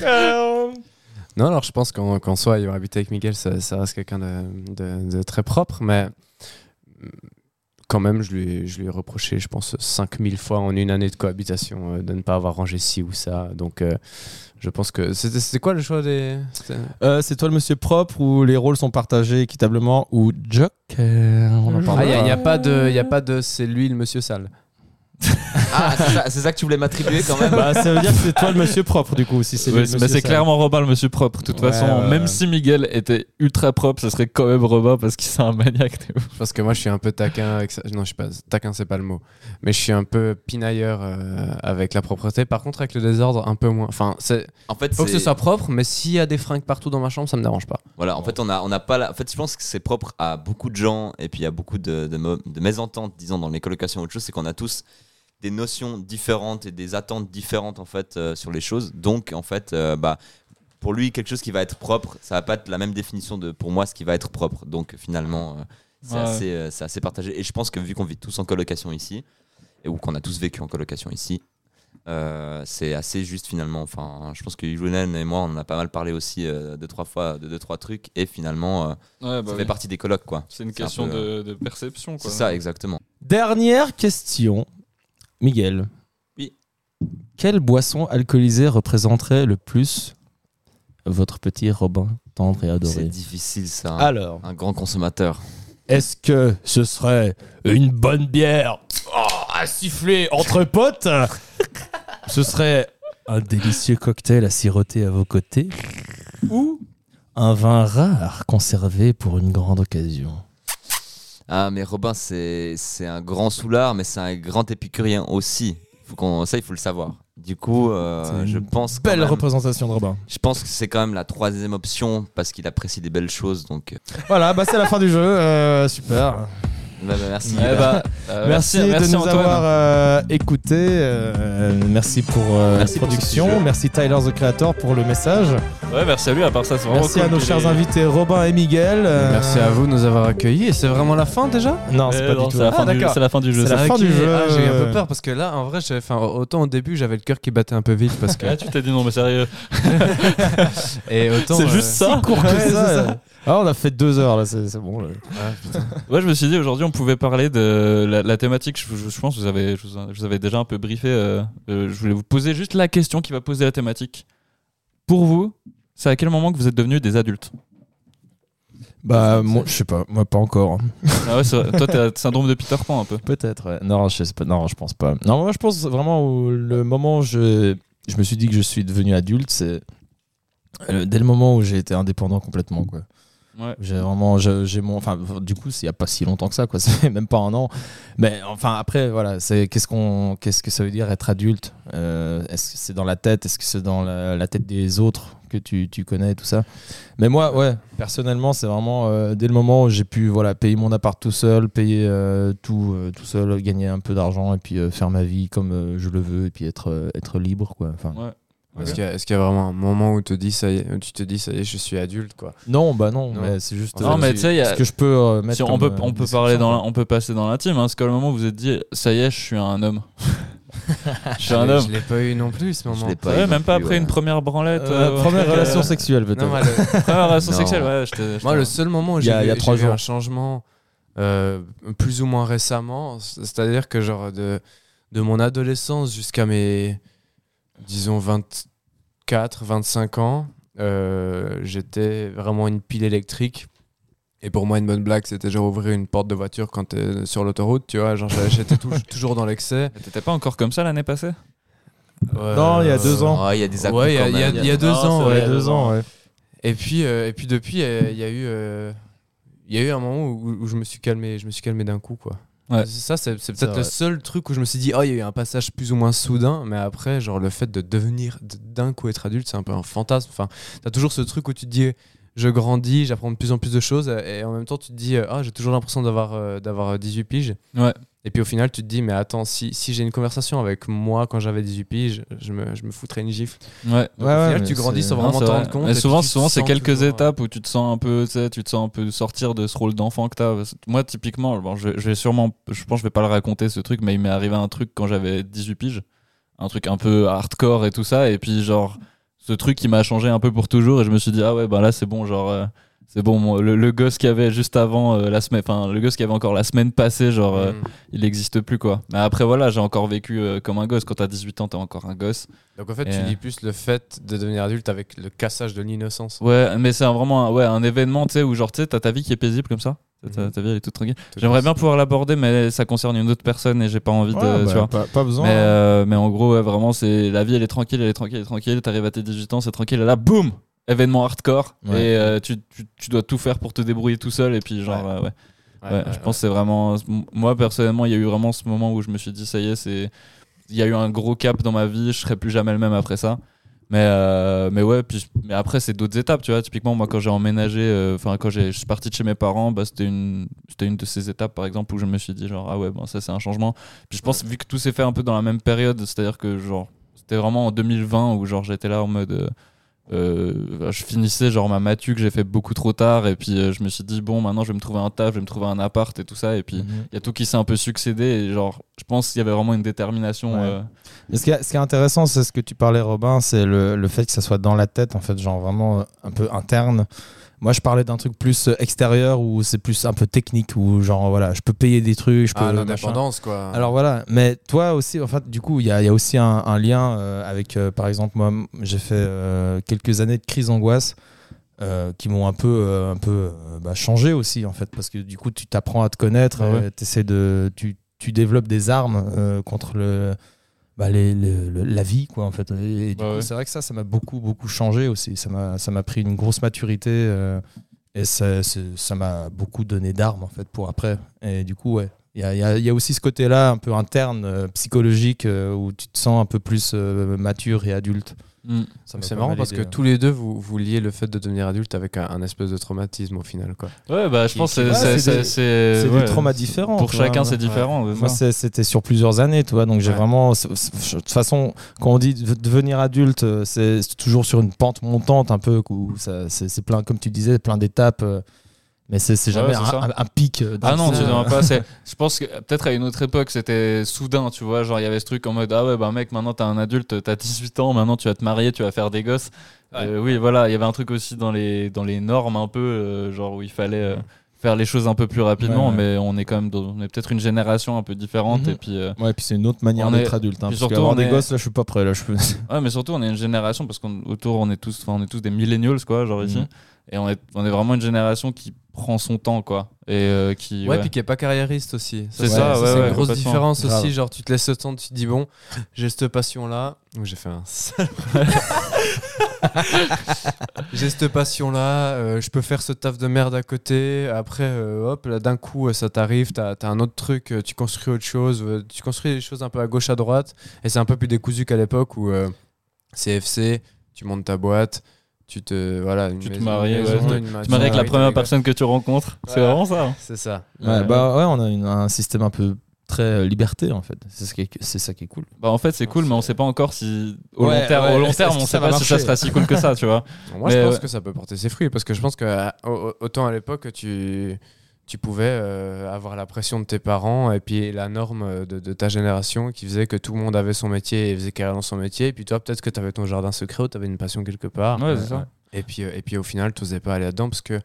S3: Non, alors je pense qu'en qu'en soi, ayant habité avec Miguel, ça, ça reste quelqu'un de, de- de très propre, mais euh, quand même, je lui, ai, je lui ai reproché, je pense, 5000 fois en une année de cohabitation euh, de ne pas avoir rangé ci ou ça. Donc, euh, je pense que. C'était c'était quoi le choix des. c'était-
S1: Euh, c'est toi le monsieur propre où les rôles sont partagés équitablement ou Joker On en parle
S3: Ah, il n'y a, y a pas de. y a pas de c'est lui le monsieur sale.
S1: (laughs)
S5: Ah, c'est ça, c'est ça que tu voulais m'attribuer quand même
S1: Bah, ça veut dire que c'est toi le monsieur propre du coup si c'est
S2: Ouais,
S1: le
S2: c'est bah,
S1: monsieur
S2: c'est
S1: sale.
S2: clairement Robin le monsieur propre. De toute
S1: Ouais,
S2: façon,
S1: ouais, ouais.
S2: même si Miguel était ultra propre, ce serait quand même Robin parce qu'il c'est un (laughs) maniaque. de ouf.
S3: Parce que moi, je suis un peu taquin avec ça. Non, je sais pas. Taquin, c'est pas le mot. Mais je suis un peu pinailleur euh, avec la propreté. Par contre, avec le désordre, un peu moins. Enfin, c'est.
S5: En fait,
S3: Faut que ce
S5: c'est-
S3: soit propre, mais s'il y a des fringues partout dans ma chambre, ça me dérange pas.
S5: Voilà, en fait, on a, on a pas la- En fait, je pense que c'est propre à beaucoup de gens et puis à beaucoup de, de, mo- de mésententes, disons, dans les colocations. Autre chose, c'est qu'on a tous des notions différentes et des attentes différentes, en fait, euh, sur les choses. Donc, en fait, euh, bah, pour lui, quelque chose qui va être propre, ça va pas être la même définition de, pour moi, ce qui va être propre. Donc, finalement, euh, c'est
S2: Ouais.
S5: assez, euh, c'est assez partagé. Et je pense que vu qu'on vit tous en colocation ici, et ou qu'on a tous vécu en colocation ici, euh, c'est assez juste finalement. Enfin, je pense que Julen et moi, on en a pas mal parlé aussi euh, deux trois fois de deux trois trucs, et finalement, euh,
S2: Ah
S5: ça fait partie des colloques, quoi.
S2: bah C'est une
S5: C'est un
S2: question
S5: peu,
S1: euh,
S2: de, de perception.
S5: C'est
S2: quoi.
S5: ça exactement.
S1: Dernière question, Miguel.
S5: Oui.
S1: Quelle boisson alcoolisée représenterait le plus votre petit Robin tendre et
S5: C'est
S1: adoré Ah.
S5: difficile
S2: Ah.
S5: ça. hein.
S1: Alors,
S5: Un grand consommateur.
S1: est-ce que ce serait une bonne bière oh, à siffler entre potes Ce serait un délicieux cocktail à siroter à vos côtés Ou un vin rare conservé pour une grande occasion
S5: Ah mais Robin, c'est c'est un grand soulard, mais c'est un grand épicurien aussi. Faut qu'on ça, il faut le savoir. Du coup, euh,
S1: C'est une
S5: je pense quand
S1: Belle
S5: même-
S1: représentation de Robin.
S5: Je pense que c'est quand même la troisième option parce qu'il apprécie des belles choses. Donc, euh,
S1: Voilà, bah c'est la fin du jeu. euh, super.
S5: bah, bah, merci.
S2: Eh bah, euh,
S1: ben, merci, de nous
S2: Antoine.
S1: avoir euh, écoutés. euh, merci pour euh,
S5: Merci
S1: la
S5: pour ce
S1: production.
S5: petit jeu.
S1: merci Tyler the Creator pour le message.
S2: Ouais, merci à lui, à part ça, c'est vraiment
S1: merci à
S2: cool
S1: nos
S2: qu'il
S1: chers
S2: ait-
S1: invités Robin et Miguel. euh,
S3: Merci à vous de nous avoir accueillis. Et c'est vraiment la fin déjà
S1: Eh, Non, c'est
S2: Euh,
S1: pas
S2: non,
S1: du tout.
S2: C'est la, fin
S3: Ah,
S2: du-
S3: d'accord.
S2: c'est la fin du jeu.
S1: C'est la
S2: ça.
S1: fin du
S3: (laughs)
S1: jeu.
S3: Ah, J'ai eu un peu peur parce que là, en vrai, j'avais- enfin, autant au début, j'avais le cœur qui battait un peu vite parce
S2: (laughs)
S3: que.
S2: Ah, tu t'es dit non, mais sérieux.
S3: Et autant.
S2: C'est
S3: euh,
S2: juste ça.
S1: court que
S3: Ouais,
S1: ça,
S3: c'est ça.
S1: euh. Ah, on a fait deux heures là, c'est c'est bon. là.
S2: Ouais, je me suis dit aujourd'hui, on pouvait parler de la, la thématique. Je, je- je pense que vous avez, je vous, en- je vous avais déjà un peu briefé. euh, euh, je voulais vous poser juste la question qui va poser la thématique. Pour vous, c'est à quel moment que vous êtes devenus des adultes
S1: Bah, moi, je sais pas, moi pas encore.
S2: ah ouais, c'est vrai. Toi, t'as le syndrome de Peter Pan un peu.
S1: Peut-être. ouais. Non, je sais pas. Non, je pense pas. Non, moi, je pense vraiment au le moment où je, je me suis dit que je suis devenu adulte, c'est euh, dès le moment où j'ai été indépendant complètement, quoi.
S2: Ouais.
S1: J'ai vraiment, je- j'ai mon, enfin, du coup, il y a pas si longtemps que ça, quoi. (laughs) C'est même pas un an. Mais enfin, après, voilà, c'est qu'est-ce qu'on, qu'est-ce que ça veut dire être adulte Euh, Est-ce que c'est dans la tête Est-ce que c'est dans la, la tête des autres que tu, tu connais et tout ça Mais moi, ouais, personnellement, c'est vraiment euh, dès le moment où j'ai pu, voilà, payer mon appart tout seul, payer euh, tout euh, tout seul, gagner un peu d'argent et puis euh, faire ma vie comme euh, je le veux et puis être euh, être libre, quoi. Enfin,
S2: Ouais.
S3: Est-ce qu'il y, a- est-ce qu'il y a vraiment un moment où, te dis, ça y est- où tu te dis, ça y est, je suis adulte quoi
S1: non, bah non,
S3: Non.
S1: mais c'est juste.
S2: Non,
S1: euh,
S2: mais tu sais, il y a-
S1: ce que je peux euh, mettre
S2: si on
S1: comme,
S2: peut,
S1: euh,
S2: on peut
S1: description,
S2: parler dans,
S1: quoi.
S2: la- on peut passer dans l'intime. Hein, parce qu'à le moment où vous vous êtes dit, ça y est, je suis un homme. je suis un
S3: Je-
S2: homme.
S3: Je l'ai pas eu non plus ce
S5: Je
S3: moment.
S5: l'ai pas
S2: Ouais,
S5: eu
S2: même
S5: non
S2: pas
S5: Bah, plus,
S2: après
S5: ouais.
S2: une première branlette.
S1: Euh,
S2: euh, (laughs)
S1: première
S2: euh,
S1: relation sexuelle peut-être.
S3: Non, moi, le-
S2: Première relation
S5: Non.
S2: sexuelle, ouais. je te- je
S3: Moi,
S2: te-
S3: le seul moment où
S1: Il
S3: j'ai
S1: y a- il y a
S3: eu
S1: trois
S3: j'ai vu
S1: jours.
S3: un changement, euh, plus ou moins récemment, c- c'est-à-dire que genre de, de mon adolescence jusqu'à mes, disons, 24, 25 ans, euh, j'étais vraiment une pile électrique. Et pour moi, une bonne blague, c'était genre ouvrir une porte de voiture quand t'es sur l'autoroute, tu vois. Genre, j'avais-
S1: (laughs)
S3: j'étais tou- toujours dans l'excès.
S2: T'étais pas encore comme ça l'année passée
S1: Non, il
S3: Euh,
S1: y a deux ans.
S5: Ouais, il y a des accros
S3: Ouais, il y a-
S5: quand
S3: il y a,
S5: même.
S3: il y a deux
S2: Non,
S3: ans.
S2: c'est
S1: Ouais,
S3: ouais.
S1: il y a deux ans, ouais.
S3: Et puis, euh, et puis depuis, euh, il y a eu, euh, il y a eu un moment où, où je me suis calmé, je me suis calmé d'un coup, quoi.
S2: Ouais.
S3: C'est Ça, c'est c'est
S1: C'est
S3: peut-être
S1: vrai.
S3: le seul truc où je me suis dit, oh, il y a eu un passage plus ou moins soudain, mais après, genre le fait de devenir d- d'un coup être adulte, c'est un peu un fantasme. Enfin, t'as toujours ce truc où tu te dis, je grandis, j'apprends de plus en plus de choses, et en même temps, tu te dis, ah, j'ai toujours l'impression d'avoir euh, d'avoir 18 piges.
S2: Ouais.
S3: Et puis au final, tu te dis, mais attends, si, si j'ai une conversation avec moi quand j'avais 18 piges, je me, je me foutrais une gifle.
S2: Ouais.
S3: Donc, au final, tu grandis sans
S1: c'est-
S3: vraiment
S2: Non, c'est
S3: t'en
S2: vrai.
S3: rendre compte.
S2: Mais
S3: et
S2: souvent,
S3: tu te
S2: souvent c'est
S3: sens
S2: quelques
S3: toujours, euh,
S2: étapes où tu te sens un peu, tu sais, tu te sens un peu sortir de ce rôle d'enfant que t'as. Parce que Moi, typiquement, bon, je, je vais sûrement, je pense, que je vais pas le raconter ce truc, mais il m'est arrivé un truc quand j'avais 18 piges, un truc un peu hardcore et tout ça, et puis genre ce truc qui m'a changé un peu pour toujours, et je me suis dit ah ouais, bah là c'est bon, genre. euh, C'est bon, moi, le, le gosse qui avait juste avant euh, la semaine, enfin le gosse qui avait encore la semaine passée, genre euh,
S3: Mm.
S2: il n'existe plus quoi. Mais après voilà, j'ai encore vécu euh, comme un gosse. Quand t'as 18 ans, t'es encore un gosse.
S3: Donc en fait,
S2: Et,
S3: tu
S2: euh,
S3: dis plus le fait de devenir adulte avec le cassage de l'innocence.
S2: Ouais, mais c'est un- vraiment un, ouais, un événement, tu sais, où genre, tu sais, t'as ta vie qui est paisible comme ça. Ta,
S3: Mhm.
S2: ta vie, elle est toute tranquille. J'aimerais bien pouvoir l'aborder, mais ça concerne une autre personne et j'ai pas envie de.
S1: Ouais,
S2: tu
S1: bah,
S2: vois.
S1: pas, pas besoin.
S2: Mais, euh, mais en gros, ouais, vraiment, c'est la vie, elle est tranquille, elle est tranquille, elle est tranquille. T'arrives à tes 18 ans, c'est tranquille. Et là, boum Événement hardcore.
S1: Ouais.
S2: Et euh, tu, tu, tu dois tout faire pour te débrouiller tout seul. Et puis, genre, euh, ouais.
S3: Ouais,
S2: Ouais,
S3: ouais,
S2: je pense que c'est vraiment. Moi, personnellement, il y a eu vraiment ce moment où je me suis dit, ça y est, c'est. Il y a eu un gros cap dans ma vie, je serai plus jamais le même après ça. Mais, euh, mais ouais, puis, mais après, c'est d'autres étapes, tu vois. Typiquement, moi, quand j'ai emménagé, euh, enfin, quand j'ai- je suis parti de chez mes parents, bah, c'était une, c'était une de ces étapes, par exemple, où je me suis dit, genre, ah ouais, bon, ça, c'est un changement. Puis je pense, vu que tout s'est fait un peu dans la même période, c'est-à-dire que, genre, c'était vraiment en 2020 où, genre, j'étais là en mode. euh, euh, je finissais genre ma matu que j'ai fait beaucoup trop tard et puis euh, je me suis dit bon maintenant je vais me trouver un taf je vais me trouver un appart et tout ça et puis il
S1: Mhm.
S2: y a tout qui s'est un peu succédé et genre je pense qu'il y avait vraiment une détermination
S1: Ouais.
S2: euh,
S1: Mais ce, qui est, ce qui est intéressant, c'est ce que tu parlais, Robin, c'est le, le fait que ça soit dans la tête, en fait, genre vraiment euh, un peu interne. Moi, je parlais d'un truc plus euh, extérieur où c'est plus un peu technique, où genre, voilà, je peux payer des trucs, je peux.
S3: Ah,
S1: machin.
S3: l'indépendance, quoi.
S1: Alors voilà, mais toi aussi, en fait, du coup, il y a, il y a aussi un, un lien euh, avec, euh, par exemple, moi, m- j'ai fait euh, quelques années de crise d'angoisse euh, qui m'ont un peu, euh, un peu euh, bah, changé aussi, en fait, parce que du coup, tu t'apprends à te connaître,
S2: Ah ouais.
S1: euh, t'essaies de, tu, tu développes des armes euh, contre le, bah, les- le- le- la vie, quoi, en fait. Et, et du coup,
S2: Ouais, Bah ouais.
S1: c'est vrai que ça, ça m'a beaucoup, beaucoup changé aussi. Ça m'a ça m'a pris une grosse maturité. euh, et ça c'est- ça m'a beaucoup donné d'armes en fait pour après. Et du coup, ouais, il y a, il y a- il y a aussi ce côté-là un peu interne, euh, psychologique, euh, où tu te sens un peu plus euh, mature et adulte.
S2: hmm.
S1: Ça m'a
S3: Donc C'est
S1: pas
S3: marrant
S1: mal
S3: parce que
S1: aidé, hein. ouais.
S3: tous les deux, vous, vous liez le fait de devenir adulte avec un, un espèce de traumatisme au final. Quoi.
S2: ouais bah je
S3: Qui-
S2: pense
S3: qui-
S2: que
S1: Ouais,
S2: c'est
S1: c'est
S2: c'est-
S1: des-
S2: c'est
S1: c'est des
S2: Euh, ouais.
S1: traumas différents,
S2: pour
S1: tu vois, hein.
S2: chacun
S1: ouais.
S2: c'est différent c'est
S1: Moi,
S2: ça.
S1: c'est- c'était sur plusieurs années, tu vois. Donc, j'ai
S3: Ouais.
S1: vraiment. c'est- c'est- De toute façon, quand on dit de- devenir adulte, euh, c'est c'est toujours sur une pente montante, un peu, où ça- c'est c'est plein, comme tu disais, plein d'étapes. euh, Mais c'est c'est
S2: Ouais,
S1: jamais
S2: c'est
S1: un,
S2: ça.
S1: un- un pic. euh,
S2: Ah
S1: d'un
S2: non,
S1: coup, euh,
S2: tu deviens
S1: (laughs)
S2: pas. c'est- Je pense que peut-être à une autre époque, c'était soudain, tu vois. Genre, il y avait ce truc en mode Ah ouais, bah mec, maintenant t'es un adulte, t'as 18 ans, maintenant tu vas te marier, tu vas faire des gosses. Euh, oui, voilà, il y avait un truc aussi dans les, dans les normes un peu, euh, genre où il fallait euh, faire les choses un peu plus rapidement,
S1: Ouais, ouais.
S2: mais on est quand même dans- on est peut-être une génération un peu différente.
S1: Mhm.
S2: Et puis, euh,
S1: Ouais, puis c'est une autre manière
S2: On
S1: d'être
S2: est-
S1: adulte. Hein,
S2: puis
S1: parce
S2: surtout,
S1: qu'avoir
S2: on
S1: des
S2: est-
S1: gosses, là, je suis pas prêt. Là, je peux... (laughs)
S2: Ouais, mais surtout, on est une génération parce qu'on autour, on est tous, enfin, on est tous des millennials, quoi, genre ici.
S1: Mhm.
S2: Et on est, on est vraiment une génération qui prend son temps, quoi. Et euh, qui.
S3: Ouais,
S2: ouais.
S3: puis qui est pas carriériste aussi.
S2: C'est
S1: ça, ouais,
S3: C'est
S1: ouais,
S3: une grosse
S2: complètement.
S3: différence
S1: Grave.
S3: aussi. Genre, tu te laisses le temps, tu te dis, bon, j'ai cette passion-là. Ouh, J'ai fait un sale. (laughs) j'ai cette passion-là, euh, je peux faire ce taf de merde à côté. Après, euh, hop, là, d'un coup, euh, ça t'arrive, t'as as un autre truc, euh, tu construis autre chose, euh, tu construis des choses un peu à gauche, à droite. Et c'est un peu plus décousu qu'à l'époque où euh, CFC, tu montes ta boîte. Tu te, voilà, une
S2: Tu te
S3: maison-
S2: maries,
S3: une
S2: ouais.
S3: maison,
S2: Tu
S3: une
S2: Tu te maries avec la
S3: maturité,
S2: première
S3: des gosses.
S2: personne que tu rencontres. C'est
S3: Voilà.
S2: vraiment ça. hein.
S3: C'est ça.
S1: Ouais, bah ouais, on a une- un système un peu très euh, liberté en fait. C'est ce qui est- c'est ça qui est cool.
S2: Bah en fait c'est cool mais on sait pas encore si au
S1: Ouais,
S2: long terme,
S1: ouais,
S2: au long
S1: est-ce
S2: terme
S1: que
S2: on
S1: (laughs) ça
S2: sait
S1: va
S2: pas si ça
S1: marcher
S2: sera si cool que ça tu vois.
S3: Moi,
S2: Mais,
S3: je pense
S2: euh,
S3: que ça peut porter ses fruits parce que je pense que à- au- autant à l'époque tu tu pouvais euh, avoir la pression de tes parents et puis la norme euh, de, de ta génération qui faisait que tout le monde avait son métier et faisait carrière dans son métier et puis toi peut-être que tu avais ton jardin secret ou tu avais une passion quelque part
S2: Ouais, c'est ça.
S3: et puis euh, et puis au final tu n'osais pas aller là-dedans parce que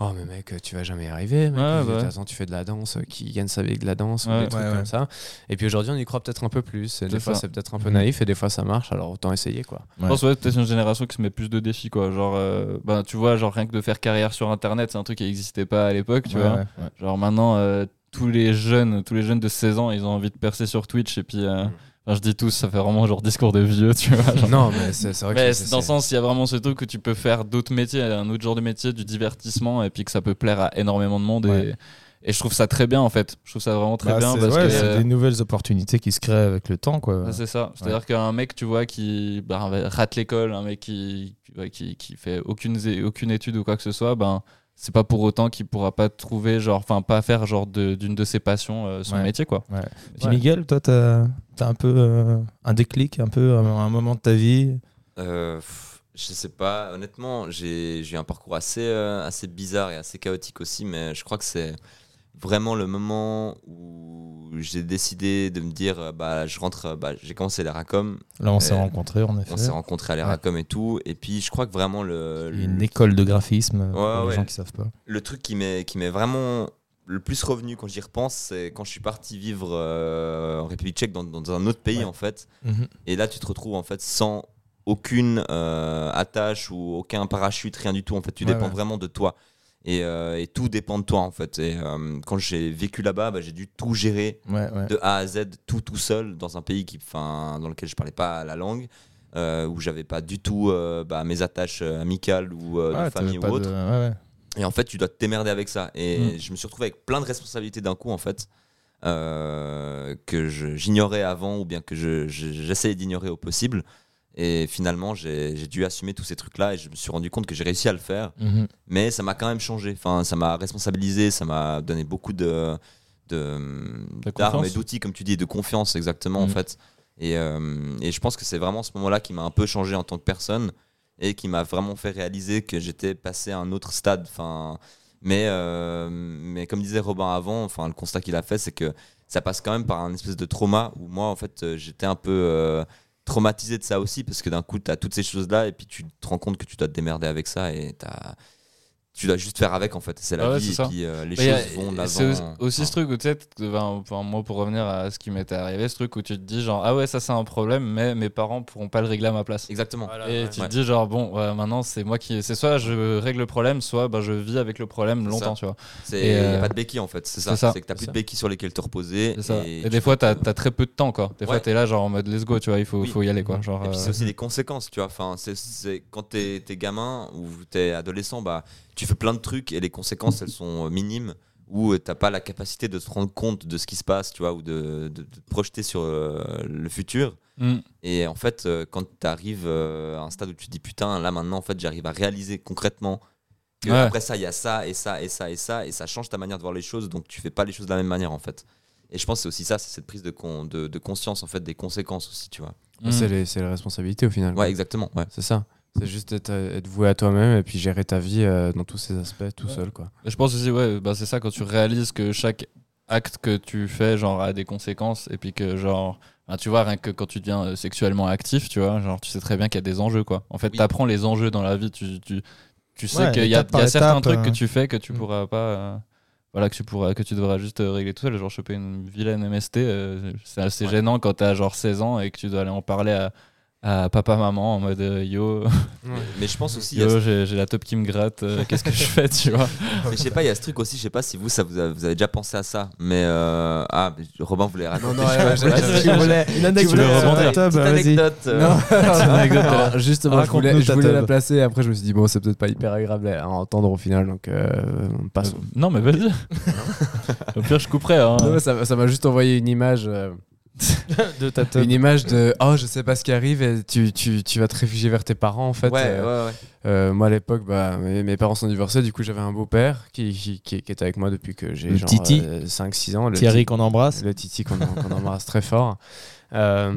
S3: oh mais mec tu vas jamais y arriver mec.
S2: Ouais, bah ouais.
S3: attends tu fais de la danse euh, qui gagne sa vie avec de la danse ou
S2: Ouais.
S3: des trucs
S1: Ouais, ouais.
S3: comme ça et puis aujourd'hui on y croit peut-être un peu plus et
S2: C'est
S3: des fois
S2: ça. Mm.
S3: c'est peut-être un peu naïf et des fois ça marche alors autant essayer quoi
S2: Je pense ouais peut-être une génération qui se met plus de défis quoi genre euh, bah, tu vois genre rien que de faire carrière sur internet c'est un truc qui n'existait pas à l'époque tu
S1: Ouais,
S2: vois.
S1: ouais, ouais.
S2: Genre maintenant euh, tous les jeunes tous les jeunes de 16 ans ils ont envie de percer sur Twitch et puis euh,
S3: Mm.
S2: enfin, je dis tous ça fait vraiment genre discours de vieux tu vois. genre.
S3: non mais c'est c'est vrai que
S2: Mais
S3: c'est-
S2: c'est- dans le sens, il y a vraiment ce truc où tu peux faire d'autres métiers, un autre genre de métier, du divertissement, et puis que ça peut plaire à énormément de monde.
S1: Ouais.
S2: Et, et je trouve ça très bien, en fait. Je trouve ça vraiment très
S1: Bah,
S2: bien
S1: c'est
S2: parce
S1: ouais,
S2: que euh,
S1: c'est des nouvelles opportunités qui se créent avec le temps quoi.
S2: ah, c'est ça. C'est-à-dire qu'un mec, tu vois, qui bah, rate l'école, un mec qui, ouais, qui, qui fait aucune, aucune étude ou quoi que ce soit, ben, c'est pas pour autant qu'il pourra pas trouver, genre, enfin, pas faire genre de- d'une de, ses passions euh, son
S1: Ouais.
S2: métier, quoi.
S1: Puis Miguel, toi t'as as un peu euh, un déclic, un peu un, un moment de ta vie.
S5: Euh, pff, je sais pas, honnêtement, j'ai j'ai eu un parcours assez, euh, assez bizarre et assez chaotique aussi, mais je crois que c'est vraiment le moment où où j'ai décidé de me dire, euh, bah, je rentre, euh, bah, j'ai commencé à la racom,
S1: Là, on s'est
S5: Euh,
S1: rencontrés, en effet.
S5: on s'est rencontrés à la
S1: Ouais.
S5: racom et tout, et puis je crois que vraiment le, le,
S1: Une école de graphisme, pour
S5: Ouais,
S1: les
S5: ouais.
S1: gens qui savent pas.
S5: le truc qui m'est qui m'est vraiment le plus revenu quand j'y repense, c'est quand je suis parti vivre euh, en République tchèque, dans, dans un autre pays
S1: Ouais.
S5: en fait,
S1: Mhm.
S5: et là, tu te retrouves en fait sans aucune euh, attache ou aucun parachute, rien du tout. En fait, tu
S1: Ouais,
S5: dépends
S1: ouais.
S5: vraiment de toi. Et, euh, et tout dépend de toi en fait. Et euh, quand j'ai vécu là-bas, bah, j'ai dû tout gérer
S1: Ouais, ouais.
S5: de A à Z, tout tout seul, dans un pays qui, 'fin, dans lequel je parlais pas la langue, euh, où j'avais pas du tout euh, bah, mes attaches euh, amicales ou euh,
S1: Ouais,
S5: de famille
S1: Ah, t'avais
S5: ou
S1: pas Hmm. de-
S5: autre.
S1: ouais, ouais.
S5: Et en fait, tu dois te démerder avec ça. Et je me suis retrouvé avec plein de responsabilités d'un coup, en fait, euh, que je- j'ignorais avant ou bien que je- je- j'essayais d'ignorer au possible. Et finalement, j'ai j'ai dû assumer tous ces trucs-là et je me suis rendu compte que j'ai réussi à le faire.
S1: Mhm.
S5: Mais ça m'a quand même changé. Enfin, ça m'a responsabilisé, ça m'a donné beaucoup de de-
S2: De
S5: d'armes et
S2: confiance.
S5: d'outils, comme tu dis, et de confiance, exactement, en
S1: Mhm.
S5: fait. Et, euh, et je pense que c'est vraiment ce moment-là qui m'a un peu changé en tant que personne et qui m'a vraiment fait réaliser que j'étais passé à un autre stade. Enfin, mais, euh, mais comme disait Robin avant, enfin, le constat qu'il a fait, c'est que ça passe quand même par un espèce de trauma où moi, en fait, euh, j'étais un peu euh, traumatisé de ça aussi parce que d'un coup, tu as toutes ces choses-là et puis tu te rends compte que tu dois te démerder avec ça et t'as- tu dois juste faire avec, en fait. C'est la
S2: Ah ouais,
S5: vie
S2: c'est
S5: et
S2: ça.
S5: puis euh, les
S2: Mais y a-
S5: choses vont de
S2: C'est aussi,
S5: l'avant. hein.
S2: aussi ce
S5: Enfin,
S2: truc où tu sais, t- ben, enfin, moi pour revenir à ce qui m'était arrivé, ce truc où tu te dis genre ah ouais ça c'est un problème mais mes parents pourront pas le régler à ma place.
S5: Exactement.
S2: Et tu
S5: Ouais.
S2: te dis genre bon ouais, maintenant c'est moi qui c'est soit je règle le problème soit ben, je vis avec le problème
S5: C'est
S2: longtemps tu vois.
S5: C'est
S2: Et,
S5: y a
S2: euh,
S5: pas de béquilles en fait, c'est
S2: c'est
S5: ça.
S2: ça.
S5: C'est que t'as plus
S2: C'est
S5: de
S2: ça.
S5: béquilles sur lesquelles te reposer.
S2: C'est ça. Et,
S5: tu- euh,
S2: des fois, t'as as très peu de temps, quoi. Des fois,
S5: Ouais.
S2: t'es là, genre en mode let's go, tu vois, il faut,
S5: Oui.
S2: faut y aller, quoi. Genre,
S5: Et puis c'est
S2: euh,
S5: aussi des conséquences, tu vois. Enfin, c'est- c'est quand t'es es gamin ou t'es adolescent, bah tu fais plein de trucs et les conséquences elles sont euh, minimes ou euh, t'as pas la capacité de te rendre compte de ce qui se passe, tu vois, ou de, de- de te projeter sur euh, le futur.
S2: mm.
S5: Et en fait, euh, quand t'arrives euh, à un stade où tu te dis putain, là maintenant en fait j'arrive à réaliser concrètement que
S2: Ouais.
S5: après ça il y a ça et ça et ça et ça et ça change ta manière de voir les choses, donc tu fais pas les choses de la même manière en fait. Et je pense que c'est aussi ça, c'est cette prise de, con- de, de conscience en fait des conséquences aussi, tu vois.
S2: Mm.
S3: C'est les, c'est les responsabilités au final.
S5: Ouais, exactement. Ouais.
S3: C'est ça. C'est juste être, être voué à toi-même et puis gérer ta vie euh, dans tous ses aspects tout
S2: Ouais.
S3: seul. (laughs) Quoi.
S2: Je pense aussi, ouais, bah, c'est ça quand tu réalises que chaque acte que tu fais, genre, a des conséquences, et puis que, genre, bah, tu vois, rien que quand tu deviens euh, sexuellement actif, tu vois, genre, tu sais très bien qu'il y a des enjeux, quoi. En fait,
S5: Oui.
S2: t'apprends les enjeux dans la vie, tu, tu, tu sais
S1: Ouais,
S2: qu'il y a,
S1: étape par
S2: il y a certains
S1: étape,
S2: trucs que
S1: euh.
S2: tu fais que tu
S1: Mm.
S2: pourras pas. euh, Voilà, que tu, pourras, que tu devras juste euh, régler tout seul. Genre, choper une vilaine MST, euh, c'est assez
S5: Ouais.
S2: gênant quand t'as genre 16 ans et que tu dois aller en parler à, à papa, maman en mode euh,
S5: (laughs)
S2: yo,
S5: Mais je pense aussi, il y a
S2: yo j'ai j'ai la top qui me gratte, euh, qu'est-ce que je fais, tu vois.
S5: Mais je sais pas, il y a ce truc aussi, je sais pas si vous, ça vous, a- vous avez déjà pensé à ça, mais euh, ah, mais Robin voulait raconter. (laughs)
S1: Une anecdote.
S2: voulais
S1: sur
S2: rebondir.
S1: Top,
S5: Petite
S1: Ah, vas-y.
S5: anecdote. euh,
S3: Non,
S1: anecdote,
S3: Alors, justement, je
S1: Raconte-nous
S3: voulais, je
S1: ta
S3: voulais
S1: teub.
S3: la placer. Après, je me suis dit, bon, c'est peut-être pas hyper agréable à entendre au final. Donc, euh, on passe.
S2: Non, mais vas-y. Au pire, je couperai. Hein.
S3: Non, mais ça ça m'a juste envoyé une image. euh,
S1: de ta teub.
S3: une image de oh je sais pas ce qui arrive et tu, tu, tu vas te réfugier vers tes parents en fait
S5: ouais,
S3: Euh,
S5: ouais, ouais.
S3: euh, moi à l'époque bah, mes, mes parents sont divorcés du coup j'avais un beau-père qui, qui, qui- qui était avec moi depuis que j'ai
S1: Le
S3: genre
S1: Titi.
S3: 5 6 ans le
S1: Thierry qu'on embrasse.
S3: le Titi qu'on qu'on embrasse très fort. Euh,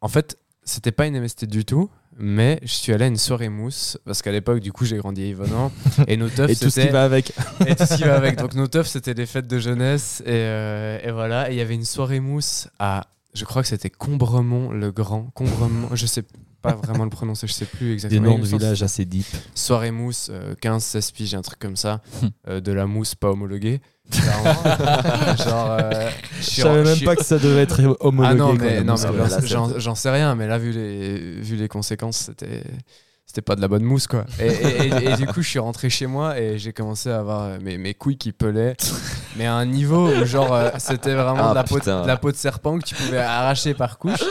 S3: en fait, c'était pas une MST du tout, mais je suis allé à une soirée mousse parce qu'à l'époque, du coup, j'ai grandi
S1: (laughs)
S3: à Yvonan et nos teufs,
S1: Et tout ce qui
S3: c'était-
S1: va avec.
S3: et tout ce qui va avec. Donc nos teufs, c'était les fêtes de jeunesse et, euh, et voilà. Et il y avait une soirée mousse à, je crois que c'était Combremont le Grand, Combremont, je sais pas vraiment le prononcer, je sais plus
S1: Des
S3: exactement.
S1: noms de
S3: Il me semble-
S1: villages assez deep.
S3: soirée mousse, 15-16 piges, un truc comme ça,
S1: Hmm.
S3: Euh, de la mousse pas homologuée. Clairement. genre, euh, je
S1: Je
S3: suis en-
S1: savais
S3: je
S1: même
S3: suis-
S1: pas que ça devait être homologué.
S3: Ah non,
S1: quoi, la
S3: mais, non,
S1: mousse,
S3: mais
S1: quoi.
S3: j'en- j'en- j'en sais rien, mais là, vu les, vu les conséquences, c'était. C'était pas de la bonne mousse quoi. Et, et- et- et du coup, je suis rentré chez moi et j'ai commencé à avoir euh, mes, mes couilles qui pelaient. Mais à un niveau où, genre, euh, c'était vraiment
S5: Ah,
S3: de la, peau de,
S5: putain.
S3: de la peau de serpent que tu pouvais arracher par couche.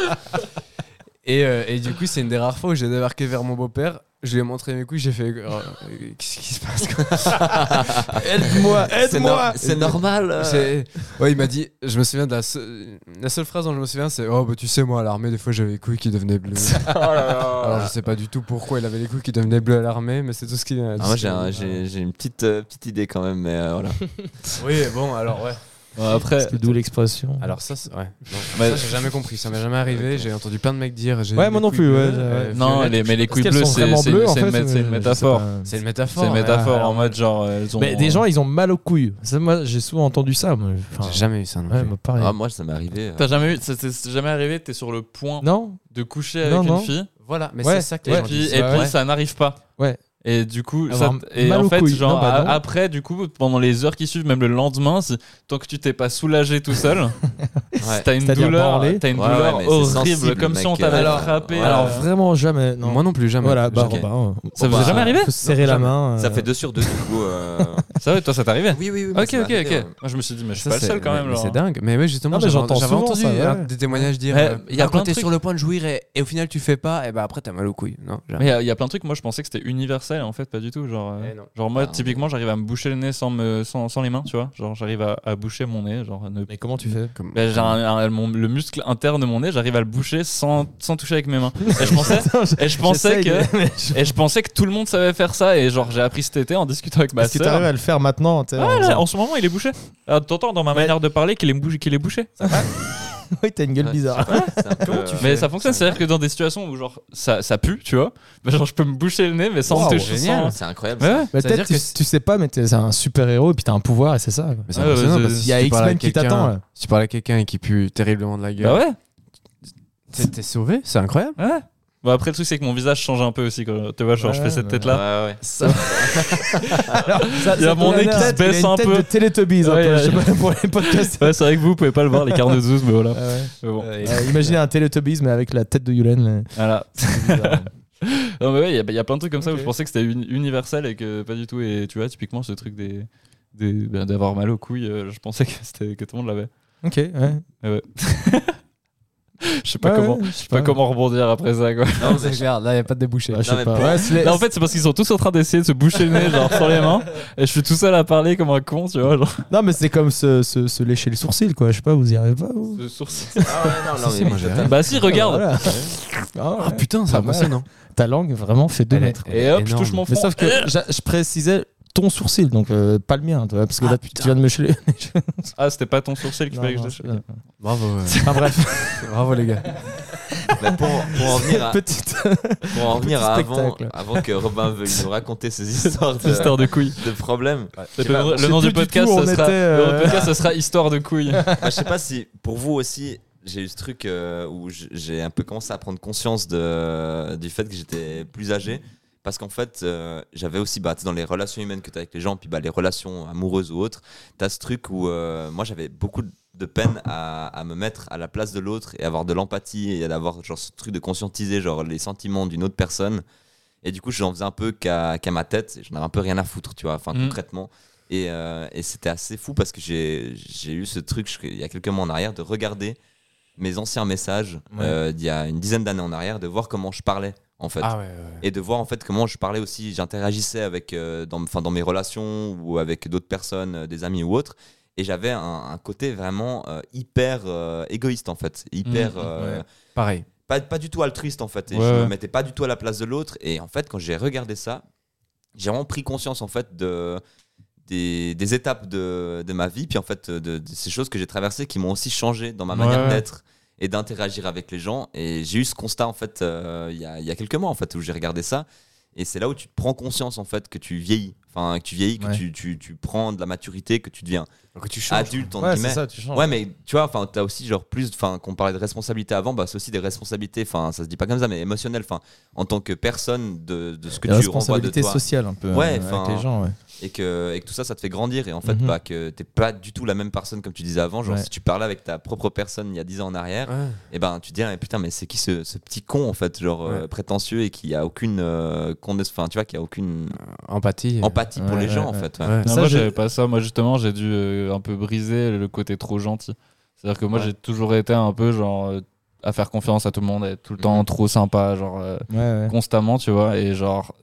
S3: Et, euh, et du coup, c'est une des rares fois où j'ai débarqué vers mon beau-père. Je lui ai montré mes couilles, j'ai fait. Oh, euh, Qu'est-ce qui se passe quoi
S5: Aide-moi,
S3: aide-moi.
S5: C'est normal. euh.
S3: C'est- Ouais, il m'a dit. Je me souviens de la, se- la seule phrase dont je me souviens, c'est Oh, bah tu sais, moi à l'armée, des fois j'avais les couilles qui
S1: (laughs)
S3: devenaient bleues.
S1: Oh
S3: Alors, je sais pas du tout pourquoi il avait les couilles qui devenaient bleues à l'armée, mais c'est tout ce qu'il a
S2: Ah,
S3: Euh,
S5: Ah, moi j'ai un- j'ai- j'ai une petite, euh, petite idée quand même, mais euh, voilà.
S3: Oui, bon, alors ouais.
S2: Bon, après,
S1: C'est D'où l'expression.
S3: Alors ça, c'est- ouais. Non,
S2: Ouais.
S3: ça j'ai jamais compris, ça m'est jamais arrivé. J'ai entendu plein de mecs dire. j'ai
S1: Ouais,
S3: les
S1: moi non
S3: couilles
S1: plus,
S3: bleues,
S1: ouais,
S3: euh,
S1: ouais.
S2: non,
S3: violettes.
S2: les, mais les
S1: Est-ce
S2: couilles
S1: qu'elles sont
S2: bleues, c'est
S1: vraiment
S2: c'est
S1: bleues,
S2: une,
S1: en
S2: c'est une
S1: fait,
S2: mé- c'est
S1: je-
S2: une
S1: je sais
S2: métaphore.
S1: pas.
S3: C'est une
S2: C'est
S3: métaphore.
S2: une
S3: ouais.
S2: métaphore hein.
S3: Ah,
S2: en
S3: ouais.
S2: mode genre. elles ont- euh,
S1: Mais des gens, ils ont mal aux couilles. Ça, moi, j'ai souvent entendu ça. mais, enfin,
S3: J'ai jamais eu ça. Non
S1: ouais,
S3: plus.
S1: mais pareil.
S5: Ah, moi, ça m'est arrivé. euh,
S2: T'as jamais eu, ça t'est jamais arrivé, t'es sur le point
S1: Non
S2: de coucher
S1: Non,
S2: avec
S1: non.
S2: une fille,
S3: Voilà, mais
S1: Ouais.
S3: c'est ça que
S2: et
S3: les gens
S2: puis,
S3: disent.
S2: et puis
S1: ouais.
S2: ça n'arrive pas.
S1: Ouais.
S2: Et du coup, ça,
S1: Avoir
S2: et
S1: mal
S2: en
S1: aux
S2: fait,
S1: couilles.
S2: genre,
S1: Non, bah
S2: a-
S1: non.
S2: après, du coup, pendant les heures qui suivent, même le lendemain, si- tant que tu t'es pas soulagé tout (laughs) seul,
S5: Ouais.
S2: t'as une
S1: C'est-à-dire
S2: douleur,
S1: branlé.
S2: t'as une
S5: Ouais,
S2: douleur
S5: ouais, mais c'est
S2: horrible,
S5: sensible,
S2: comme
S5: mec.
S2: si on t'avait
S5: Alors-
S2: attrapé.
S5: Ouais.
S1: Alors,
S2: euh,
S1: vraiment, jamais. Non.
S3: Moi non plus, jamais.
S1: Voilà, bah,
S5: Ok.
S1: Robin, euh,
S2: Ça vous
S5: Bah,
S2: est jamais arrivé
S1: faut se serrer la
S5: jamais.
S1: main.
S5: Ça
S1: euh,
S5: fait deux sur deux, du coup. euh,
S2: Ça ouais, toi, ça t'est arrivé
S5: Oui, oui, oui. moi,
S2: Ok,
S5: ça m'est
S2: ok,
S5: arrivé,
S2: ok.
S5: ouais.
S2: Moi, je me suis dit, mais je suis
S3: Ça,
S2: pas le
S3: c'est-
S2: seul quand
S3: mais-
S2: même.
S3: mais
S2: genre.
S3: C'est dingue. Mais oui, justement,
S1: Non, mais
S3: j'avais
S1: j'entends
S3: j'avais
S1: souvent
S3: entendu
S1: ça, ouais.
S3: hein, des témoignages dire.
S2: Mais
S3: euh,
S2: il y a
S3: ah,
S2: plein
S3: quand
S2: de
S3: t'es
S2: trucs.
S3: sur le point de jouir et, et au final tu fais pas, et bah après t'as mal aux couilles. Non, genre.
S2: Mais il y a- il y, a plein de trucs, moi je pensais que c'était universel, en fait, pas du tout. Genre, euh,
S3: Eh non.
S2: genre moi,
S5: Ah,
S2: typiquement, j'arrive à me boucher le nez sans, me, sans, sans les mains, tu vois. Genre, j'arrive à, à boucher mon nez. Genre, à ne...
S1: Mais comment tu fais
S3: Comme-
S2: Ben, j'ai un- un- mon- le muscle interne de mon nez, j'arrive à le boucher sans, sans toucher avec mes mains. Et je pensais,
S1: (laughs)
S2: et je pensais que.
S1: J'essaye, mais
S2: (laughs)
S1: je-
S2: Et je pensais que tout le monde savait faire ça et genre j'ai appris cet été en discutant avec ma
S1: Est-ce que t'arrives
S2: Bah, sœur.
S1: à le faire maintenant tu sais, en
S2: Ah, là,
S1: disant,
S2: en ce moment il est bouché. Ah, T'entends dans ma manière de parler qu'il est, bouché- qu'il est bouché.
S1: Oui, t'as une gueule
S5: Ouais,
S1: bizarre.
S5: c'est pas- c'est un peu, euh,
S2: Mais ça fonctionne, c'est-à-dire que dans des situations où genre ça, ça pue, tu vois, bah, genre je peux me boucher le nez mais sans
S1: Wow,
S2: me toucher.
S5: Génial,
S2: sans-
S5: c'est incroyable.
S2: Ouais,
S5: ça.
S2: ouais.
S1: Mais
S3: C'est-à-dire
S1: Bah, peut-être tu,
S3: que c'est-
S1: tu sais pas, mais t'es c'est un super héros et puis t'as un pouvoir et c'est ça.
S3: Mais c'est
S2: Ouais,
S3: impressionnant
S2: ouais,
S3: parce
S2: c'est-
S3: que
S1: Il y a
S3: si tu parles à
S1: X-Men qui
S3: quelqu'un-
S1: t'attend.
S3: (laughs)
S1: là.
S3: Si tu parles à quelqu'un et qui pue terriblement de la
S2: Bah
S3: gueule,
S2: ouais,
S3: t'es t'es sauvé, c'est incroyable.
S2: ouais. Bon après le truc c'est que mon visage change un peu aussi quand tu vois genre je
S1: Ouais,
S2: fais cette
S1: ouais.
S2: tête là.
S5: Ouais, ouais.
S2: Il y a mon nez qui se
S1: Tête, il a
S2: baisse un
S1: une tête de
S2: peu.
S1: Teletubbies un
S2: Ouais,
S1: peu,
S2: ouais.
S1: je sais pas, pour les
S2: (laughs)
S1: podcasts.
S2: Ouais c'est vrai que vous vous pouvez pas le voir les carnes de Zeus mais voilà.
S1: Ah ouais.
S2: Mais bon.
S1: Euh, imaginez un Teletubbies mais avec la tête de Yulen.
S2: Voilà. Non, mais ouais, il y a- il y, a plein de trucs comme ça où
S1: Ok.
S2: je pensais que c'était uni- universel et que pas du tout. Et tu vois, typiquement, ce truc des. des- ben, d'avoir mal aux couilles, euh, je pensais (laughs) que, c'était- que tout le monde l'avait.
S1: Ok, ouais.
S2: Mais ouais. je sais pas
S1: Ouais,
S2: comment.
S1: ouais,
S2: Je sais pas comment rebondir après ça quoi.
S5: Non, mais-
S1: clair, là y a pas de débouché. Ah, je
S5: Non,
S1: sais
S5: mais
S1: pas.
S5: pour-
S1: Ouais, c'est les-
S2: Non, en fait, c'est parce qu'ils sont tous en train d'essayer de se boucher le nez, genre sans les mains, et je suis tout seul à parler comme un con, tu vois, genre.
S1: non, mais c'est comme se, se- se lécher le sourcil, quoi. Je sais pas, vous y arrivez pas vous
S2: de sourcil.
S5: Ah ouais, non,
S3: Si,
S5: non, mais
S3: si,
S5: oui,
S3: moi, j'ai
S2: (laughs)
S5: totalement.
S2: bah si, regarde.
S1: Voilà. Ah
S3: Ah
S1: ouais.
S3: putain, c'est
S1: Pas mal.
S3: impressionnant.
S1: Ta langue vraiment fait deux
S3: Elle est-
S1: mètres.
S3: elle est
S2: Et hop, je
S3: énorme.
S2: touche mon front.
S1: Mais sauf que j'a- je précisais ton sourcil, donc euh, pas le mien, tu vois, parce que
S3: Ah,
S1: là tu
S3: putain.
S1: viens de me chier.
S2: Ah, c'était pas ton sourcil qu'il
S1: Non,
S2: fallait que
S1: non,
S2: je
S1: c'est-
S2: lâche.
S1: non.
S3: Bravo. euh,
S1: Enfin bref,
S3: Bravo les gars.
S5: Mais pour, pour en venir à,
S1: petite.
S5: pour en venir à avant,
S1: spectacle.
S5: avant que Robin veuille nous raconter ses histoires de,
S2: Histoire de couilles.
S5: de problèmes,
S2: Le,
S5: pas,
S2: le
S1: je sais
S2: nom
S1: plus
S2: du
S1: du
S2: podcast,
S1: tout où
S2: ça
S1: on
S2: sera,
S1: était, euh.
S2: le nom du podcast, ça sera Histoire
S1: (laughs)
S2: de couilles.
S5: Moi, je sais pas si pour vous aussi, j'ai eu ce truc euh, où j- j'ai un peu commencé à prendre conscience de, du fait que j'étais plus âgé. Parce qu'en fait, euh, j'avais aussi, bah, tu sais, dans les relations humaines que tu as avec les gens, puis bah, les relations amoureuses ou autres, tu as ce truc où euh, moi j'avais beaucoup de peine à, à me mettre à la place de l'autre et avoir de l'empathie et d'avoir genre, ce truc de conscientiser genre, les sentiments d'une autre personne. Et du coup, j'en faisais un peu qu'à qu'à ma tête, et j'en avais un peu rien à foutre, tu vois, enfin
S2: Mm.
S5: concrètement. Et, euh, et c'était assez fou parce que j'ai j'ai eu ce truc je- il y a quelques mois en arrière de regarder mes anciens messages
S1: Ouais.
S5: euh, d'il y a une dizaine d'années en arrière, de voir comment je parlais en fait.
S3: Ah ouais, ouais, ouais.
S5: Et de voir en fait comment je parlais aussi, j'interagissais avec, euh, dans, enfin, dans mes relations ou avec d'autres personnes, euh, des amis ou autres. Et j'avais un, un côté vraiment euh, hyper euh, égoïste en fait, hyper
S2: Mhm.
S5: euh,
S3: Mmh. Ouais. Pareil.
S5: pas, pas du tout altruiste en fait. Et
S2: Ouais,
S5: je
S2: ouais.
S5: me mettais pas du tout à la place de l'autre. Et en fait, quand j'ai regardé ça, j'ai vraiment pris conscience en fait de, des, des étapes de, de ma vie, puis en fait de, de ces choses que j'ai traversées qui m'ont aussi changé dans ma manière
S2: Ouais.
S5: d'être et d'interagir avec les gens. Et j'ai eu ce constat en fait euh, il y, a, il y a quelques mois en fait où j'ai regardé ça. Et c'est là où tu te prends conscience en fait que tu vieillis, enfin que tu vieillis, que
S1: Ouais.
S5: tu, tu, tu prends de la maturité, que tu deviens
S3: Donc tu changes.
S5: adulte en
S1: Ouais, c'est
S5: guillemets.
S1: ça, tu changes.
S5: Ouais, mais tu vois, enfin, t'as aussi genre plus, enfin, qu'on parlait de responsabilité avant, bah, c'est aussi des responsabilités, enfin, ça se dit pas comme ça, mais émotionnelles, enfin, en tant que personne de, de ce que
S1: La
S5: tu renvoies de
S1: responsabilité
S5: toi,
S1: sociale un peu
S5: Ouais,
S1: euh,
S5: enfin,
S1: avec les gens, ouais.
S5: et que, et que tout ça, ça te fait grandir, et en fait,
S1: Mhm.
S5: bah, que t'es pas du tout la même personne comme tu disais avant, genre,
S1: Ouais.
S5: si tu parlais avec ta propre personne il y a 10 ans en arrière,
S3: Ouais.
S5: et ben, tu te dis, ah, mais putain, mais c'est qui ce, ce petit con, en fait, genre, euh,
S3: Ouais.
S5: prétentieux et qui a aucune, euh, condescendance, enfin, tu vois, qui a aucune
S3: Empathie.
S5: empathie pour
S1: Ouais,
S5: les
S1: ouais,
S5: gens, en
S1: ouais.
S5: fait, ouais.
S3: Ouais.
S2: Non,
S1: Ça,
S2: Ah, moi,
S1: j'ai-
S2: j'avais pas ça. Moi, justement, j'ai dû euh, un peu briser le côté trop gentil. C'est-à-dire que moi, j'ai toujours été un peu genre euh, à faire confiance à tout le monde, à être tout le temps trop sympa, genre euh,
S1: Mhm. Ouais, ouais.
S2: constamment, tu vois. Et genre,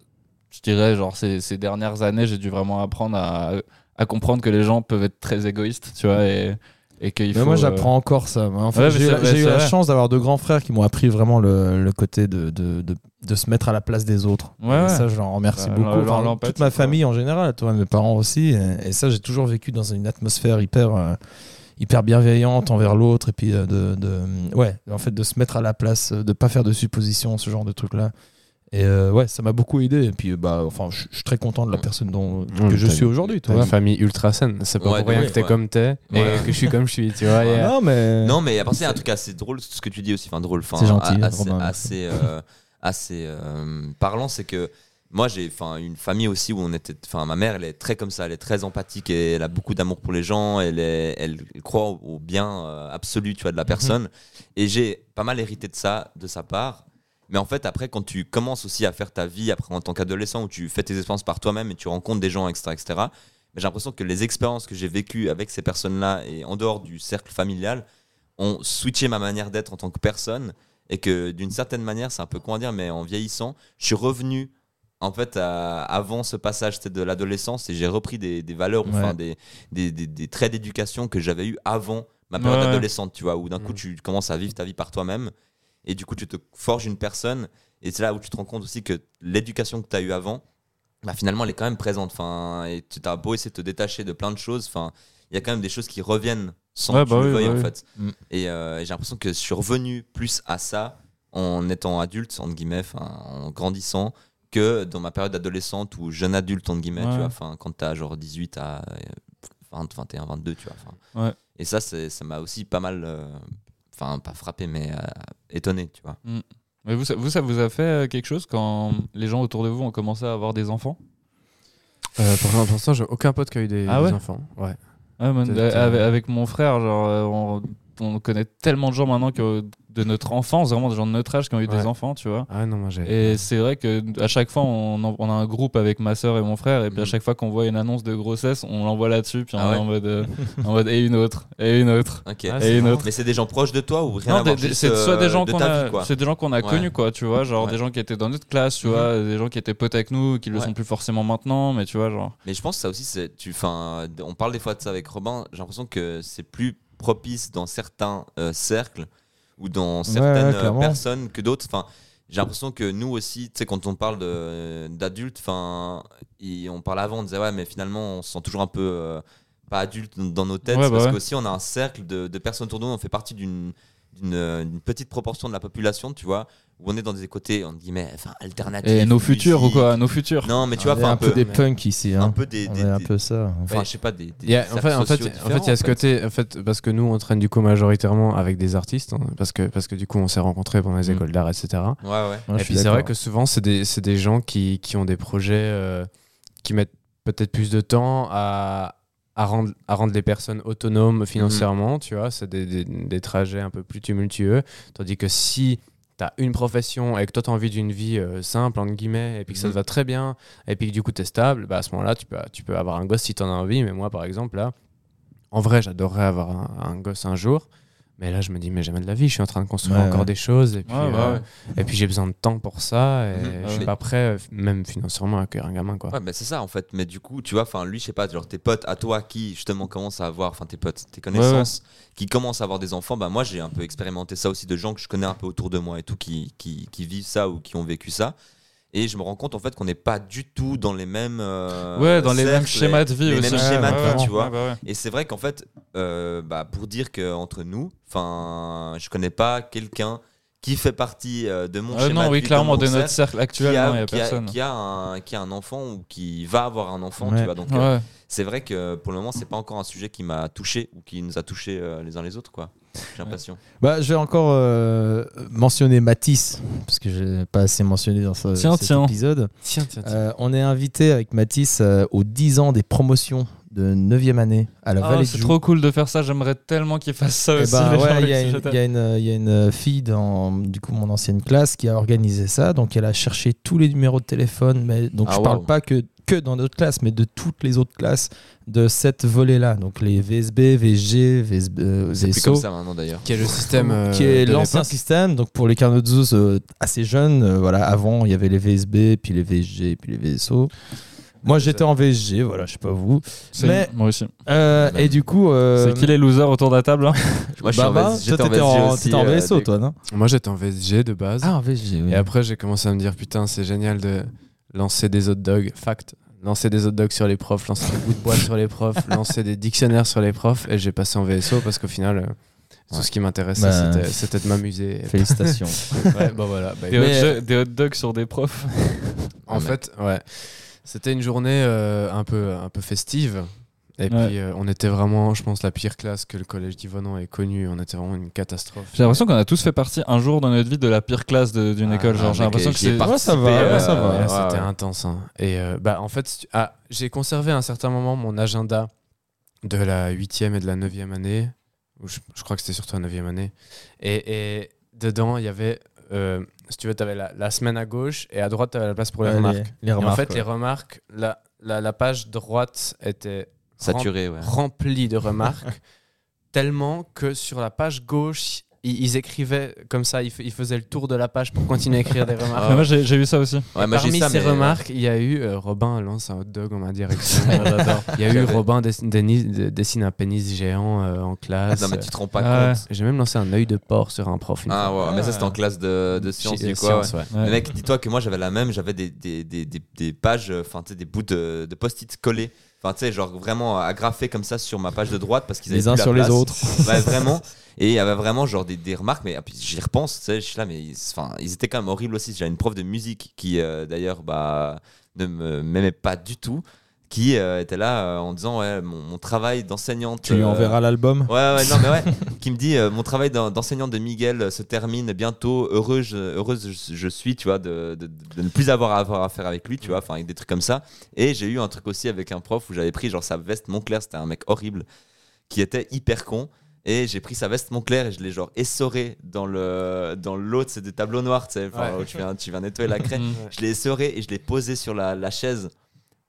S2: je dirais, genre, ces, ces dernières années, j'ai dû vraiment apprendre à, à comprendre que les gens peuvent être très égoïstes, tu vois, et, et qu'il
S1: Mais
S2: faut.
S1: moi
S2: euh,
S1: j'apprends encore ça. En fait,
S2: Ouais, mais
S1: j'ai eu
S2: c'est
S1: la,
S2: vrai,
S1: j'ai eu
S2: c'est
S1: la
S2: vrai.
S1: chance d'avoir deux grands frères qui m'ont appris vraiment le, le côté de, de, de, de se mettre à la place des autres.
S2: Ouais, ouais.
S1: Et ça, je leur remercie
S2: Bah,
S1: beaucoup.
S2: leur- leur
S1: Enfin,
S2: l'empathie,
S1: toute ma
S2: quoi.
S1: famille en général, toi, mes parents aussi. Et, et ça, j'ai toujours vécu dans une atmosphère hyper, euh, hyper bienveillante envers l'autre et puis euh, de, de- ouais en fait de se mettre à la place euh, de pas faire de suppositions ce genre de truc là et euh, ouais ça m'a beaucoup aidé et puis euh, bah enfin je je suis très content de la personne dont
S3: Ouais,
S1: que je
S3: t'as-
S1: suis aujourd'hui tu
S3: T'as une
S1: vois
S3: famille ultra saine. C'est pas
S5: Ouais,
S3: pour rien
S5: ouais,
S3: que t'es
S5: ouais.
S3: comme t'es et
S5: Ouais.
S3: que je suis comme je suis, tu vois. et, euh,
S1: non mais
S5: Non, mais à part ça, il y a un truc assez drôle, ce que tu dis aussi, enfin drôle, enfin,
S1: C'est gentil,
S5: a- assez,
S1: Robin, merci.
S5: assez, euh, assez, euh, parlant, c'est que moi j'ai enfin une famille aussi où on était, enfin ma mère elle est très comme ça, elle est très empathique et elle a beaucoup d'amour pour les gens, elle est- elle croit au- au bien euh, absolu, tu vois,
S1: Mhm.
S5: de la personne. Et j'ai pas mal hérité de ça de sa part. Mais en fait, après, quand tu commences aussi à faire ta vie, après en tant qu'adolescent, où tu fais tes expériences par toi-même et tu rencontres des gens, etc., etc., mais j'ai l'impression que les expériences que j'ai vécues avec ces personnes-là et en dehors du cercle familial ont switché ma manière d'être en tant que personne et que d'une certaine manière, c'est un peu con à dire, mais en vieillissant, je suis revenu en fait à- avant ce passage tu sais, de l'adolescence et j'ai repris des, des valeurs, enfin
S1: Ouais.
S5: des, des, des- des traits d'éducation que j'avais eu avant ma période
S2: Ouais. Mm.
S5: adolescente, tu vois, où d'un coup tu commences à vivre ta vie par toi-même et du coup tu te forges une personne et c'est là où tu te rends compte aussi que l'éducation que tu as eue avant, bah, finalement elle est quand même présente. Enfin, et tu as beau essayer de te détacher de plein de choses, enfin, il y a quand même des choses qui reviennent sans
S2: Ouais,
S5: que
S2: bah
S5: tu le
S2: oui,
S5: veuilles
S2: bah
S5: en
S2: oui.
S5: fait.
S2: Mm.
S5: Et euh, j'ai l'impression que je suis revenu plus à ça en étant adulte, entre guillemets, enfin, en grandissant, que dans ma période adolescente ou jeune adulte, entre guillemets,
S2: Ouais.
S5: tu vois, enfin, quand tu as genre 18 à euh, 20, 21, 22, tu vois. enfin.
S2: Ouais.
S5: Et ça, c'est- ça m'a aussi pas mal, euh, enfin, pas frappé, mais euh, étonné, tu vois.
S2: Mais vous, ça- vous, ça vous a fait euh, quelque chose quand les gens autour de vous ont commencé à avoir des enfants
S3: euh, pour pour l'instant, j'ai aucun pote qui a eu des,
S2: Ah ouais
S3: des enfants. Ouais.
S2: Ouais, man,
S3: Peut-être,
S2: euh,
S3: euh,
S2: avec, avec mon frère, genre, euh, on, on connaît tellement de gens maintenant que de notre enfance, vraiment des gens de notre âge qui ont eu
S3: Ouais.
S2: des enfants, tu vois.
S3: Ah non, moi j'ai.
S2: Et c'est vrai que à chaque fois, on, en- on a un groupe avec ma soeur et mon frère, et puis à
S5: Mhm.
S2: chaque fois qu'on voit une annonce de grossesse, on l'envoie là-dessus, puis on
S5: Ah ouais
S2: est en mode,
S5: (laughs)
S2: euh, en mode et une autre, et une autre.
S5: Ok.
S3: Ah,
S2: Et une
S3: marrant.
S2: autre.
S5: Mais c'est des gens proches de toi ou rien
S2: Non,
S5: à voir
S2: des- des-
S5: juste,
S2: c'est soit
S5: euh,
S2: des gens
S5: de
S2: qu'on
S5: ta
S2: a,
S5: vie, quoi.
S2: c'est des gens qu'on a
S5: Ouais.
S2: connus quoi, tu vois, genre
S5: Ouais.
S2: des gens qui étaient dans notre classe, tu
S5: Mhm.
S2: vois, des gens qui étaient potes avec nous, qui le
S5: Ouais.
S2: sont plus forcément maintenant, mais tu vois genre.
S5: Mais je pense que ça aussi, c'est, tu, 'fin, on parle des fois de ça avec Robin. J'ai l'impression que c'est plus propice dans certains euh, cercles ou dans certaines euh,
S1: clairement.
S5: personnes que d'autres. Enfin, j'ai l'impression que nous aussi, tu sais, quand on parle de- d'adultes, enfin, il- on parle avant, on disait ouais, mais finalement, on se sent toujours un peu euh, pas adulte dans nos têtes
S2: Ouais, bah
S5: parce
S2: ouais.
S5: qu'aussi on a un cercle de, de personnes autour de nous. On fait partie d'une d'une euh, d'une petite proportion de la population, tu vois, où on est dans des côtés, on dit mais enfin alternatifs.
S2: Et nos futurs ou
S5: musique.
S2: quoi, nos futurs.
S5: Non, mais tu
S1: on
S5: vois,
S1: est
S5: enfin,
S1: un, peu, des punks ici hein.
S5: un peu des,
S1: on
S5: des-
S1: est un
S5: des-
S1: peu ça hein.
S5: Enfin,
S3: Ouais.
S5: je sais pas, des. des
S3: Il y a- en fait,
S5: cercles
S3: en fait,
S5: sociaux
S3: en fait, il y a ce
S5: différents,
S3: côté, en fait, parce que nous, on traîne du coup majoritairement avec des artistes, hein, parce que parce que du coup, on s'est rencontrés pendant les
S1: Mm.
S3: écoles d'art, etc.
S5: Ouais, ouais.
S1: Ouais, je
S3: et
S1: suis
S3: puis c'est vrai
S1: d'accord.
S3: que souvent, c'est des, c'est des gens qui, qui ont des projets euh, qui mettent peut-être plus de temps à, à, rendre, à rendre les personnes
S1: Mhm.
S3: autonomes financièrement, tu vois. C'est des, des- des trajets un peu plus tumultueux. Tandis que si tu as une profession et que toi, tu as envie d'une vie euh, simple, entre guillemets, et puis que
S1: Mhm.
S3: ça te va très bien, et puis que du coup, tu es stable, bah, à ce moment-là, tu peux, tu peux avoir un gosse si tu en as envie. Mais moi, par exemple, là, en vrai, j'adorerais avoir un, un gosse un jour. Mais là, je me dis, mais jamais de la vie, je suis en train de construire
S1: Ouais,
S3: encore
S1: ouais.
S3: des choses. Et puis,
S2: Ouais, ouais,
S3: euh,
S2: ouais.
S3: et puis j'ai besoin de temps pour ça et
S5: Mhm.
S3: je
S5: Ah
S3: suis
S5: oui.
S3: pas prêt, euh, f- même financièrement, à accueillir un gamin quoi.
S5: Ouais, mais c'est ça en fait. Mais du coup, tu vois, enfin, lui, je sais pas, genre tes potes à toi qui justement commencent à avoir, enfin, tes potes, tes connaissances qui commencent à avoir des enfants, bah moi j'ai un peu expérimenté ça aussi de gens que je connais un peu autour de moi et tout qui, qui, qui vivent ça ou qui ont vécu ça. Et je me rends compte en fait qu'on n'est pas du tout dans les mêmes. euh,
S2: ouais, dans les
S5: cercles,
S2: mêmes schémas de vie
S5: les
S2: aussi.
S5: mêmes
S2: Ouais,
S5: schémas de
S2: ouais,
S5: vie, tu
S2: ouais,
S5: vois.
S2: bah ouais.
S5: Et c'est vrai qu'en fait, euh, bah, pour dire qu'entre nous, enfin, je connais pas quelqu'un qui fait partie euh, de mon
S2: Euh,
S5: schéma
S2: non,
S5: de
S2: oui,
S5: vie,
S2: clairement,
S5: mon
S2: de notre cercle
S5: cercle, qui
S2: actuel,
S5: a,
S2: non, il n'y a
S5: qui a-
S2: personne.
S5: qui a un, qui a un enfant ou qui va avoir un enfant,
S1: Ouais.
S5: tu vois. Donc, euh,
S2: Ouais.
S5: c'est vrai que pour le moment, c'est pas encore un sujet qui m'a touché ou qui nous a touché les uns les autres, quoi. J'ai l'impression.
S1: Bah, je vais encore euh, mentionner Matisse, parce que je l'ai pas assez mentionné dans ce,
S2: Tiens,
S1: cet
S2: tiens.
S1: épisode.
S3: Tiens, tiens,
S1: Euh, on est invité avec Matisse euh, aux 10 ans des promotions de 9e année à la
S2: Ah,
S1: Vallée
S2: c'est
S1: de Joux.
S2: trop cool de faire ça, j'aimerais tellement qu'ils fassent ça
S1: Eh
S2: aussi.
S1: ben,
S2: les gens
S1: ouais,
S2: avec
S1: il y, a
S2: qui
S1: une-
S2: j'étais.
S1: il y a une- il y a une fille dans du coup mon ancienne classe qui a organisé ça, donc elle a cherché tous les numéros de téléphone, mais donc
S5: Ah,
S1: je
S5: wow.
S1: parle pas que que dans notre classe, mais de toutes les autres classes de cette volée-là, donc les VSB, VG, VSB, euh,
S5: C'est plus
S1: VSO.
S5: comme ça maintenant d'ailleurs.
S3: Qui est le système euh,
S1: qui est
S3: de
S1: l'ancien
S3: l'époque.
S1: système. Donc pour les carnets de Zeus euh, assez jeunes, euh, voilà, avant il y avait les VSB, puis les VSG, puis les VSO. Moi j'étais en VSG, voilà, je sais pas vous.
S2: C'est-
S1: Mais-
S2: Moi aussi.
S1: Euh,
S5: Même.
S1: et du coup, euh,
S2: C'est qui les losers autour de la table hein
S5: Moi, je suis en
S1: Baba,
S5: VS-
S1: toi,
S5: j'étais en
S1: t'étais
S5: VSG
S1: en,
S5: aussi,
S1: t'étais en
S5: euh,
S1: VSO,
S5: des-
S1: toi, non
S3: Moi j'étais en VSG de
S1: Ah.
S3: base.
S1: en VSG, oui.
S3: Et après j'ai commencé à me dire putain c'est génial de lancer des hot dogs. Fact. lancer des hot dogs sur les profs, lancer des bouts de bois sur les profs, lancer des dictionnaires sur les profs. Et j'ai passé en VSO parce qu'au final, euh, tout
S1: Ouais.
S3: ce qui m'intéressait,
S1: Bah,
S3: c'était- c'était de m'amuser.
S1: (laughs) Félicitations.
S3: Ouais, bah voilà. Bah,
S2: Des,
S3: mais,
S2: hot dogs- des hot dogs sur des profs.
S3: en fait, ouais. C'était une journée euh, un, peu, un peu festive. Et puis, euh, on était vraiment, je pense, la pire classe que le collège d'Ivonan ait connue. On était vraiment une catastrophe.
S2: J'ai l'impression qu'on a tous fait partie un jour dans notre vie de la pire classe de- d'une
S3: Ah,
S2: école. Genre,
S5: ah,
S2: j'ai
S5: mec,
S2: l'impression que
S5: j'y ai
S2: c'est.
S5: pas-
S1: Ouais, ça va,
S2: participer,
S1: ouais, ça
S3: Ouais,
S1: va.
S5: euh,
S3: c'était
S5: ouais.
S3: intense. hein. Et euh, bah, en fait, si tu- ah, j'ai conservé à un certain moment mon agenda de la 8e et de la 9e année. Ou je, je crois que c'était surtout la 9e année. Et, et dedans, il y avait, euh, si tu veux, tu avais la, la semaine à gauche et à droite, tu avais la place pour les
S1: Ouais,
S3: remarques.
S1: les- les
S3: Et en
S1: remarques,
S3: fait,
S1: ouais.
S3: les remarques, la, la, la page droite était rem-
S5: Saturé, ouais.
S3: remplie de
S5: (laughs)
S3: remarques, tellement que sur la page gauche, ils, ils écrivaient comme ça, ils, fa- ils faisaient le tour de la page pour continuer à écrire
S5: (laughs)
S3: des remarques.
S2: Mais moi, j'ai j'ai eu ça aussi.
S5: Ouais, Ah moi, j'ai
S3: Parmi
S5: ça,
S3: ces
S5: mais-
S3: remarques, il y a eu euh, Robin lance un hot dog en ma
S5: (laughs)
S3: direction.
S5: Ah,
S3: il y a eu Robin dess- déni- de- dessine un pénis géant euh, en
S5: Ah,
S3: classe. Euh,
S5: non, mais tu te rends pas
S2: Ah,
S5: compte.
S3: J'ai même lancé un œil de porc sur un prof. une
S5: Ah,
S3: fois.
S5: ouais, mais ça, c'était en classe de,
S2: Ah
S5: de
S3: Chi-
S5: sciences,
S3: euh,
S5: du quoi. ouais.
S3: science, ouais.
S2: Ouais.
S5: Mais mec, dis-toi que moi j'avais la même, j'avais des, des, des, des, des pages, euh, enfin tu sais, des bouts de, de post-it collés, enfin tu sais, genre vraiment agrafés comme ça sur ma page de droite parce qu'ils avaient
S1: les uns
S5: plus la
S1: sur les
S5: place.
S1: autres.
S5: (laughs) Ouais, vraiment. Et il y avait vraiment genre des, des remarques, mais ah, puis j'y repense, tu sais, je suis là, mais ils, enfin, ils étaient quand même horribles aussi. J'avais une prof de musique qui euh, d'ailleurs bah, ne me- m'aimait pas du tout, qui euh, était là euh, en disant ouais, mon, mon travail d'enseignante.
S1: Tu lui
S5: euh,
S1: enverras l'album.
S5: Ouais, ouais, non, mais ouais, qui me dit euh, mon travail d'en- d'enseignant de Miguel euh, se termine bientôt. Heureux, je, heureuse, je, je suis, tu vois, de, de- de ne plus avoir à avoir affaire avec lui, tu vois, enfin, avec des trucs comme ça. Et j'ai eu un truc aussi avec un prof où j'avais pris genre sa veste Montclair, c'était un mec horrible qui était hyper con. Et j'ai pris sa veste Montclair et je l'ai genre essoré dans le dans l'autre, c'est des tableaux noirs, tu sais, enfin,
S3: Ouais.
S5: où tu viens, tu viens nettoyer la craie.
S2: Mm.
S5: Je l'ai essoré et je l'ai posé sur la, la chaise,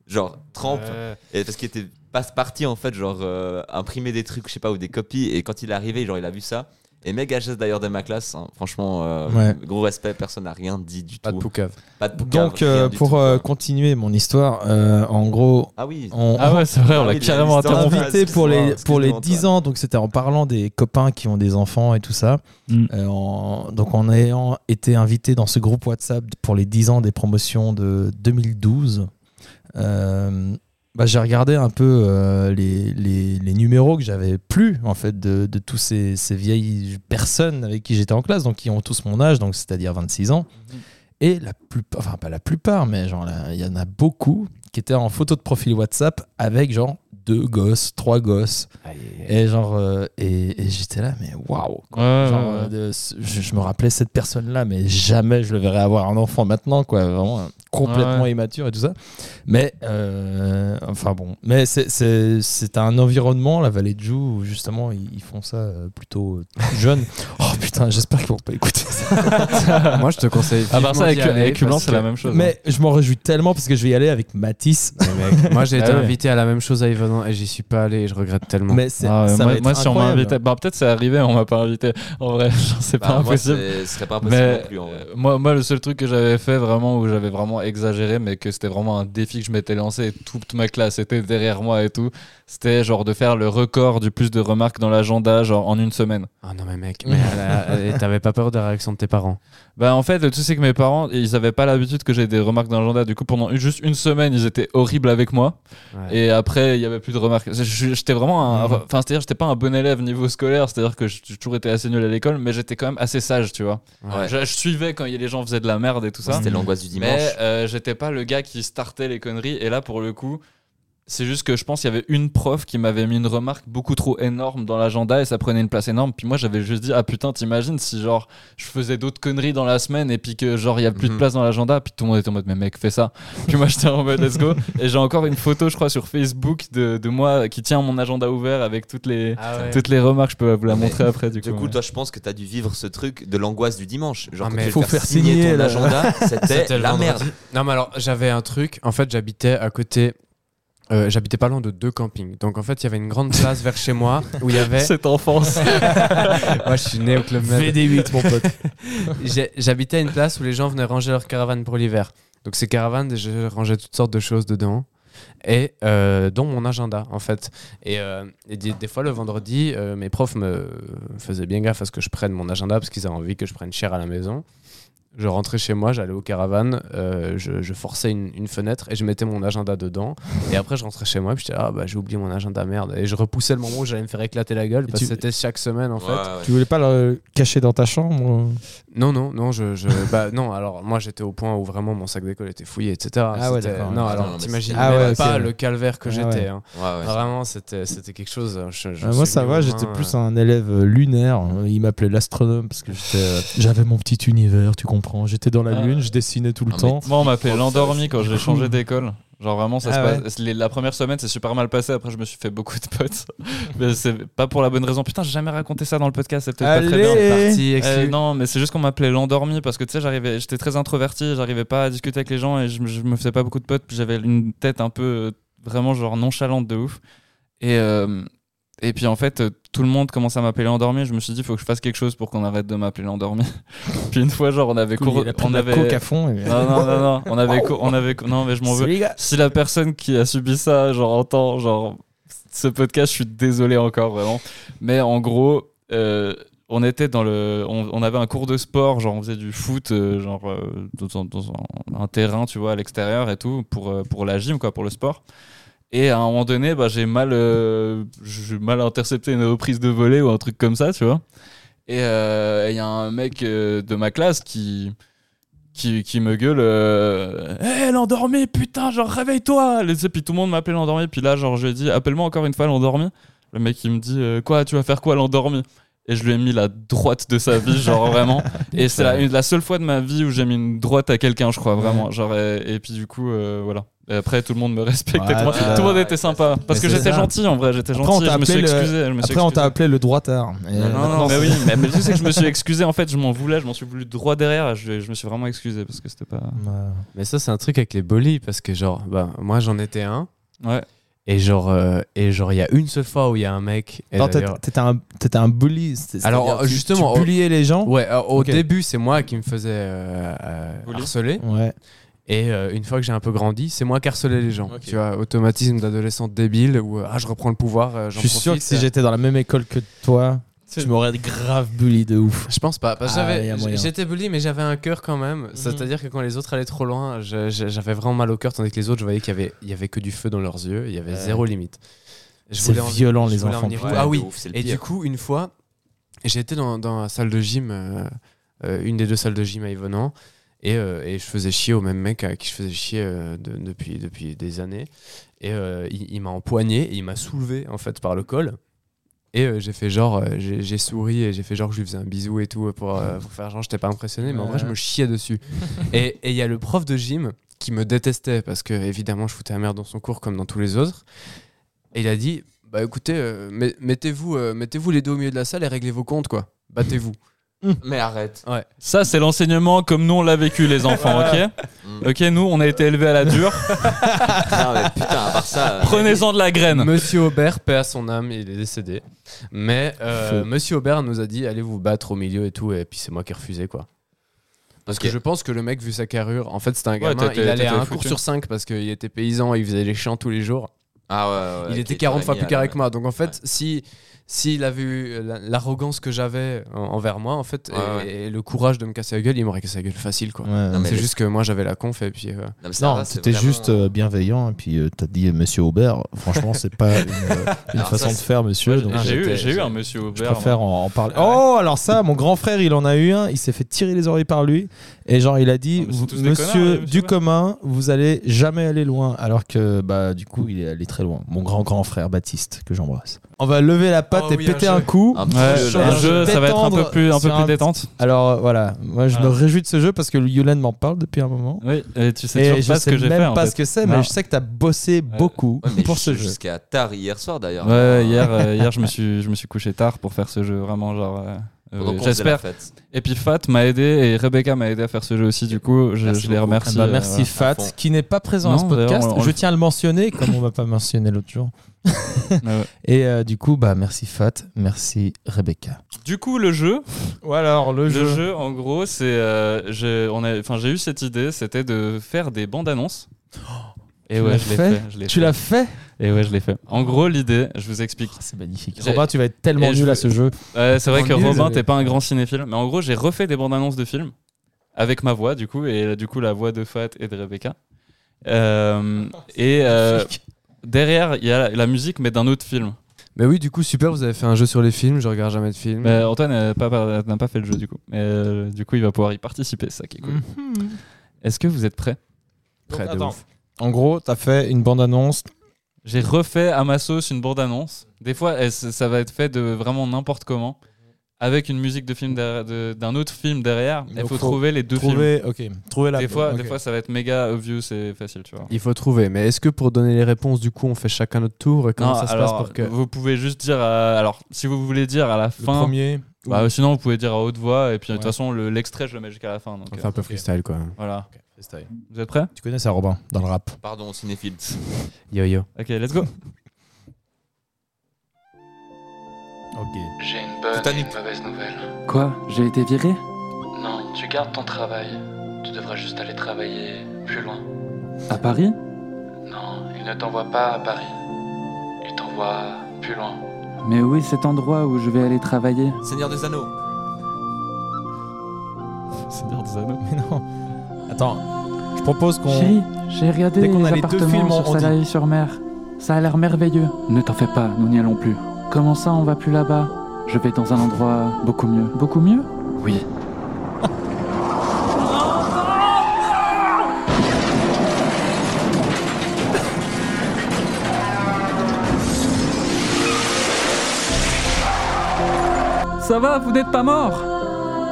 S5: genre trempe.
S3: Euh,
S5: Et parce qu'il était pas parti en fait, genre euh, imprimer des trucs, je sais pas, ou des copies. Et quand il est arrivé, genre il a vu ça. Et méga geste d'ailleurs de ma classe. hein. Franchement, euh,
S1: Ouais.
S5: gros respect, personne n'a rien dit du
S3: pas de
S5: tout.
S3: poucave.
S5: pas de poucave,
S1: Donc,
S5: rien
S1: euh,
S5: du
S1: pour
S5: tout, quoi.
S1: euh, continuer mon histoire, euh, en gros,
S5: Ah oui,
S1: on,
S2: Ah ouais, c'est vrai, on
S5: Ah
S2: l'a
S5: oui,
S2: carrément
S5: les histoires.
S2: interrompu.
S5: Antoine,
S1: invité pour les,
S5: excuse-moi,
S1: pour les
S5: excuse-moi,
S1: 10 ans, donc c'était en parlant des copains qui ont des enfants et tout ça.
S2: Mm.
S1: Euh, en- donc en ayant été invité dans ce groupe WhatsApp pour les 10 ans des promotions de 2012, euh, bah, j'ai regardé un peu euh, les, les- les numéros que j'avais plus en fait de, de tous ces, ces vieilles personnes avec qui j'étais en classe, donc qui ont tous mon âge, donc c'est-à-dire 26 ans.
S5: Mm-hmm.
S1: Et la plupart, enfin pas la plupart, mais genre là, il y en a beaucoup qui étaient en photo de profil WhatsApp avec genre deux gosses, trois gosses. Et genre, euh, et, et j'étais là, mais waouh! quoi.
S2: Ah, Ouais,
S1: Genre,
S2: ouais,
S1: euh,
S2: ouais.
S1: de- je, je me rappelais cette personne-là, mais jamais je le verrais avoir un enfant maintenant, quoi. Vraiment euh, complètement
S2: Ouais.
S1: immature et tout ça. Mais, euh, enfin bon, mais c'est- c'est c'est un environnement, la vallée de Joux, où justement ils, ils font ça euh, plutôt euh,
S2: (laughs)
S1: jeune. oh putain, j'espère qu'ils vont pas écouter ça.
S3: Moi, je te (laughs) conseille.
S2: À part ça, avec,
S3: vivement d'y
S2: avec
S3: aller
S2: Hublin,
S3: parce
S2: c'est
S3: que-
S2: la même chose.
S1: Mais je m'en réjouis tellement parce que je vais y aller avec Matisse.
S2: (laughs)
S3: Mais mec, moi, j'ai
S2: Ah
S3: été
S2: ouais.
S3: invité à la même chose à Ivonan et j'y suis pas allé et je regrette tellement.
S1: Mais c'est
S2: Ah ouais,
S1: ça
S2: moi,
S1: va être
S2: moi, si on m'a
S1: incroyable.
S2: invité, bah, peut-être c'est arrivé, on m'a pas invité. En vrai, genre, c'est
S5: Bah,
S2: pas
S5: moi,
S2: impossible.
S5: c'est- ce serait pas impossible
S2: Mais
S5: non plus en vrai.
S2: euh, moi, moi, le seul truc que j'avais fait vraiment où j'avais vraiment exagéré, mais que c'était vraiment un défi que je m'étais lancé et toute ma classe était derrière moi et tout, c'était genre de faire le record du plus de remarques dans l'agenda, genre en une semaine.
S3: Ah non, mais mec, mais (laughs) à la- et t'avais pas peur de la réaction de tes parents
S2: Bah, en fait, le truc, c'est que mes parents, ils avaient pas l'habitude que j'ai des remarques dans l'agenda. Du coup, pendant une- juste une semaine, ils étaient horribles avec moi.
S3: Ouais.
S2: Et après, il y avait plus de remarques. Je- je- J'étais vraiment un.
S1: Mhm.
S2: Enfin, c'est-à-dire, j'étais pas un bon élève niveau scolaire. C'est-à-dire que j'ai toujours été assez nul à l'école, mais j'étais quand même assez sage, tu vois.
S5: Ouais.
S2: Je, je suivais quand les gens faisaient de la merde et tout ça.
S5: C'était l'angoisse du dimanche.
S2: Mais euh, j'étais pas le gars qui startait les conneries. Et là, pour le coup, c'est juste que je pense qu'il y avait une prof qui m'avait mis une remarque beaucoup trop énorme dans l'agenda et ça prenait une place énorme. Puis moi, j'avais juste dit Ah putain, t'imagines si genre je faisais d'autres conneries dans la semaine et puis que genre il y a plus de
S3: Mhm.
S2: place dans l'agenda. Puis tout le monde était en mode Mais mec, fais ça. (laughs) Puis moi, j'étais en mode Let's go. Et j'ai encore une photo, je crois, sur Facebook de, de moi qui tient mon agenda ouvert avec toutes les,
S3: Ah
S2: toutes les remarques. Je peux vous la
S5: Mais
S2: montrer après euh, du coup.
S5: Du coup,
S2: mais-
S5: toi, je pense que t'as dû vivre ce truc de l'angoisse du dimanche. Genre,
S3: Ah,
S5: quand
S3: mais
S5: tu
S1: faut
S5: veux
S1: faire signer,
S5: ton
S1: là.
S5: agenda, c'était
S3: le
S5: la
S3: vendredi.
S5: merde.
S3: Non, mais alors, j'avais un truc. En fait, j'habitais à côté. euh, j'habitais pas loin de deux campings. Donc, en fait, il y avait une grande place vers chez moi où il y
S2: (laughs)
S3: avait.
S2: cette enfance.
S3: (laughs) moi, je suis né au Club Med.
S1: VD8, mon pote.
S3: J'ai- J'habitais à une place où les gens venaient ranger leurs caravanes pour l'hiver. Donc, ces caravanes, je rangeais toutes sortes de choses dedans. Et euh, dont mon agenda, en fait. Et, euh, et des, des fois, le vendredi, euh, mes profs me faisaient bien gaffe à ce que je prenne mon agenda parce qu'ils avaient envie que je prenne cher à la maison. Je rentrais chez moi, j'allais au caravane, euh, je, je forçais une, une fenêtre et je mettais mon agenda dedans. Et après, je rentrais chez moi et puis j'étais ah bah j'ai oublié mon agenda merde. Et je repoussais le moment où j'allais me faire éclater la gueule parce que
S1: tu-
S3: c'était chaque semaine en
S5: Ouais,
S3: fait.
S5: ouais.
S1: Tu voulais pas le cacher dans ta chambre
S3: Non, non, non, je, je- (laughs) bah, non, alors moi j'étais au point où vraiment mon sac d'école était fouillé, etc.
S1: Ah ouais,
S3: C'était-
S1: d'accord.
S3: Non,
S5: Ah
S3: alors
S5: non, mais
S3: t'imagines
S1: c'était- Ah
S3: même
S1: ouais, ok.
S3: pas le calvaire que
S1: Ah
S3: j'étais.
S1: ouais.
S3: hein.
S5: Ouais, ouais.
S3: Vraiment, c'était c'était quelque chose. hein, je- je
S1: Euh,
S3: suis
S1: Moi, ça
S3: venu
S1: va,
S3: au
S1: j'étais
S3: moins,
S1: plus
S3: euh,
S1: un élève euh, lunaire. Il m'appelait l'astronome parce que j'étais, euh, (laughs) j'avais mon petit univers, tu comprends. J'étais dans la
S2: Ah.
S1: lune, je dessinais tout le
S5: Ah, mais
S1: temps.
S2: Moi, on m'appelait
S5: Oh, ça,
S2: l'endormi
S5: c'est
S2: quand j'ai changé d'école. Genre vraiment, ça
S1: Ah
S2: se
S1: ouais.
S2: passe. les- La première semaine, c'est super mal passé. Après, je me suis fait beaucoup de potes. (laughs) mais c'est pas pour la bonne raison. Putain, j'ai jamais raconté ça dans le podcast. C'est peut-être pas très bien.
S3: parti,
S1: Eh,
S3: exclu.
S2: Euh, non, mais c'est juste qu'on m'appelait l'endormi parce que tu sais, j'arrivais, j'étais très introverti, j'arrivais pas à discuter avec les gens et je, me- je me faisais pas beaucoup de potes. puis J'avais une tête un peu euh, vraiment genre nonchalante de ouf. Et, euh, et puis en fait, euh, tout le monde commence à m'appeler l'endormi. Je me suis dit, faut que je fasse quelque chose pour qu'on arrête de m'appeler l'endormi. (laughs) puis une fois, genre, on avait cours,
S1: Il a pris
S2: on
S1: de la
S2: avait, Ah,
S1: coke à fond. (laughs) et-
S2: non, non, non, non, on avait, cours- on avait, cours- non, mais je m'en veux.
S1: Salut, gars.
S2: Si la personne qui a subi ça, genre, entend, genre, ce podcast, je suis désolé encore, vraiment. Mais en gros, euh, on était dans le. On, on avait un cours de sport, genre, on faisait du foot, euh, genre, euh, dans, dans un, un terrain, tu vois, à l'extérieur et tout, pour, euh, pour la gym, quoi, pour le sport. Et à un moment donné, bah, j'ai mal, euh, j'ai mal intercepté une reprise de volée ou un truc comme ça, tu vois. Et euh, il y a un mec euh, de ma classe qui, qui, qui me gueule euh, Hé, l'endormi, putain, genre réveille-toi Et tu sais, Puis tout le monde m'appelait l'endormi, puis là, genre, je lui ai dit Appelle-moi encore une fois l'endormi. Le mec, il me dit euh, Quoi, tu vas faire quoi l'endormi Et je lui ai mis la droite de sa vie,
S1: (laughs)
S2: genre vraiment. Et c'est la, une- la seule fois de ma vie où j'ai mis une droite à quelqu'un, je crois, vraiment. Genre, et, et puis du coup, euh, voilà. Et après, tout le monde me (laughs) respectait.
S1: Ouais,
S2: tout le monde-
S1: tu l'as-
S2: tout le monde était sympa. Parce
S1: Mais
S2: que
S1: c'est
S2: j'étais
S1: ça.
S2: gentil, en vrai, j'étais
S1: Après,
S2: gentil.
S1: on t'a
S2: Je me suis
S1: appelé le-
S2: excusé. je me suis
S1: Après, on t'a
S2: excusé.
S1: appelé le droit tard. Et
S2: Non, Euh, non,
S1: maintenant,
S2: non, mais
S1: c'est-
S2: oui, (laughs)
S1: (laughs)
S2: mais, mais tu sais que je me suis excusé en fait, je m'en voulais, je m'en suis voulu droit derrière, je, je me suis vraiment excusé parce que c'était pas.
S1: Bah,
S3: Mais ça, c'est un truc avec les bolis parce que, genre, bah, moi j'en étais un.
S2: Ouais.
S3: Et genre, euh, et genre, il y a une seule fois où il y a un mec. et
S1: attends, t'étais
S3: d'ailleurs-
S1: t'étais un, t'étais un bully. c'est-
S3: Alors,
S2: euh,
S3: euh,
S1: c'est-à-dire, tu-
S3: justement,
S2: oh.
S1: tu bulliais les gens.
S3: Ouais, euh, au
S1: Ok.
S3: début, c'est moi qui me faisais euh, euh,
S2: Bully.
S3: harceler.
S1: Ouais.
S3: Et euh, une fois que j'ai un peu grandi, c'est moi qui harcelais les gens.
S5: Ok.
S3: Tu vois, automatisme d'adolescent débile où euh, ah, je reprends le pouvoir, euh,
S1: Je
S3: j'en
S1: suis sûr que
S3: profite.
S1: si j'étais dans la même école que toi,
S2: C'est-
S1: tu m'aurais grave bully de ouf.
S3: Je pense pas. Parce que
S1: Ah,
S3: j'avais-
S1: y a moyen.
S3: j'étais bully, mais j'avais un cœur quand même.
S5: Mhm.
S3: C'est-à-dire que quand les autres allaient trop loin, je- je- j'avais vraiment mal au cœur, tandis que les autres, je voyais qu'il y avait, il y avait que du feu dans leurs yeux, il y avait
S1: Ouais.
S3: zéro limite. Je
S1: C'est
S3: voulais en-
S1: violent,
S3: je
S1: les
S3: voulais en
S1: enfants.
S3: venir où
S5: Ouais,
S3: ah
S5: de
S3: oui.
S5: ouf, c'est le
S3: Et
S5: pire.
S3: du coup, une fois, j'étais dans, dans la salle de gym, euh, euh, une des deux salles de gym à Yvonan, et, euh, et je faisais chier au même mec à qui je faisais chier euh, de- depuis, depuis des années. Et euh, il, il m'a empoigné, et il m'a soulevé en fait par le col. Et euh, j'ai fait genre, euh, j'ai j'ai souri et j'ai fait genre que je lui faisais un bisou et tout pour, euh, pour faire genre j'étais pas impressionné, mais en vrai je me chiais dessus. et et il y a le prof de gym qui me détestait parce que évidemment je foutais la merde dans son cours comme dans tous les autres. Et il a dit bah écoutez, euh, met- mettez-vous euh, mettez-vous les deux au milieu de la salle et réglez vos comptes quoi. Battez-vous.
S5: Mais arrête.
S2: Ça, c'est l'enseignement comme nous on l'a vécu, les enfants, ok
S5: Mm.
S2: Ok, nous on a été élevés à la dure,
S5: (laughs)
S2: (laughs)
S5: Non, mais putain, à part ça. euh,
S2: prenez-en de la (laughs) graine
S3: Monsieur Aubert, paix à son âme, il est décédé. Mais euh,
S1: Feu.
S3: Monsieur Aubert nous a dit allez vous battre au milieu et tout, et puis c'est moi qui ai refusé quoi. Parce que je pense que le mec, vu sa carrure, en fait c'était un
S2: Ouais,
S3: gamin,
S2: t'étais-
S3: il allait à
S2: t'étais
S3: un
S2: foutu.
S3: cours sur cinq parce qu'il était paysan et il faisait les chiens tous les jours.
S5: Ah ouais, ouais,
S3: il
S5: ouais,
S3: était
S5: ok,
S3: 40 fois
S5: t'aurais
S3: plus
S5: mis à
S3: carré
S5: la-
S3: que moi. Donc en fait, si s'il avait eu euh, la- l'arrogance que j'avais en- envers moi, en fait, et,
S5: Ouais, ouais.
S3: et le courage de me casser la gueule, il m'aurait cassé la gueule facile quoi.
S1: Ouais.
S5: Non, mais
S3: C'est
S5: les-
S3: juste que moi j'avais la conf et puis. euh,
S5: Non, mais ça
S1: Non,
S5: va, c'est
S1: c'était
S5: vraiment-
S1: juste euh, bienveillant. Et puis, euh, t'as dit euh, Monsieur Aubert. Franchement, c'est pas une, euh,
S2: (laughs)
S1: une
S5: Alors ça,
S1: façon de
S5: c'est-
S1: faire, monsieur. donc,
S2: Ah, J'ai
S1: euh,
S2: eu, j'ai eu un monsieur
S1: je
S2: Aubert.
S1: préfère en, en parler.
S2: Ah
S1: Oh, alors ça, mon grand frère, il en a eu un. Il s'est fait tirer les oreilles par lui. Et genre, il a dit
S2: Non, mais c'est
S1: vous-
S2: tous des connards, les
S1: Monsieur
S2: Monsieur
S1: du
S2: Aubert.
S1: commun, vous allez jamais aller loin. Alors que, bah, du coup, il est allé très loin. Mon grand grand frère Baptiste, que j'embrasse. On va lever la patte
S3: Oh
S2: Ah
S1: et
S3: oui, un
S1: péter
S3: jeu.
S1: un coup.
S5: Un petit
S2: Ouais,
S5: jeu,
S2: un
S5: là.
S2: jeu, ça va être un peu
S1: Détendre
S2: plus, un peu
S1: sur
S2: plus
S1: un-
S2: détente.
S1: Alors euh, voilà, moi je
S2: Voilà.
S1: me réjouis de ce jeu parce que Yulen m'en parle depuis un moment.
S2: Oui, et tu sais
S1: Et
S2: toujours
S1: je
S2: pas ce
S1: sais
S2: que j'ai
S1: même
S2: fait. en
S1: pas
S2: fait.
S1: ce que c'est, mais
S2: Non.
S1: je sais que t'as bossé beaucoup
S5: Ouais, mais
S1: pour ce
S5: jus-
S1: jeu.
S5: Jusqu'à tard hier soir d'ailleurs.
S2: Ouais, hier, euh, hier je, me suis, je me suis couché tard pour faire ce jeu, vraiment, genre. euh, euh,
S5: Pendant qu'on faisait la
S2: J'espère.
S5: fête.
S2: Et puis Fat m'a aidé et Rebecca m'a aidé à faire ce jeu aussi, du coup, je,
S5: Merci
S2: je les
S5: beaucoup.
S1: Ah
S2: remercie.
S1: bah,
S2: euh,
S1: merci
S2: voilà.
S1: Fat,
S5: à fond.
S1: qui n'est pas présent à ce
S2: Non, d'ailleurs,
S1: podcast.
S2: on- on
S1: je
S2: le- Ah
S1: tiens à le mentionner, comme on va pas mentionner l'autre
S2: (laughs)
S1: jour.
S2: Ouais, ouais.
S1: Et euh, du coup, bah merci Fat, merci Rebecca.
S2: Du coup, le jeu,
S1: Ou alors le,
S2: Le jeu, en gros, c'est. euh, je- on a- enfin, j'ai eu cette idée, c'était de faire des bandes annonces.
S1: Oh,
S2: Et
S1: Tu
S2: ouais,
S1: l'as
S2: je l'ai
S1: fait
S2: fait. je l'ai
S1: Tu
S2: fait.
S1: l'as fait
S2: Et ouais, je l'ai fait. En gros, l'idée, je vous explique.
S1: Oh, C'est magnifique.
S2: J'ai-
S1: Robin, tu vas être tellement
S2: Et je
S1: nul à
S2: veux-
S1: ce jeu.
S2: Euh, c'est vrai
S1: Oh,
S2: que
S1: nul,
S2: Robin,
S1: mais-
S2: t'es pas un grand cinéphile, mais en gros, j'ai refait des bandes annonces de films avec ma voix du coup et du coup la voix de Fat et de Rebecca. Euh,
S1: (laughs)
S2: et euh, derrière il y a la, la musique mais d'un autre film.
S1: Mm.
S3: Mais oui, du coup, super, vous avez fait un jeu sur les films, je regarde jamais de films.
S2: Mais Antoine n'a pas, pas- n'a pas fait le jeu du coup. Mais euh, du coup il va pouvoir y participer, c'est ça qui est cool.
S1: Mm-hmm.
S2: Est-ce que vous êtes prêts
S3: Près de
S1: attends.
S3: ouf.
S1: En gros, t'as fait une bande-annonce.
S2: J'ai refait à ma sauce une bande-annonce. Des fois, elle- ça ça va être fait de vraiment n'importe comment, avec une musique de film derrière- de- d'un autre film derrière. Il
S1: Donc,
S2: faut,
S1: faut
S2: trouver les deux films.
S1: Trouver, ok. Trouver la
S2: Des fois,
S1: ok.
S2: des fois, ça va être méga obvious et facile, tu vois.
S3: Il faut trouver, mais est-ce que pour donner les réponses, du coup, on fait chacun notre tour et Comment
S2: Non,
S3: ça se
S2: alors,
S3: passe pour que.
S2: vous pouvez juste dire. euh, alors, si vous voulez dire à la
S1: Le
S2: fin,
S1: premier.
S2: bah, sinon vous pouvez dire à haute voix. Et puis de
S1: Ouais.
S2: toute façon, le- l'extrait, je le mets jusqu'à la fin. Donc,
S3: On
S2: euh,
S3: fait un peu freestyle, quoi.
S2: voilà.
S1: Ok, freestyle.
S2: Vous êtes prêts
S1: Tu connais ça, Robin, dans le rap.
S5: Pardon, cinéphile.
S3: Yo yo.
S2: Ok, let's go.
S1: Ok.
S9: J'ai une bonne
S5: Titanic.
S9: et une mauvaise nouvelle.
S8: Quoi J'ai été viré
S9: Non, tu gardes ton travail. Tu devras juste aller travailler plus loin.
S8: À Paris
S9: Non, il ne t'envoie pas à Paris. Il t'envoie plus loin.
S8: Mais oui, cet endroit où je vais aller travailler.
S5: Seigneur des Anneaux.
S2: Seigneur des Anneaux.
S1: Mais non. Attends, je propose
S2: (laughs)
S1: qu'on.
S8: Chérie, j'ai regardé
S1: Dès qu'on
S8: les
S1: a les deux
S8: appartements
S1: films, on- on
S8: sur Salaï sur mer. Ça a l'air merveilleux. Ne t'en fais pas, nous n'y allons plus. Comment ça, on va plus là-bas Je vais dans un endroit beaucoup mieux. Beaucoup mieux Oui. Ça va, vous n'êtes pas mort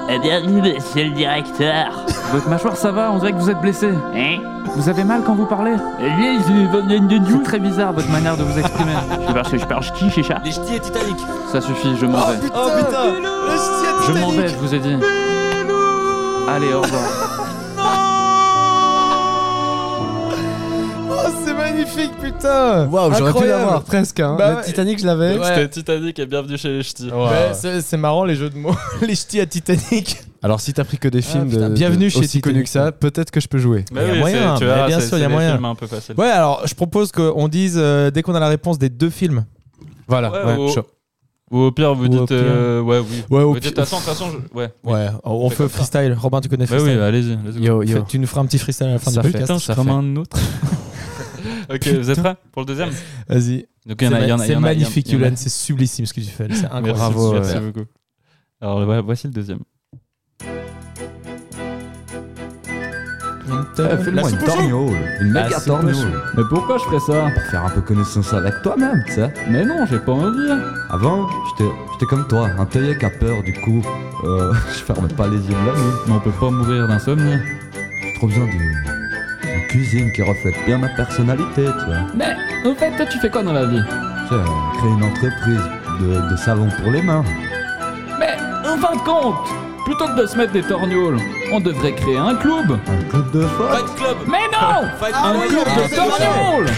S4: Eh Bienvenue, monsieur le directeur.
S8: Votre mâchoire, ça va, on dirait que vous êtes blessé.
S4: Hein
S8: Vous avez mal quand vous parlez
S4: Lui, je de
S8: C'est très bizarre votre manière de vous
S4: (laughs)
S8: exprimer.
S4: C'est parce que je parle ch'ti chez ça.
S5: Les ch'tis et Titanic.
S8: Ça suffit, je m'en vais.
S5: Oh putain Le ch'ti
S8: Je m'en vais, je vous ai dit. Allez, au revoir.
S1: Oh, c'est magnifique, putain
S3: Waouh, j'aurais pu
S1: Incroyable.
S3: l'avoir presque. Hein.
S1: Bah
S3: le
S1: ouais.
S3: Titanic, je l'avais.
S1: Ouais.
S2: C'était Titanic et bienvenue chez les ch'tis.
S1: Ouais, c'est- C'est marrant les jeux de mots. les ch'tis à Titanic.
S3: Alors, si t'as pris que des films
S1: Ah, putain,
S3: de,
S1: bienvenue
S3: de-
S1: chez
S3: aussi connus
S1: Titanic.
S3: que ça, peut-être que je peux jouer.
S2: Mais
S1: Il y a
S2: Bah oui,
S1: moyen, hein.
S2: c'est- tu
S1: mais
S2: vois,
S1: bien
S2: c'est-
S1: sûr, il y
S2: c'est
S1: a
S2: les
S1: moyen.
S2: films un peu facile.
S1: Ouais, alors je propose qu'on dise euh, dès qu'on a la réponse des deux films.
S3: Voilà.
S2: Ouais,
S3: ouais,
S2: ou-
S3: chaud.
S2: Ou au pire, vous
S1: Ou au
S2: dites.
S1: pire.
S2: euh, ouais, oui.
S1: Ouais,
S2: Vous
S1: au
S2: dites, De
S1: pire-
S2: toute façon, de toute façon, je- ouais.
S1: Ouais, on, on
S2: fait
S1: fait
S2: comme ça.
S1: freestyle. Robin, tu connais
S2: Bah
S1: freestyle
S2: oui, allez-y. let's go.
S3: Yo yo.
S1: Fais- Tu nous feras un petit freestyle à la fin
S3: Ça
S1: du
S3: fait.
S1: podcast.
S2: Putain, je suis
S3: ça
S2: comme un autre. (laughs) ok, vous êtes prêts pour le deuxième
S1: Vas-y.
S2: Donc, il
S1: C'est
S2: y en a- il y
S1: ma- c'est
S2: en a- il y en a- il y en a-
S1: magnifique,
S2: il y en a-
S1: Yulan. C'est sublissime ce que tu fais. C'est
S2: Merci,
S1: incroyable.
S3: Bravo,
S2: Merci
S3: ouais.
S2: beaucoup. Alors, voilà, voici le deuxième.
S1: Euh, La soupe aux choux.
S10: Euh, une
S1: La méga soupe aux torgnole. choux.
S10: Mais pourquoi je ferais ça Pour faire un peu connaissance avec toi-même, tu sais.
S8: Mais non, j'ai pas envie.
S10: Avant, j'étais j'étais comme toi, un taillé qui a peur, du coup, euh, (laughs) je ferme pas les yeux de la nuit.
S2: Mais on peut pas mourir d'insomnie.
S10: J'ai trop besoin d'une d'une cuisine qui reflète bien ma personnalité, tu vois.
S8: Mais en fait, toi, tu fais quoi dans la vie
S10: Tu sais, euh, créer une entreprise de, de savon pour les mains.
S8: Mais en fin de compte, plutôt que de se mettre des torgnoles, on devrait créer un club.
S10: Un club de foot.
S5: Fight Club
S8: Mais non
S2: (laughs)
S8: Un club
S1: ah,
S8: de
S1: c'est
S8: torgnoles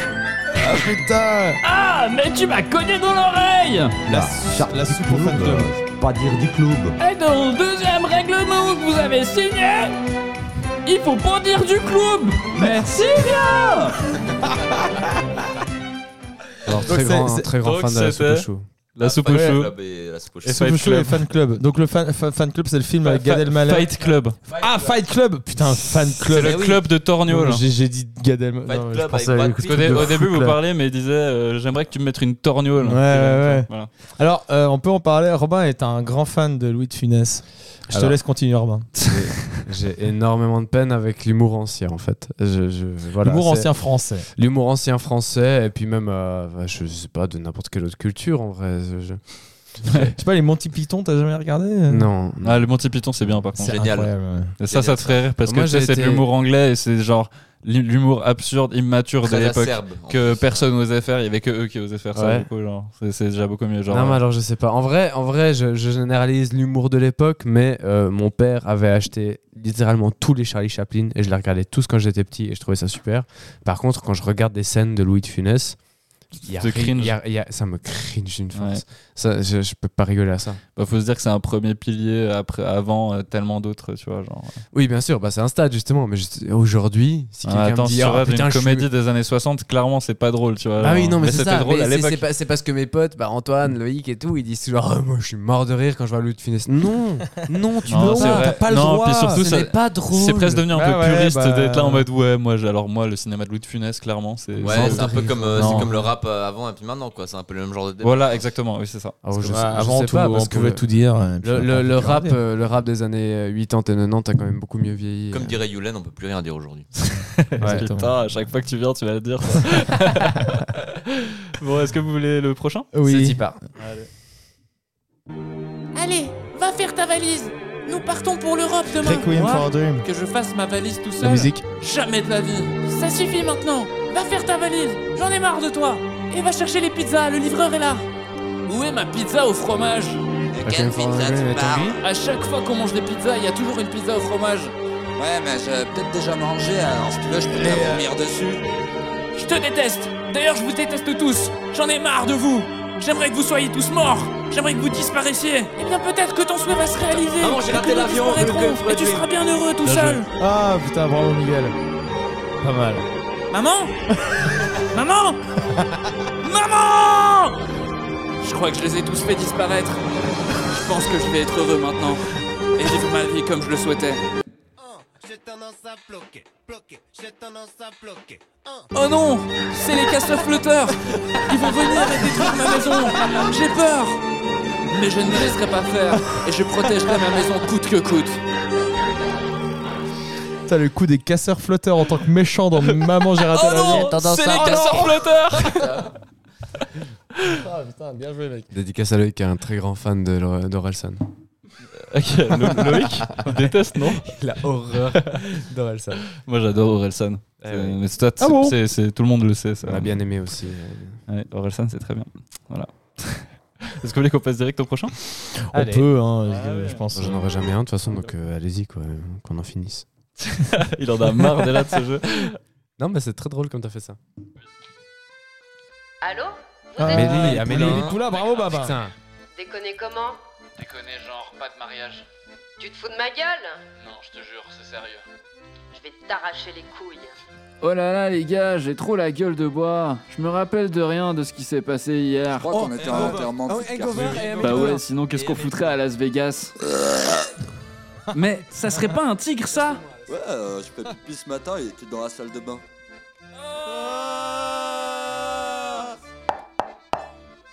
S1: Ah putain
S8: Ah, mais tu m'as cogné dans l'oreille
S1: La
S10: Ah,
S1: sou-
S10: charte
S1: la
S10: du
S1: soupe au fan club.
S10: euh, c'est pas dire du club.
S8: Et dans le deuxième règlement que vous avez signé, il faut pas dire du club Merci
S3: Alors, très
S1: Donc,
S3: grand,
S1: c'est-
S3: très grand
S2: donc,
S3: fan de la
S2: c'était-
S3: soupe au chou.
S2: La soupe au
S1: ouais.
S2: chou.
S5: Club et la soupe au chou.
S2: Et
S1: Soupe
S2: Fight
S1: aux choux
S2: Club.
S1: et fan club. Donc le fan, fa- fan club, c'est le film avec Gad
S2: Fa-
S1: Elmaleh.
S2: Fight Club.
S1: Ah, Fight Club. Putain, fan
S2: C'est
S1: club. Eh
S2: le club de Torgnole.
S1: J'ai j'ai dit Gad Elmaleh.
S5: Fight
S1: Non,
S5: Club
S3: pensais
S5: avec
S3: à
S5: Brad
S3: écouter
S2: Parce
S5: Pitt.
S2: qu'au dé-
S3: de
S2: au début,
S3: fou,
S2: vous
S3: là.
S2: parliez, mais il disait euh, J'aimerais que tu me mettes une torgnole.
S1: Ouais, ouais, ouais.
S2: Voilà.
S1: Alors, euh, on peut en parler. Robin est un grand fan de Louis de Funès. Je te
S3: Alors.
S1: laisse continuer, Robin.
S3: J'ai énormément de peine avec l'humour ancien, en fait. Je, je, (laughs) voilà,
S1: L'humour
S3: c'est-
S1: ancien français.
S3: l'humour ancien français et puis même euh, bah, je sais pas de n'importe quelle autre culture en vrai je- je-
S1: Je sais pas, les Monty Python, t'as jamais regardé
S3: non, non.
S2: Ah, le Monty Python, c'est bien par contre.
S1: C'est
S5: Génial.
S1: incroyable, ouais.
S2: Et ça, ça te ferait rire parce
S3: Moi,
S2: que tu sais,
S3: j'ai
S2: c'est de
S3: été-
S2: l'humour anglais et c'est genre l'hu- l'humour absurde, immature de
S5: Très
S2: l'époque
S5: acerbe.
S2: que personne n'osait faire. Il y avait que eux qui osaient faire ça.
S3: Ouais.
S2: Du coup, genre, c'est, c'est déjà beaucoup mieux. Genre, euh,
S3: Non, mais alors je sais pas en vrai en vrai je, je généralise l'humour de l'époque mais euh, mon père avait acheté littéralement tous les Charlie Chaplin et je les regardais tous quand j'étais petit et je trouvais ça super par contre quand je regarde des scènes de Louis de Funès Il y a
S2: te
S3: ri-
S2: cringe.
S3: il y a- il y a- ça me cringe d'une force.
S2: Ouais.
S3: Ça, je, je peux pas rigoler à ça.
S2: Bah, faut se dire que c'est un premier pilier après, avant euh, tellement d'autres, tu vois. Genre,
S3: Oui, bien sûr, bah, c'est un stade justement. Mais juste- aujourd'hui, si
S2: Ah,
S3: quelqu'un
S2: attends,
S3: me dit
S2: si tu
S3: Ah,
S2: rêves
S3: putain,
S2: d'une
S3: je suis-
S2: comédie des années 60, clairement, c'est pas drôle, tu vois.
S3: Bah oui,
S2: genre.
S3: non, mais, c'est
S2: c'était
S3: ça.
S2: drôle
S3: mais
S2: à
S3: c'est-
S2: l'époque.
S3: c'est pas- C'est parce que mes potes, bah, Antoine, Loïc et tout, ils disent toujours Ah, Moi, je suis mort de rire quand je vois Louis de Funès. Non, non, tu
S2: Non,
S3: non,
S2: c'est vrai.
S3: t'as pas le
S2: Non,
S3: droit.
S2: puis surtout,
S3: ce
S2: ça-
S3: n'est pas drôle.
S2: C'est presque devenu un
S3: Ah
S2: peu
S3: ouais,
S2: puriste
S3: bah,
S2: d'être là en mode ouais, moi, j'ai- alors moi, le cinéma de Louis de Funès, clairement, c'est.
S5: Ouais, c'est un peu comme, euh,
S2: Non.
S5: c'est comme le rap euh, avant et puis maintenant, quoi. C'est un peu le même genre de débat.
S2: Voilà, exactement, oui, c'est ça.
S3: Ah, je
S1: que,
S3: sais-
S1: bah,
S3: je
S1: avant,
S3: sais
S1: tout-
S3: pas,
S1: on
S3: parce que
S1: pouvait
S3: le-
S1: tout dire, et puis on
S3: Le, le-
S1: a
S3: le
S1: plus
S3: rap,
S1: regardé.
S3: euh, le rap des années euh, 80 et 90 a quand même beaucoup mieux vieilli. euh.
S5: Comme dirait Yulen, on peut plus rien dire aujourd'hui.
S3: Ouais.
S2: Putain, à chaque fois que tu viens, tu vas le dire. ça. (laughs) bon, est-ce que vous voulez le prochain
S3: C'est
S1: Oui.
S3: Tipa.
S4: Allez, va faire ta valise. Nous partons pour l'Europe demain.
S1: Requiem for a Dream.
S8: Que je fasse ma valise tout
S1: La
S8: seul
S1: musique.
S8: Jamais de la vie
S4: Ça suffit maintenant. Va faire ta valise. J'en ai marre de toi. Et va chercher les pizzas. Le livreur est là.
S8: Où est ma pizza au fromage
S3: Requiem for a Dream, la tanguy.
S8: À chaque fois qu'on mange des pizzas, il y a toujours une pizza au fromage.
S11: Ouais, mais j'ai peut-être déjà mangé, alors si tu veux, je peux t'endormir dessus.
S8: Je te déteste D'ailleurs, je vous déteste tous J'en ai marre de vous J'aimerais que vous soyez tous morts J'aimerais que vous disparaissiez
S4: Eh bien, peut-être que ton souhait va se réaliser.
S11: Maman, Ah j'ai
S4: Et que
S11: raté
S4: nous
S11: l'avion,
S4: disparaîtrons,
S11: donc, euh,
S4: Et tu
S11: faut
S4: seras bien heureux tout
S2: Bien
S4: seul.
S1: Ah putain, bravo Miguel. Pas mal.
S4: Maman
S8: (laughs)
S4: Maman Maman
S8: Je crois que je les ai tous fait disparaître. Je pense que je vais être heureux maintenant. Et vivre ma vie comme je le souhaitais. Oh non C'est les casseurs flotteurs Ils vont venir et détruire ma maison J'ai peur Mais je ne me laisserai pas faire et je protégerai ma maison coûte que coûte.
S1: T'as le coup des casseurs flotteurs en tant que méchant (laughs) dans Maman j'ai raté
S8: Oh non C'est les casseurs flotteurs
S1: Ah putain, bien joué mec.
S3: Dédicace à Loïc, qui est un très grand fan de Lo- d'Orelsan.
S2: Ok, Lo- Loïc on
S1: (laughs)
S2: déteste, non
S3: La horreur d'Orelsan.
S2: Moi, j'adore Orelsan.
S3: Eh
S2: C'est-
S3: oui.
S2: Mais toi, c'est-
S1: Ah bon
S2: c'est- c'est- tout le monde le sait. Ça.
S3: On l'a bien aimé aussi. euh,
S2: Ouais, Orelsan, c'est très bien. Voilà. (laughs) Est-ce que vous voulez qu'on passe direct au prochain
S1: On peut, hein, je, je pense.
S3: J'en aurai jamais un de toute façon, donc euh, allez-y, quoi, euh, qu'on en finisse.
S2: Il en a marre dès là de ce jeu.
S3: Non, mais c'est très drôle comme t'as fait ça.
S12: Allô Vous
S1: Ah,
S12: êtes
S3: Amélie,
S1: Amélie,
S3: Amélie.
S1: tout là, bravo Baba.
S3: Putain.
S12: déconné comment
S9: Déconner, genre, pas de mariage.
S12: Tu te fous de ma gueule
S9: Non, je te jure, c'est sérieux.
S12: Je vais t'arracher les couilles.
S8: Oh là là les gars, j'ai trop la gueule de bois. Je me rappelle de rien de ce qui s'est passé hier.
S11: Je crois qu'on était en enterrement de foot car-
S8: Bah ouais, sinon qu'est-ce qu'on foutrait à Las Vegas Mais ça serait pas un tigre ça
S11: Ouais, euh, je fais pipi ce matin, il était dans la salle de bain.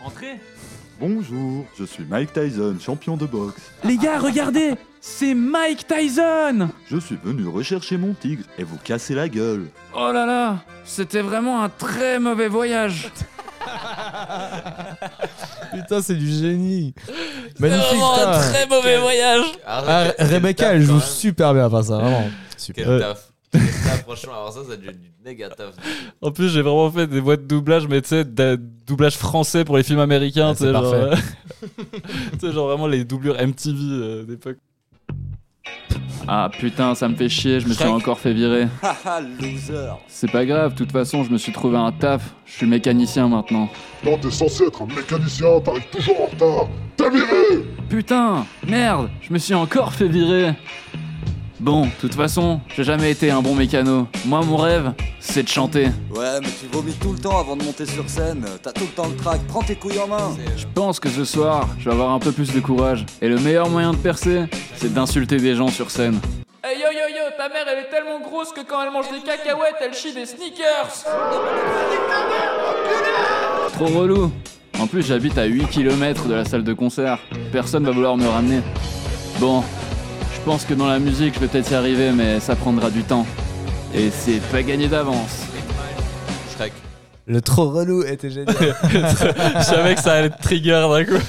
S8: Entrez
S13: Bonjour, je suis Mike Tyson, champion de boxe.
S8: Les gars, regardez C'est Mike Tyson
S13: Je suis venu rechercher mon tigre et vous casser la gueule.
S8: Oh là là C'était vraiment un très mauvais voyage
S1: Putain, c'est du génie. Magnifique.
S2: Oh,
S1: putain.
S8: mauvais voyage
S1: Ah, Rebecca, elle joue super bien à faire ça, vraiment.
S5: Quel
S1: Euh.
S5: taf. Quel taf, franchement, alors ça, ça devient du méga taf.
S2: En plus, j'ai vraiment fait des voix de doublage, mais tu sais, de- doublage français pour les films américains.
S3: Ah,
S2: tu sais,
S3: c'est
S2: genre, euh,
S3: parfait.
S2: (laughs) tu sais, genre vraiment les doublures MTV euh, d'époque.
S8: Ah putain, ça me fait chier, je me suis
S11: Shrek.
S8: encore fait virer.
S11: Haha, loser
S8: C'est pas grave, de toute façon, je me suis trouvé un taf. Je suis mécanicien maintenant.
S14: Non, t'es censé être un mécanicien, t'arrives toujours en retard. T'as viré
S8: Putain, merde, je me suis encore fait virer. Bon, de toute façon, j'ai jamais été un bon mécano. Moi, mon rêve, c'est de chanter.
S11: Ouais, mais tu vomis tout le temps avant de monter sur scène. T'as tout le temps le crack, prends tes couilles en main.
S8: Je pense que ce soir, je vais avoir un peu plus de courage. Et le meilleur moyen de percer, c'est d'insulter des gens sur scène. Hey yo yo yo, ta mère elle est tellement grosse que quand elle mange des cacahuètes, elle chie des sneakers Trop relou En plus, j'habite à 8 km de la salle de concert. Personne va vouloir me ramener. Bon, je pense que dans la musique, je vais peut-être y arriver, mais ça prendra du temps. Et c'est pas gagné d'avance.
S5: Shrek.
S3: Le trop relou était génial.
S2: (laughs) Je savais que ça allait te trigger d'un coup.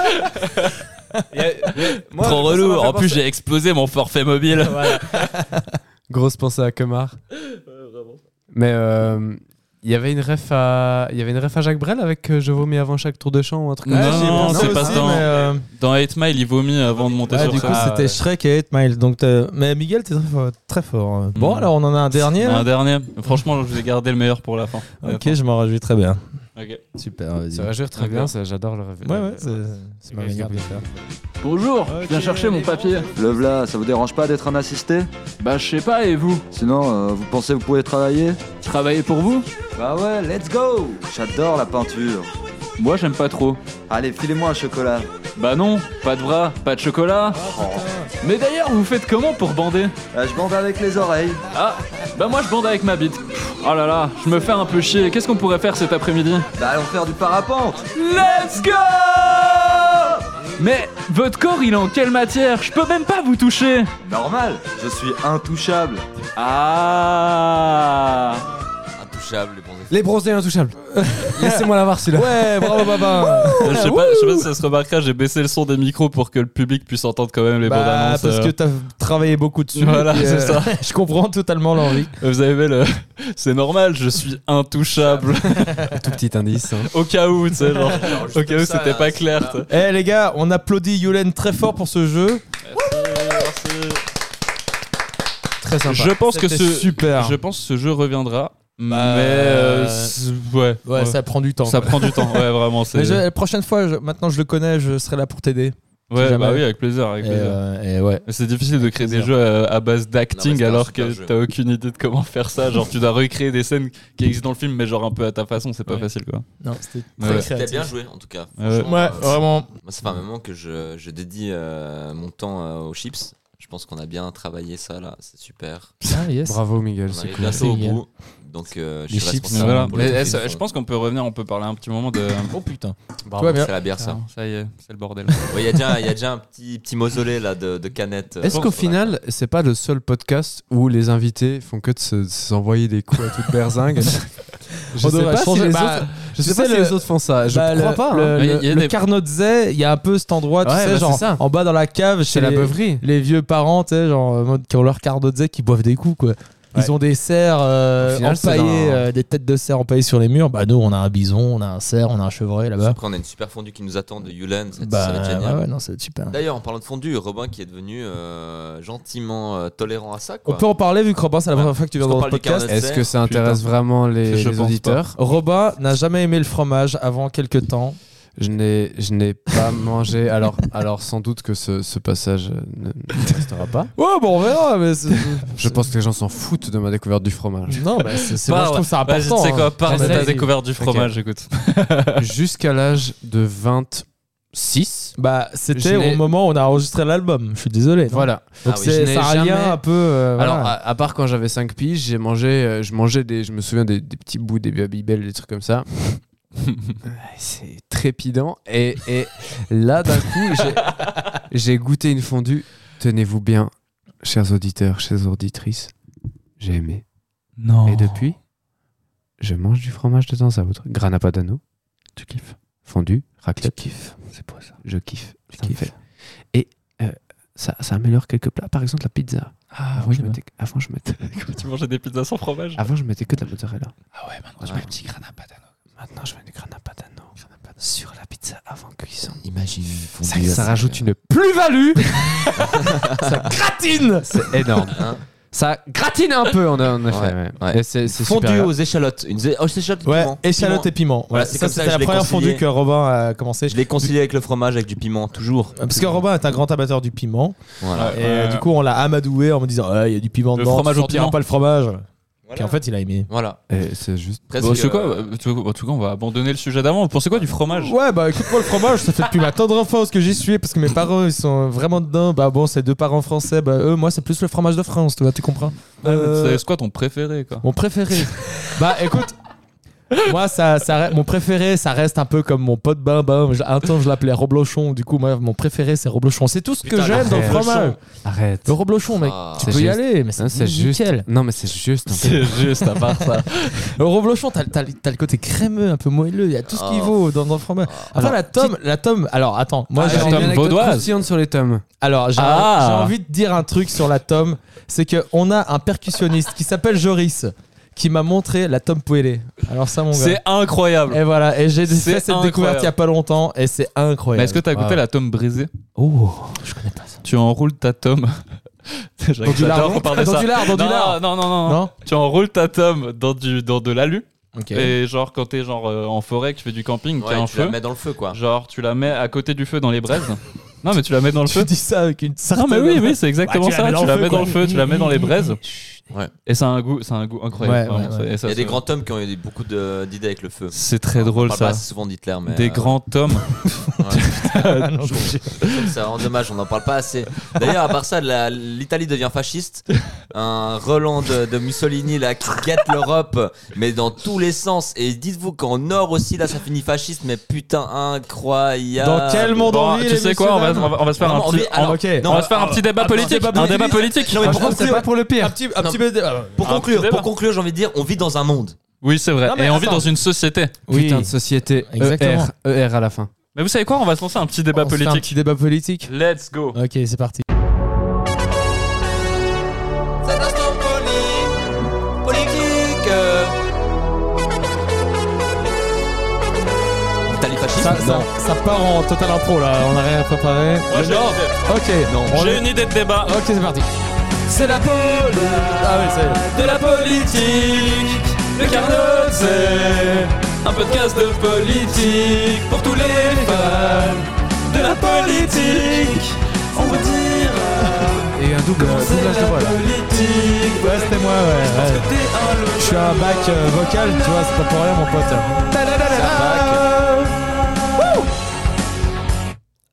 S2: Trop relou. En plus, j'ai explosé mon forfait mobile.
S3: Grosse pensée
S1: (laughs)
S3: à Kemar. Mais euh, il y avait une ref à, il y avait une ref à Jacques Brel avec euh, je vomis avant chaque tour de chant ou un truc comme
S2: Non,
S3: ça.
S2: non, non,
S1: Ah, pensé
S2: c'est pas
S1: aussi,
S2: dans,
S1: mais, euh,
S2: dans 8 Mile, il vomit avant de monter
S1: Ah,
S2: sur
S1: du coup,
S2: scène.
S1: c'était Shrek et 8 Mile. Donc, t'as- mais Miguel, t'es très fort, très fort. Bon,
S2: Mm.
S1: alors on en a un dernier. là
S2: Un dernier. Franchement, je vous ai gardé le meilleur pour la fin.
S1: Ok, je m'en réjouis très bien.
S2: Ok.
S1: Super, vas-y.
S3: Ça va jouer très bien, ça, j'adore le rêve.
S1: Ouais, ouais, c'est c'est ma manière de le faire.
S8: Bonjour, je viens chercher mon papier.
S11: Le v'là, ça vous dérange pas d'être un assisté
S8: Bah, je sais pas, et vous
S11: Sinon, euh, vous pensez que vous pouvez travailler
S8: Travailler pour vous
S11: Bah ouais, let's go J'adore la peinture.
S8: Moi, j'aime pas trop.
S11: Allez, filez-moi un chocolat.
S8: Bah non, pas de bras, pas de chocolat. Mais d'ailleurs, vous faites comment pour bander
S11: Euh, je bande avec les oreilles.
S8: Ah, bah moi je bande avec ma bite. Oh là là, je me fais un peu chier. Qu'est-ce qu'on pourrait faire cet après-midi
S11: Bah allons faire du parapente
S8: Let's go Mais votre corps, il est en quelle matière Je peux même pas vous toucher
S11: Normal, je suis intouchable.
S8: Ah
S5: Intouchable, les bons
S3: Les
S1: (laughs)
S3: bronzés intouchables. Laissez-moi l'avoir
S2: (laughs)
S3: celui-là. Ouais, bravo papa.
S2: Je sais, pas, je sais pas si ça se remarquera, j'ai baissé le son des micros pour que le public puisse entendre quand même les bandes
S1: Bah,
S2: annonces. euh.
S1: parce que t'as travaillé beaucoup dessus.
S2: Voilà,
S1: et puis,
S2: c'est ça.
S1: (laughs) Je comprends totalement l'envie.
S2: Euh, Vous avez le. (laughs) C'est normal, je suis intouchable.
S3: Tout petit indice. hein.
S2: au cas où, tu sais, (laughs) genre. au cas où, c'était pas clair. tu sais.
S1: Eh les gars, on applaudit Yulen très fort pour ce jeu.
S3: Très sympa.
S2: Je pense que ce.
S1: C'était super.
S2: Je pense que ce jeu reviendra. mais.
S1: euh,
S2: euh, c'est- ouais.
S1: Ouais, ça prend du temps.
S2: Ça
S1: quoi.
S2: prend du temps, ouais, vraiment. c'est-
S1: Mais je- la prochaine fois, je- maintenant je le connais, je serai là pour t'aider. Si
S2: Ouais,
S1: jamais.
S2: bah oui, avec plaisir. Avec
S1: Et,
S2: plaisir.
S1: euh, et ouais.
S2: C'est difficile de créer des
S1: plaisir.
S2: jeux euh, à, à base
S5: Non, mais
S2: d'acting
S5: c'est un
S2: alors
S5: super
S2: que
S5: jeu.
S2: t'as aucune idée de comment faire ça. Genre, tu dois recréer des scènes qui existent dans le film, mais genre un peu à ta façon, c'est pas
S1: Ouais.
S2: facile quoi.
S1: Non, c'était
S2: Ouais.
S1: très
S5: C'était
S1: créatif.
S5: bien joué en tout cas.
S2: Ouais.
S5: Franchement,
S1: Ouais, vraiment.
S5: Moi, ça fait un moment que je, je dédie euh, mon temps euh, aux chips. Je pense qu'on a bien travaillé ça là, c'est super.
S1: Ah, yes.
S3: Bravo
S5: On
S3: Miguel, c'est
S5: arrive
S3: cool.
S5: bientôt au
S1: Génial.
S5: bout. Donc euh, je
S1: Les
S5: suis
S1: chips,
S5: responsable.
S2: Voilà.
S5: pour
S2: Mais
S5: les trucs
S2: est-ce-
S5: qu'ils
S2: je
S5: font.
S2: pense qu'on peut revenir, on peut parler un petit moment de.
S1: Oh putain.
S5: Bravo,
S1: Toi, bien.
S5: c'est la bière ça.
S2: Ça y est, c'est le bordel.
S5: Ouais, Il y a déjà, il y a déjà un petit, petit mausolée là de, de canettes. euh,
S3: Est-ce
S5: qu'on
S3: qu'au
S5: a-
S3: final, c'est pas le seul podcast où les invités font que de se- de s'envoyer des coups à toute berzingue (laughs) Je
S1: On
S3: sais
S1: devrait
S3: pas si
S1: changer-
S3: les
S1: bah,
S3: autres, je
S1: tu
S3: sais
S1: sais,
S3: pas si
S1: le-
S3: les autres font ça. Je
S1: Bah,
S3: crois
S1: le,
S3: pas. hein.
S1: Le,
S2: Mais il y a
S1: le
S2: des-
S1: Carnotzet, il y a un peu cet endroit, tu
S3: Ouais,
S1: sais,
S3: bah,
S1: genre
S3: c'est ça.
S1: en bas dans la cave chez
S3: C'est la
S1: les-
S3: beuverie.
S1: les vieux parents, tu sais, genre en mode, qui ont leur Carnotzet qui boivent des coups, quoi.
S3: Ouais.
S1: Ils ont des cerfs euh,
S3: Au final, c'est
S1: empaillés,
S3: dans-
S1: euh, des têtes de cerfs empaillées sur les murs. Bah nous, on a un bison, on a un cerf, on a un chevreuil là-bas.
S5: Après, on a une super fondue qui nous attend de Yulen. Ça, ça va
S1: Bah
S5: être génial.
S1: ouais, ouais, non, ça va être super.
S5: D'ailleurs, en parlant de fondue, Robin qui est devenu euh, gentiment euh, tolérant à ça.
S1: On
S5: Quoi.
S1: peut en parler vu que Robin, c'est la première fois que tu viens
S5: Parce
S1: dans
S5: qu'on
S1: le
S5: parle du
S1: podcast.
S5: Carnotzet.
S3: Est-ce que ça intéresse vraiment les,
S2: Je
S3: les
S2: pense
S3: auditeurs
S1: Robin n'a jamais aimé le fromage avant quelques temps.
S3: Je n'ai, je n'ai pas (laughs) mangé. Alors, alors sans doute que ce, ce passage euh, ne, ne restera pas.
S1: Ouais, bon, on verra, mais (laughs) c'est-
S3: Je pense que les gens s'en foutent de ma découverte
S2: (laughs)
S3: du fromage.
S1: non, bah, c'est c'est-
S2: Parle.
S1: moi, je trouve ça
S2: Vas-y,
S1: important.
S2: tu sais quoi,
S1: hein.
S2: parle de
S1: Vas-y.
S2: ta découverte du fromage, écoute.
S3: Jusqu'à l'âge de 26.
S1: Bah,
S3: Je
S1: c'était
S3: n'ai-
S1: au moment où on a enregistré l'album. Je suis désolé. non
S3: Voilà.
S1: Donc
S5: Ah oui,
S1: c'est
S3: je n'ai
S1: ça a un
S3: jamais-
S1: lien un peu. euh, voilà.
S3: Alors, à, à part quand j'avais 5 piges, j'ai mangé, euh, je mangeais des, je me souviens des, des petits bouts des Babybel, des trucs comme (laughs) ça. C'est trépidant. Et, et là, d'un coup, j'ai- j'ai goûté une fondue. Tenez-vous bien, chers auditeurs, chères auditrices, j'ai aimé.
S2: Non.
S3: Et depuis, je mange du fromage de temps à autre. Grana padano, tu kiffes. Fondue, raclette. kiffes. C'est quoi ça Je kiffe. Ça me fait. Et euh, ça, ça améliore quelques plats. Par exemple, la pizza. Ah, avant,
S2: oui,
S3: je
S2: bah.
S3: mettais, avant, je
S2: (laughs)
S3: mettais,
S2: tu mangeais des pizzas sans fromage
S3: avant, je mettais que de la mozzarella.
S2: Ah ouais, maintenant
S3: je mets un
S2: petit grana padano.
S3: Maintenant, je mets du grana padano sur la pizza avant cuisson.
S5: Imagine une fondue.
S3: Ça, ça rajoute une
S1: plus-value Ça gratine
S3: C'est énorme.
S5: Hein
S3: ça gratine un peu, en, en effet.
S5: Ouais,
S3: ouais.
S5: ouais.
S3: Et C'est c'est
S5: Fondue
S3: super.
S5: aux échalotes. Une zé- oh, échalote et
S1: Ouais,
S5: piment.
S1: échalote
S5: Piment.
S1: et piment. Voilà,
S5: Voilà, c'est
S1: ça,
S5: comme ça que
S1: c'était
S5: je
S1: la
S5: l'ai
S1: première
S5: concilié.
S1: fondue que Robin a commencé.
S5: Je l'ai concilié avec le fromage, avec du piment, toujours.
S2: Ah,
S1: Parce que Robin est un grand amateur du piment.
S5: Voilà.
S1: Et euh, du coup, on l'a amadoué en me disant Ah, il y a du piment
S2: Le
S1: dedans.
S2: fromage
S1: tu
S2: au
S1: sentiras
S2: piment.
S1: pas le fromage.
S5: Voilà.
S1: Puis en fait, il a aimé.
S5: Voilà.
S3: Et C'est juste.
S5: Presque,
S2: Bon, Bah, c'est quoi
S5: euh,
S2: euh, tu vois, En tout cas, on va abandonner le sujet d'avant. Vous pensez quoi du fromage
S1: Ouais, bah écoute-moi, le fromage, ça fait depuis ma tendre enfance que j'y suis parce que mes parents, ils sont vraiment dedans. Bah bon, c'est deux parents français. Bah eux, moi, c'est plus le fromage de France, tu vois, tu comprends Euh,
S2: C'est quoi ton préféré quoi
S1: Mon préféré. (laughs) bah écoute, moi ça, ça re- mon préféré, ça reste un peu comme mon pote bain bain. Un temps je l'appelais Roblochon. Du coup, moi, mon préféré c'est Roblochon. C'est tout ce que
S5: Putain,
S1: j'aime dans le
S3: Roblochon.
S1: fromage.
S3: (laughs) Arrête.
S1: Le Roblochon, mec,
S5: Ah.
S1: tu
S3: C'est
S1: peux y
S3: juste.
S1: aller, mais
S3: Non,
S1: c'est
S3: c'est juste.
S1: nickel.
S3: Non, mais c'est juste. un peu.
S2: C'est (laughs) juste à part ça.
S1: Le Roblochon, t'as t'as- t'as le côté crémeux, un peu moelleux. Il y a tout ce qu'il
S5: Oh.
S1: vaut dans, dans le
S2: (laughs)
S1: fromage. Après
S3: Alors,
S1: la tome, la tome. Alors attends, moi
S3: Ah,
S1: j'ai
S3: j'ai
S2: la
S3: une
S2: tome
S3: anecdote
S2: vaudoise.
S3: croustillante sur les tomes.
S1: Alors, j'ai
S2: Ah.
S1: j'ai envie de dire un truc sur la tome. C'est qu'on a un percussionniste qui s'appelle Joris qui m'a montré la tome poêlée. Alors, ça, mon gars.
S2: (laughs) C'est incroyable.
S1: Et voilà, et j'ai fait
S2: C'est
S1: cette découverte
S2: incroyable.
S1: il y a pas longtemps et c'est
S2: Mais
S1: incroyable.
S2: Bah, est-ce que t'as goûté
S3: Wow.
S2: la tome brisée
S1: Oh, je connais pas ça.
S2: Tu enroules ta tome. (laughs) J'adore
S1: Dans du lard,
S2: qu'on parle de
S1: dans
S2: ça.
S1: du lard, dans du
S2: Non,
S1: lard.
S2: Non, non, non, non.
S1: Non
S2: Tu enroules ta tome dans, du, dans de l'alu.
S1: Ok.
S2: Et genre, quand t'es genre euh, en forêt, que tu fais du camping,
S5: Ouais,
S2: t'as un
S5: tu
S2: feu.
S5: la mets hein. dans le feu, quoi.
S2: Genre, tu la mets à côté du feu dans les braises. (laughs) non, mais tu la mets dans le feu.
S1: Tu dis ça avec une
S2: Non,
S1: certaine-
S2: mais oui,
S1: (laughs)
S2: oui, c'est exactement
S1: Ouais,
S2: ça. Bah, Tu la mets dans le
S1: quoi.
S2: feu, tu la mets dans les braises.
S5: Ouais.
S2: Et ça a un goût, ça a un goût incroyable.
S5: Ouais,
S2: vraiment,
S5: ouais,
S2: ça-
S5: ouais.
S2: et ça,
S5: Il y a des
S2: c'est-
S5: grands hommes qui ont eu beaucoup de- d'idées avec le feu.
S2: C'est très
S5: On
S2: drôle
S5: parle
S2: ça.
S5: pas assez souvent d'Hitler, mais.
S2: Des
S5: euh,
S2: grands tomes.
S5: ouais.
S2: Putain,
S5: Je trouve- je trouve que C'est vraiment dommage, on n'en parle pas assez. D'ailleurs, à part ça, la- l'Italie devient fasciste. Un Roland de, de Mussolini là qui guette l'Europe, mais dans tous les sens. Et dites-vous qu'en Nord aussi, là, ça finit fasciste, mais putain, incroyable.
S2: Dans quel monde on Bon, vit, tu les sais quoi, on va- musulmans on va- on va se faire un
S5: Vraiment,
S2: petit-
S5: mais alors-
S2: on- ok. on va se faire un petit débat
S5: attends,
S2: politique, un débat politique.
S5: Non, mais pour
S2: Ah, c'est
S5: conclure-
S2: pas pour le pire.
S5: Un petit,
S2: Non.
S1: euh,
S5: un petit débat. Pour
S2: Un petit
S5: conclure,
S2: débat.
S5: pour conclure, j'ai envie de dire, on vit dans un monde.
S2: Oui, c'est vrai.
S5: Non, mais
S2: et on vit
S5: attends.
S2: dans une société.
S5: Oui.
S3: Putain de
S1: Euh,
S3: société.
S2: Exactement.
S3: ER, ER à la fin.
S2: Mais vous savez quoi On va se lancer un petit débat
S3: On se fait un
S2: politique.
S3: petit débat politique.
S2: Let's go.
S1: Ok, c'est parti.
S5: C'est l'instant poli- politique. Italie fasciste
S1: Ça, ça, ça part en total impro là, on n'a rien préparé.
S2: Moi,
S1: Le
S2: j'ai
S1: Nord.
S2: une
S1: Ok, non. on
S2: J'ai
S1: est-
S2: une idée de débat.
S1: Ok, c'est parti. Euh,
S2: C'est la pole de la politique. Le Carnot, c'est un podcast de politique pour tous les fans de la politique. On vous dira
S3: Et un double doublage de voix là.
S2: politique.
S1: Ouais, c'était moi, ouais. ouais. Je suis un bac euh, vocal, tu vois, c'est pas pour rien, mon pote.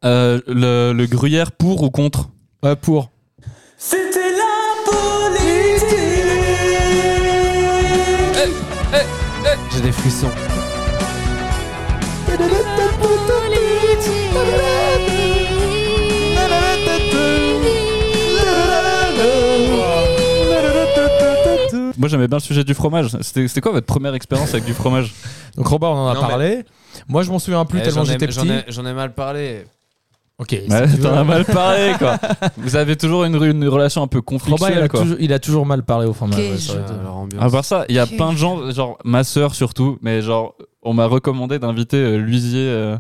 S2: Euh, le, gruyère pour ou contre
S1: Euh, Pour.
S4: C'était la politique
S3: J'ai des frissons.
S2: Moi j'aimais bien le sujet du fromage. C'était c'était quoi votre première expérience avec du fromage
S1: Donc Robert, on en a parlé. Moi, je m'en souviens plus
S3: Eh,
S1: tellement
S3: j'en ai-
S1: j'étais
S3: j'en
S1: petit.
S3: ai- J'en ai mal parlé.
S1: Ok.
S2: Ouais,
S1: si tu
S2: T'en
S1: veux.
S2: as mal parlé quoi. (laughs) Vous avez toujours une, une relation un peu
S1: Robin, il
S2: conflictuelle
S1: a,
S2: quoi.
S1: toujours, il a toujours mal parlé au fromage. ouais, ça va
S3: euh,
S1: être-
S2: À part ça, il y a plein de gens, genre ma sœur surtout, mais genre on m'a recommandé d'inviter euh, Luisier euh,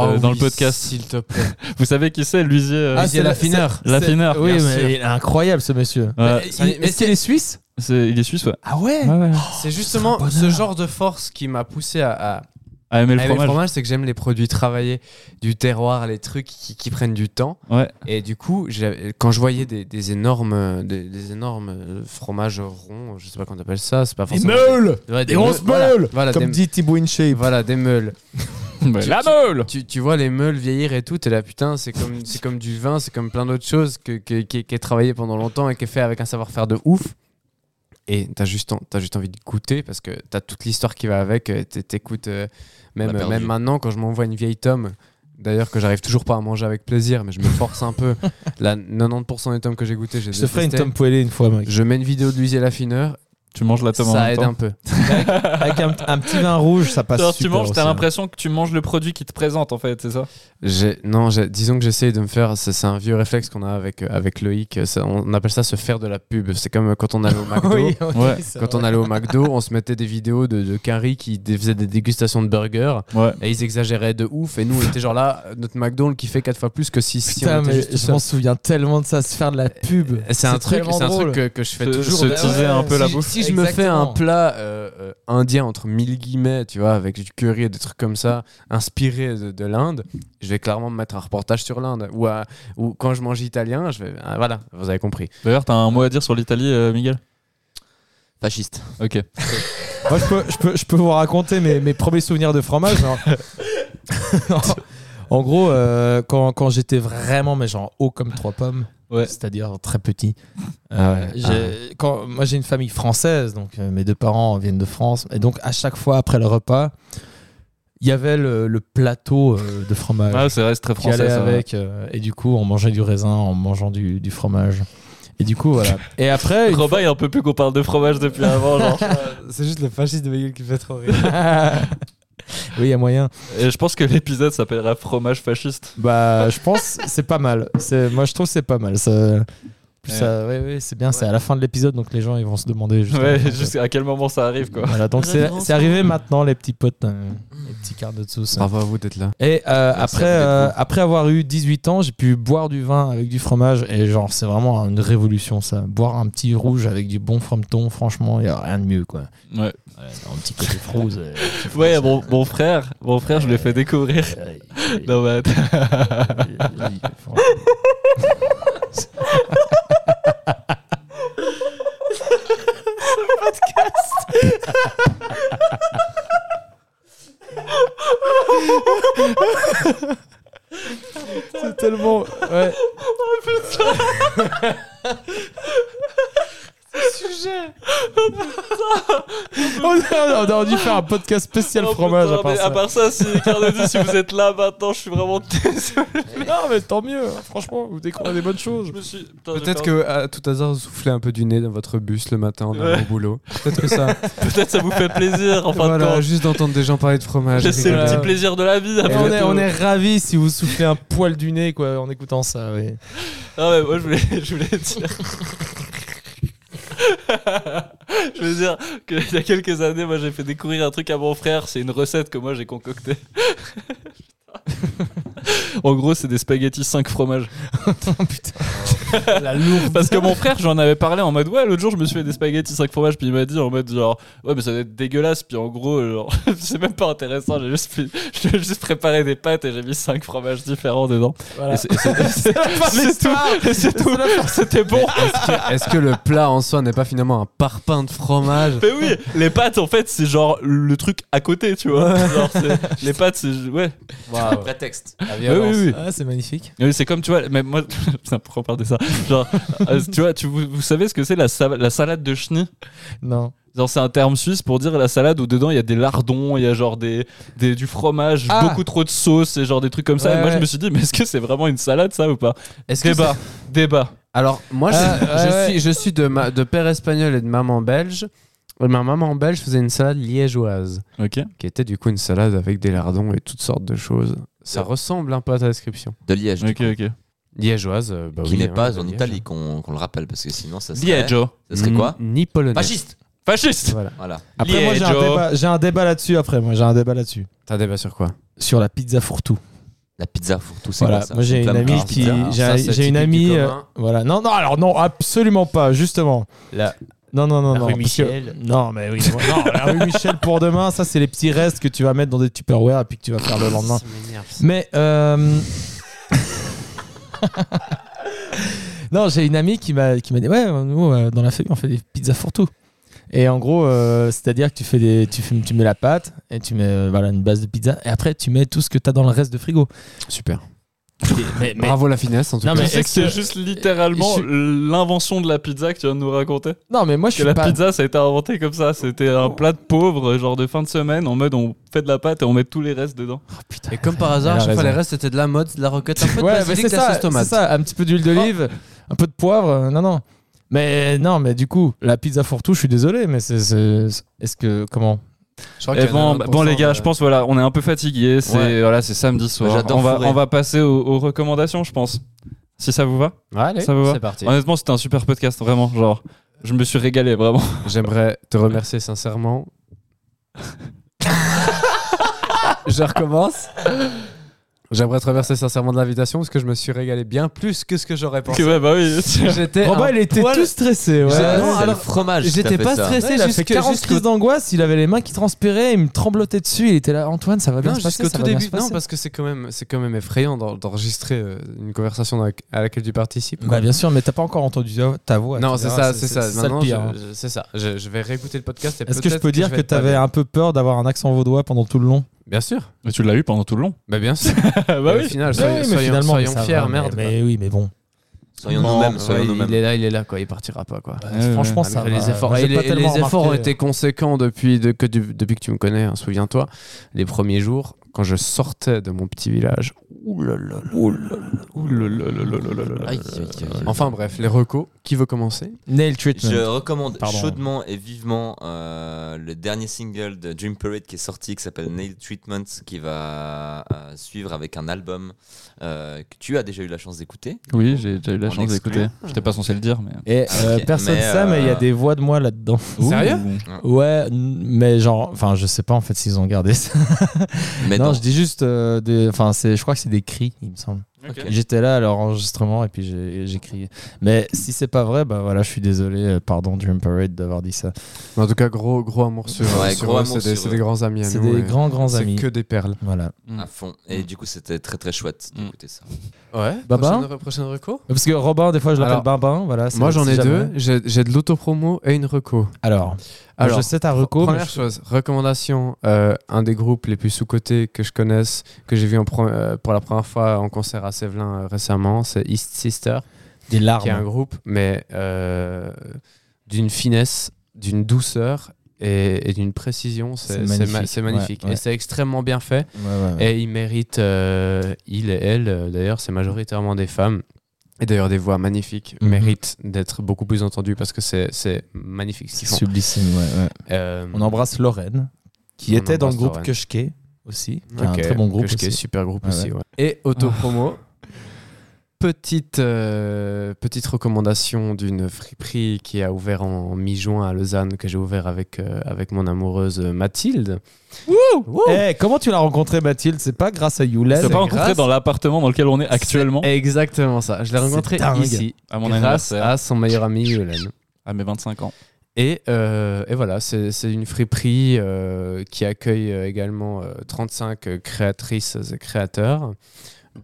S3: Oh
S2: euh, dans
S3: oui,
S2: le podcast.
S3: s'il te plaît.
S2: Vous savez qui c'est Luisier euh,
S1: Ah, c'est
S2: l'affineur.
S1: c'est-
S2: L'affineur.
S1: Oui,
S2: bien sûr.
S1: mais il est incroyable ce monsieur.
S2: Ouais.
S1: Il- il- Est-ce qu'il est suisse
S2: C'est- il est suisse ouais.
S1: Ah ouais,
S3: C'est justement ce genre de force qui m'a poussé à, à, Eh,
S2: À
S3: Ah,
S2: aimer Ah, le fromage.
S3: c'est que j'aime les produits travaillés du terroir, les trucs qui, qui prennent du temps.
S2: Ouais.
S3: Et du coup, j'ai- quand je voyais des, des énormes, des, des énormes euh, fromages ronds, je sais pas comment on appelle ça, c'est pas forcément
S1: meules
S3: Ouais,
S1: Des grosses meules Comme dit
S3: Thibaut InShape. Voilà, des meules. Tu-
S2: la
S3: tu-
S2: meule
S3: tu, tu vois les meules vieillir et tout, et là putain, c'est
S1: (laughs)
S3: comme, c'est comme du vin, c'est comme plein d'autres choses que, que- qui, qui est travaillé pendant longtemps et qui est fait avec un savoir-faire de ouf. Et t'as juste, en- t'as juste envie de goûter parce que t'as toute l'histoire qui va avec. euh, t'é- T'écoutes, euh, même,
S5: On l'a perdu.
S3: même maintenant, quand je m'envoie une vieille tome, d'ailleurs que j'arrive toujours pas à manger avec plaisir, mais je me force un peu. La 90% des tomes que j'ai goûté, j'ai
S1: Je te ferai une
S3: détesté.
S1: tome poêlée une fois, mec.
S3: Je mets une vidéo de l'usier l'affineur.
S2: Tu manges la tome en
S3: Ça
S2: même
S3: aide
S2: temps.
S3: un peu.
S1: avec, (laughs) avec un, un petit vin rouge, ça passe
S2: Genre, tu
S1: super.
S2: manges, t'as
S1: aussi, hein.
S2: l'impression que tu manges le produit qui te présente en fait, c'est ça
S3: J'ai- Non, j'ai- disons que j'essaye de me faire. C'est c'est un vieux réflexe qu'on a avec, euh, avec Loïc. euh, ça- on appelle ça se faire de la pub. C'est comme euh, quand
S1: (laughs)
S3: on allait au McDo.
S1: Oui, ok,
S2: Ouais.
S1: c'est
S3: Quand
S1: vrai.
S3: on allait au McDo, on se mettait des vidéos de, de Carrie qui dé- faisait des dégustations de burgers.
S2: Ouais.
S3: Et ils exagéraient de ouf. Et nous, on était genre là, euh, notre McDo, on le kiffait quatre fois plus que si, si
S1: Putain,
S3: on était
S1: mais
S3: juste tout
S1: je
S3: seul.
S1: m'en souviens tellement de ça, se faire de la pub.
S3: C'est un truc,
S1: tellement
S3: c'est un
S1: drôle.
S3: truc que, que je fais
S2: Se-
S3: toujours.
S2: se
S3: d'ailleurs.
S2: teaser un peu la
S3: si,
S2: bouffe.
S3: Si je me fais un
S1: Exactement.
S3: plat euh, euh, indien entre mille guillemets, tu vois, avec du curry et des trucs comme ça, inspiré de, de l'Inde, je vais clairement me mettre un reportage sur l'Inde. Ou, à- ou quand je mange italien, je vais. ah, voilà, vous avez compris.
S2: D'ailleurs, t'as un mot à dire sur l'Italie, euh, Miguel
S5: Fasciste.
S2: Ok.
S1: Moi, je peux, je peux, je peux vous raconter mes, mes premiers souvenirs de fromage.
S3: (laughs)
S1: hein. en gros, euh, quand, quand j'étais vraiment, mais genre haut comme trois pommes,
S2: Ouais.
S1: c'est-à-dire très petit,
S3: Ah
S1: euh,
S3: ouais.
S1: j'ai- quand, moi j'ai une famille française, donc euh, mes deux parents viennent de France, et donc à chaque fois après le repas, il y avait le, le plateau euh, de fromage
S2: Ah, c'est vrai, c'est très
S1: qui allait
S2: français ça.
S1: avec, euh, et du coup on mangeait du raisin en mangeant du, du fromage. Et du coup, voilà. (laughs) Et après, une
S2: Robin, il en peut plus qu'on parle de fromage depuis avant.
S1: (laughs)
S2: Genre.
S3: C'est juste le fasciste de Miguel qui fait trop rire.
S1: oui, il y a moyen.
S2: Et je pense que l'épisode s'appellera Fromage fasciste.
S1: Bah, je pense c'est pas mal. C'est moi je trouve c'est pas mal. Ça- plus, ça- ouais, ouais, c'est bien, c'est à la fin de l'épisode, donc les gens ils vont se demander. justement.
S2: Ouais, (laughs) jusqu'à quel moment ça arrive quoi.
S1: Voilà, donc c'est c'est arrivé maintenant, les petits potes, euh, les petits quarts de dessous.
S3: Bravo à vous d'être là.
S1: Et euh,
S3: Merci
S1: après,
S3: à vous d'être
S1: euh,
S3: là.
S1: après avoir eu 18 ans, j'ai pu boire du vin avec du fromage. Et genre, c'est vraiment une révolution, ça. Boire un petit rouge avec du bon frometon, franchement, il n'y a rien de mieux, quoi.
S2: Ouais.
S1: un petit côté frouze. (laughs) euh, petit frouze,
S2: Ouais, mon, mon frère, mon frère, je l'ai fait découvrir. Non, mais attends.
S1: C'est tellement. Ouais.
S4: Oh
S1: (laughs)
S4: putain Ce sujet Oh putain
S1: on, a, on aurait dû faire un podcast spécial
S8: Oh,
S1: fromage à part
S2: Oh, mais
S1: ça.
S2: à part ça, si, Carnody, si vous êtes là maintenant, je
S1: (laughs)
S2: suis vraiment désolé.
S1: Non, mais tant mieux, hein. franchement, vous découvrez des bonnes choses.
S3: Peut-être que à tout hasard vous soufflez un peu du nez dans votre bus le matin en allant
S2: Ouais.
S3: au boulot. Peut-être
S2: (laughs)
S3: que ça.
S2: Peut-être ça vous fait plaisir, en fin de
S3: Voilà,
S2: compte.
S3: juste d'entendre des gens parler de fromage.
S2: C'est le
S3: rigoler.
S2: petit plaisir de la vie.
S1: Et
S2: après
S1: on, est,
S2: tout.
S1: on est ravis si vous soufflez un poil du nez quoi, en écoutant ça. ouais.
S2: Ah ouais, moi je voulais, (laughs) je voulais dire. je voulais dire qu'il y a quelques années, moi j'ai fait découvrir un truc à mon frère. C'est une recette que moi j'ai concoctée. (laughs) en gros, c'est des spaghettis 5 fromages.
S1: Putain, la lourde.
S2: Parce que mon frère, j'en avais parlé en mode ouais, l'autre jour je me suis fait des spaghettis 5 fromages, puis il m'a dit en mode genre ouais, mais ça doit être dégueulasse. Puis en gros, genre, (laughs) c'est même pas intéressant. J'ai juste, fait- (laughs) j'ai juste préparé des pâtes et j'ai mis 5 fromages différents dedans.
S1: Voilà.
S2: Et c'est- et c'est-
S1: (laughs) C'est la fin de
S2: c'est tout.
S1: l'histoire.
S2: Et c'est tout. C'était bon.
S3: Est-ce que, est-ce que le plat en soi n'est pas finalement un parpaing de fromage
S2: Mais oui, les pâtes en fait c'est genre le truc à côté, tu vois.
S3: Ouais.
S2: Genre, c'est- les pâtes c'est ouais.
S5: Waouh. Le prétexte. La
S2: Oui,
S5: violence.
S2: oui, oui.
S1: Ah, c'est magnifique.
S2: Oui, c'est comme tu vois, mais moi, (laughs) ça pourquoi parler de ça Genre, euh, tu vois, tu, vous, vous savez ce que c'est la, sa- la salade de chenille
S1: Non.
S2: Genre, c'est un terme suisse pour dire la salade où dedans il y a des lardons, il y a genre des, des- du fromage,
S1: Ah.
S2: beaucoup trop de sauce et genre des trucs comme ça.
S1: Ouais,
S2: et moi, je
S1: ouais.
S2: me suis dit, mais est-ce que c'est vraiment une salade ça ou pas
S3: Est-ce que
S2: Débat, débat.
S1: (laughs)
S3: Alors, moi, (laughs) je,
S2: Ah,
S3: je
S2: ouais,
S3: suis, je suis de, ma- de père espagnol et de maman belge. Et ma maman belge faisait une salade liégeoise. Qui était du coup une salade avec des lardons et toutes sortes de choses. Ça ressemble un peu à ta description.
S5: De Liège. du
S2: Ok,
S5: coup.
S2: ok.
S3: Liégeoise, euh, bah
S5: qui
S3: oui,
S5: n'est
S3: hein,
S5: pas
S3: de
S5: en
S3: Liège.
S5: Italie qu'on qu'on le rappelle parce que sinon ça serait
S2: Liège.
S5: ça serait quoi
S3: Ni- ni polonais.
S5: Fasciste.
S2: Fasciste.
S3: Voilà.
S5: Voilà.
S1: Mm. Après, moi, j'ai un débat- j'ai un débat, là-dessus. Après, moi, j'ai un débat là-dessus.
S3: T'as un débat sur quoi
S1: Sur la pizza fourre-tout.
S5: La pizza fourre-tout, c'est
S1: Voilà,
S5: quoi ça
S1: moi j'ai
S5: C'est
S1: une
S5: la
S1: amie
S5: marque
S1: qui.
S5: pizza.
S1: J'ai
S5: Ça, c'est
S1: j'ai une
S5: typique du
S1: amie. euh,
S5: commun.
S1: voilà. Non, non, alors non, absolument pas, justement. Non, non, non, non.
S3: rue
S1: parce que-
S3: Michel.
S1: non, mais oui. moi- non, la rue Michel pour demain, ça, c'est les petits restes que tu vas mettre dans des Tupperware et puis que tu vas faire le lendemain.
S3: Ça m'énerve, ça.
S1: Mais. (laughs) euh, non, j'ai une amie qui m'a qui m'a dit Ouais, nous, euh, dans la famille, on fait des pizzas fourre-tout. Et en gros, euh, c'est-à-dire que tu, fais des, tu, fais- tu mets la pâte et tu mets euh, voilà, une base de pizza et après tu mets tout ce que tu as dans le reste de frigo.
S3: Super.
S1: Mais- mais-
S3: Bravo la finesse en tout
S1: Non,
S3: cas.
S1: mais
S2: Tu sais que c'est
S1: que-
S2: juste littéralement
S1: je
S2: l'invention de la pizza que tu viens de nous raconter
S1: Non, mais moi je
S2: que
S1: suis
S2: la
S1: pas. Oh.
S2: pizza ça a été inventé comme ça, c'était un plat de pauvre, genre de fin de semaine, en mode on fait de la pâte et on met tous les restes dedans.
S3: Et comme par hasard,
S1: Elle a
S3: chaque fois
S1: raison.
S3: les restes c'était de la mode, de la roquette, un peu de
S1: Ouais, mais
S3: basilic,
S1: c'est
S3: de la
S1: ça,
S3: sauce tomate.
S1: c'est ça, un petit peu d'huile d'olive, Oh. un peu de poivre, euh, non, non. Mais non, mais du coup, la pizza fourre-tout, je suis désolé, mais c'est. c'est- c'est- Est-ce que. Comment
S2: Eh bon, bah, bon les gars,
S3: euh,
S2: je pense voilà, on est un peu fatigué, c'est
S1: Ouais.
S2: voilà, c'est samedi
S1: Moi,
S2: soir.
S1: j'adore
S2: On va,
S1: fourrer.
S2: on va passer aux, aux recommandations, je pense. Si ça vous va
S3: Allez,
S2: ça vous va
S3: c'est parti.
S2: Honnêtement, c'était un super podcast vraiment, genre je me suis régalé (laughs) vraiment.
S3: J'aimerais te remercier sincèrement.
S1: (laughs)
S3: je recommence. J'aimerais te remercier sincèrement de l'invitation parce que je me suis régalé bien plus que ce que j'aurais
S1: (laughs)
S3: pensé.
S2: ouais, bah oui.
S3: J'étais
S1: Robin,
S3: un
S1: il Oh, bah, était
S3: poil-
S1: tout stressé, ouais.
S3: J'ai- non,
S1: C'est
S3: alors,
S1: le fromage qui
S3: J'étais
S1: t'a
S3: pas
S1: fait ça.
S3: stressé
S1: il a fait
S3: jusqu'au
S1: 40
S3: jusqu'au-
S1: crises d'angoisse, il avait les mains qui transpiraient, il me tremblotait dessus, il était là, Antoine, ça va bien
S3: Non,
S1: se passer.
S3: jusqu'au
S1: ça
S3: tout
S1: va bien
S3: début.
S1: se
S3: Non,
S1: passer.
S3: parce que c'est quand même, c'est quand même effrayant d'en- d'enregistrer euh, une conversation dans la- à laquelle tu participes.
S1: Bah, bien sûr, mais t'as pas encore entendu ta voix.
S3: Non,
S1: tu
S3: c'est
S1: verras,
S3: ça, c'est ça.
S1: le
S3: Maintenant,
S1: pire. hein.
S3: je- je- c'est ça. Je, je vais réécouter le podcast. et
S1: Est-ce que je
S3: peut-être
S1: peux dire
S3: vais
S1: que
S3: être pas
S1: t'avais
S3: bien.
S1: un peu peur d'avoir un accent vaudois pendant tout le long
S3: Bien sûr.
S2: (laughs) Mais tu l'as eu pendant tout le long.
S3: Bah bien sûr.
S2: bah
S3: Au
S2: oui.
S3: final, soyons,
S1: mais
S3: soyons-
S1: finalement,
S3: soyons
S1: ça
S3: fiers,
S1: va, mais-
S3: merde.
S1: Mais, oui, mais bon.
S5: Soyons
S3: Non,
S5: nous-mêmes,
S3: ouais,
S5: soyons
S3: il-
S5: nous-mêmes.
S3: Il est là, il est là, quoi. Il partira pas, quoi.
S1: ouais, franchement, ouais. ça
S3: Malgré Ah, les
S1: va.
S3: efforts,
S1: J'ai
S3: et
S1: pas
S3: les,
S1: tellement
S3: les efforts ont
S1: remarqué.
S3: été conséquents depuis, de- que du- depuis que tu me connais. hein, Souviens-toi, les premiers jours, quand je sortais de mon petit village. Ouh là là là là là.
S5: Aïe, aïe, aïe, aïe.
S3: Enfin bref, les recos. Qui veut commencer
S1: Nail Treatment.
S5: Je recommande
S1: Pardon.
S5: chaudement et vivement euh, le dernier single de Dream Parade qui est sorti, qui s'appelle Nail Treatment, qui va euh, suivre avec un album euh, que tu as déjà eu la chance d'écouter.
S2: Oui, j'ai déjà eu la
S5: En
S2: chance
S5: exclu.
S2: d'écouter. J'étais pas censé le dire, mais.
S1: Et euh,
S5: Ok,
S1: personne
S5: mais,
S1: ça, mais il y a
S5: euh,
S1: des voix de moi là-dedans.
S5: Ouh. Sérieux
S1: Ouais, n- mais genre, enfin, je sais pas en fait s'ils ont gardé ça.
S5: Mais
S1: non,
S5: non.
S1: je dis juste, euh, des- enfin, c'est, je crois que c'est des cris, il me semble.
S5: Ok.
S1: J'étais là à leur enregistrement et puis j'ai, j'ai crié. Mais si c'est pas vrai, bah voilà, je suis désolé, euh, pardon Dream Parade d'avoir dit ça.
S3: En tout cas, gros, gros amour sur,
S5: Ouais,
S3: sur
S5: gros
S3: eux.
S5: amour
S3: C'est des,
S5: sur
S3: c'est
S5: eux.
S3: des grands amis à
S1: C'est
S3: nous,
S1: des
S3: et
S1: grands, grands amis.
S3: C'est que des perles.
S1: Voilà.
S5: À fond.
S1: Mm.
S5: Et du coup, c'était très très chouette d'écouter ça.
S3: Ouais.
S1: Babin
S3: Prochaine, prochaine reco
S1: Parce que Robin, des fois, je l'appelle
S3: Alors,
S1: Babin. Voilà, bah. c'est-
S3: Moi, j'en
S1: si
S3: ai
S1: jamais.
S3: deux. J'ai j'ai de l'autopromo et une reco.
S1: Alors, Ah, je sais ta reco, mais
S3: Première
S1: je-
S3: chose, recommandation. euh, un des groupes les plus sous-cotés que je connaisse, que j'ai vu en pre- euh, pour la première fois en concert à Sévelin euh, récemment, c'est East Sister.
S1: Des larmes.
S3: Qui est un groupe, mais euh, d'une finesse, d'une douceur et, et d'une précision.
S1: C'est
S3: C'est c'est ma-
S1: magnifique.
S3: c'est magnifique.
S1: Ouais, ouais.
S3: Et c'est extrêmement bien fait.
S1: Ouais, ouais, ouais.
S3: Et ils méritent, euh, il et elle, euh, d'ailleurs, c'est majoritairement des femmes. Et d'ailleurs, des voix magnifiques
S1: Mhm.
S3: méritent d'être beaucoup plus entendues parce que c'est c'est magnifique ce qu'ils font.
S1: Sublissime, ouais. ouais.
S3: Euh,
S1: on embrasse Lorraine, qui
S3: on
S1: était dans le
S3: embrasse
S1: groupe
S3: Lorraine.
S1: Kushke aussi, qui est un
S3: Ok,
S1: très bon groupe.
S3: Kushke,
S1: aussi.
S3: super groupe
S1: Ouais,
S3: aussi,
S1: ouais.
S3: ouais. Et autopromo. (laughs) Petite, euh, petite recommandation d'une friperie qui a ouvert en mi-juin à Lausanne, que j'ai ouvert avec, euh, avec mon amoureuse Mathilde.
S1: Eh, comment tu l'as rencontré Mathilde C'est pas grâce à Youlen.
S2: Tu l'as pas rencontré dans l'appartement dans lequel on est actuellement
S3: Exactement ça. Je l'ai
S1: C'est
S3: rencontrée
S1: dingue.
S3: ici,
S2: À mon
S3: grâce
S2: anniversaire.
S3: à son meilleur ami Yolen.
S2: À mes 25 ans.
S3: Et, euh, et voilà, c'est c'est une friperie euh, qui accueille euh, également euh, 35 créatrices et créateurs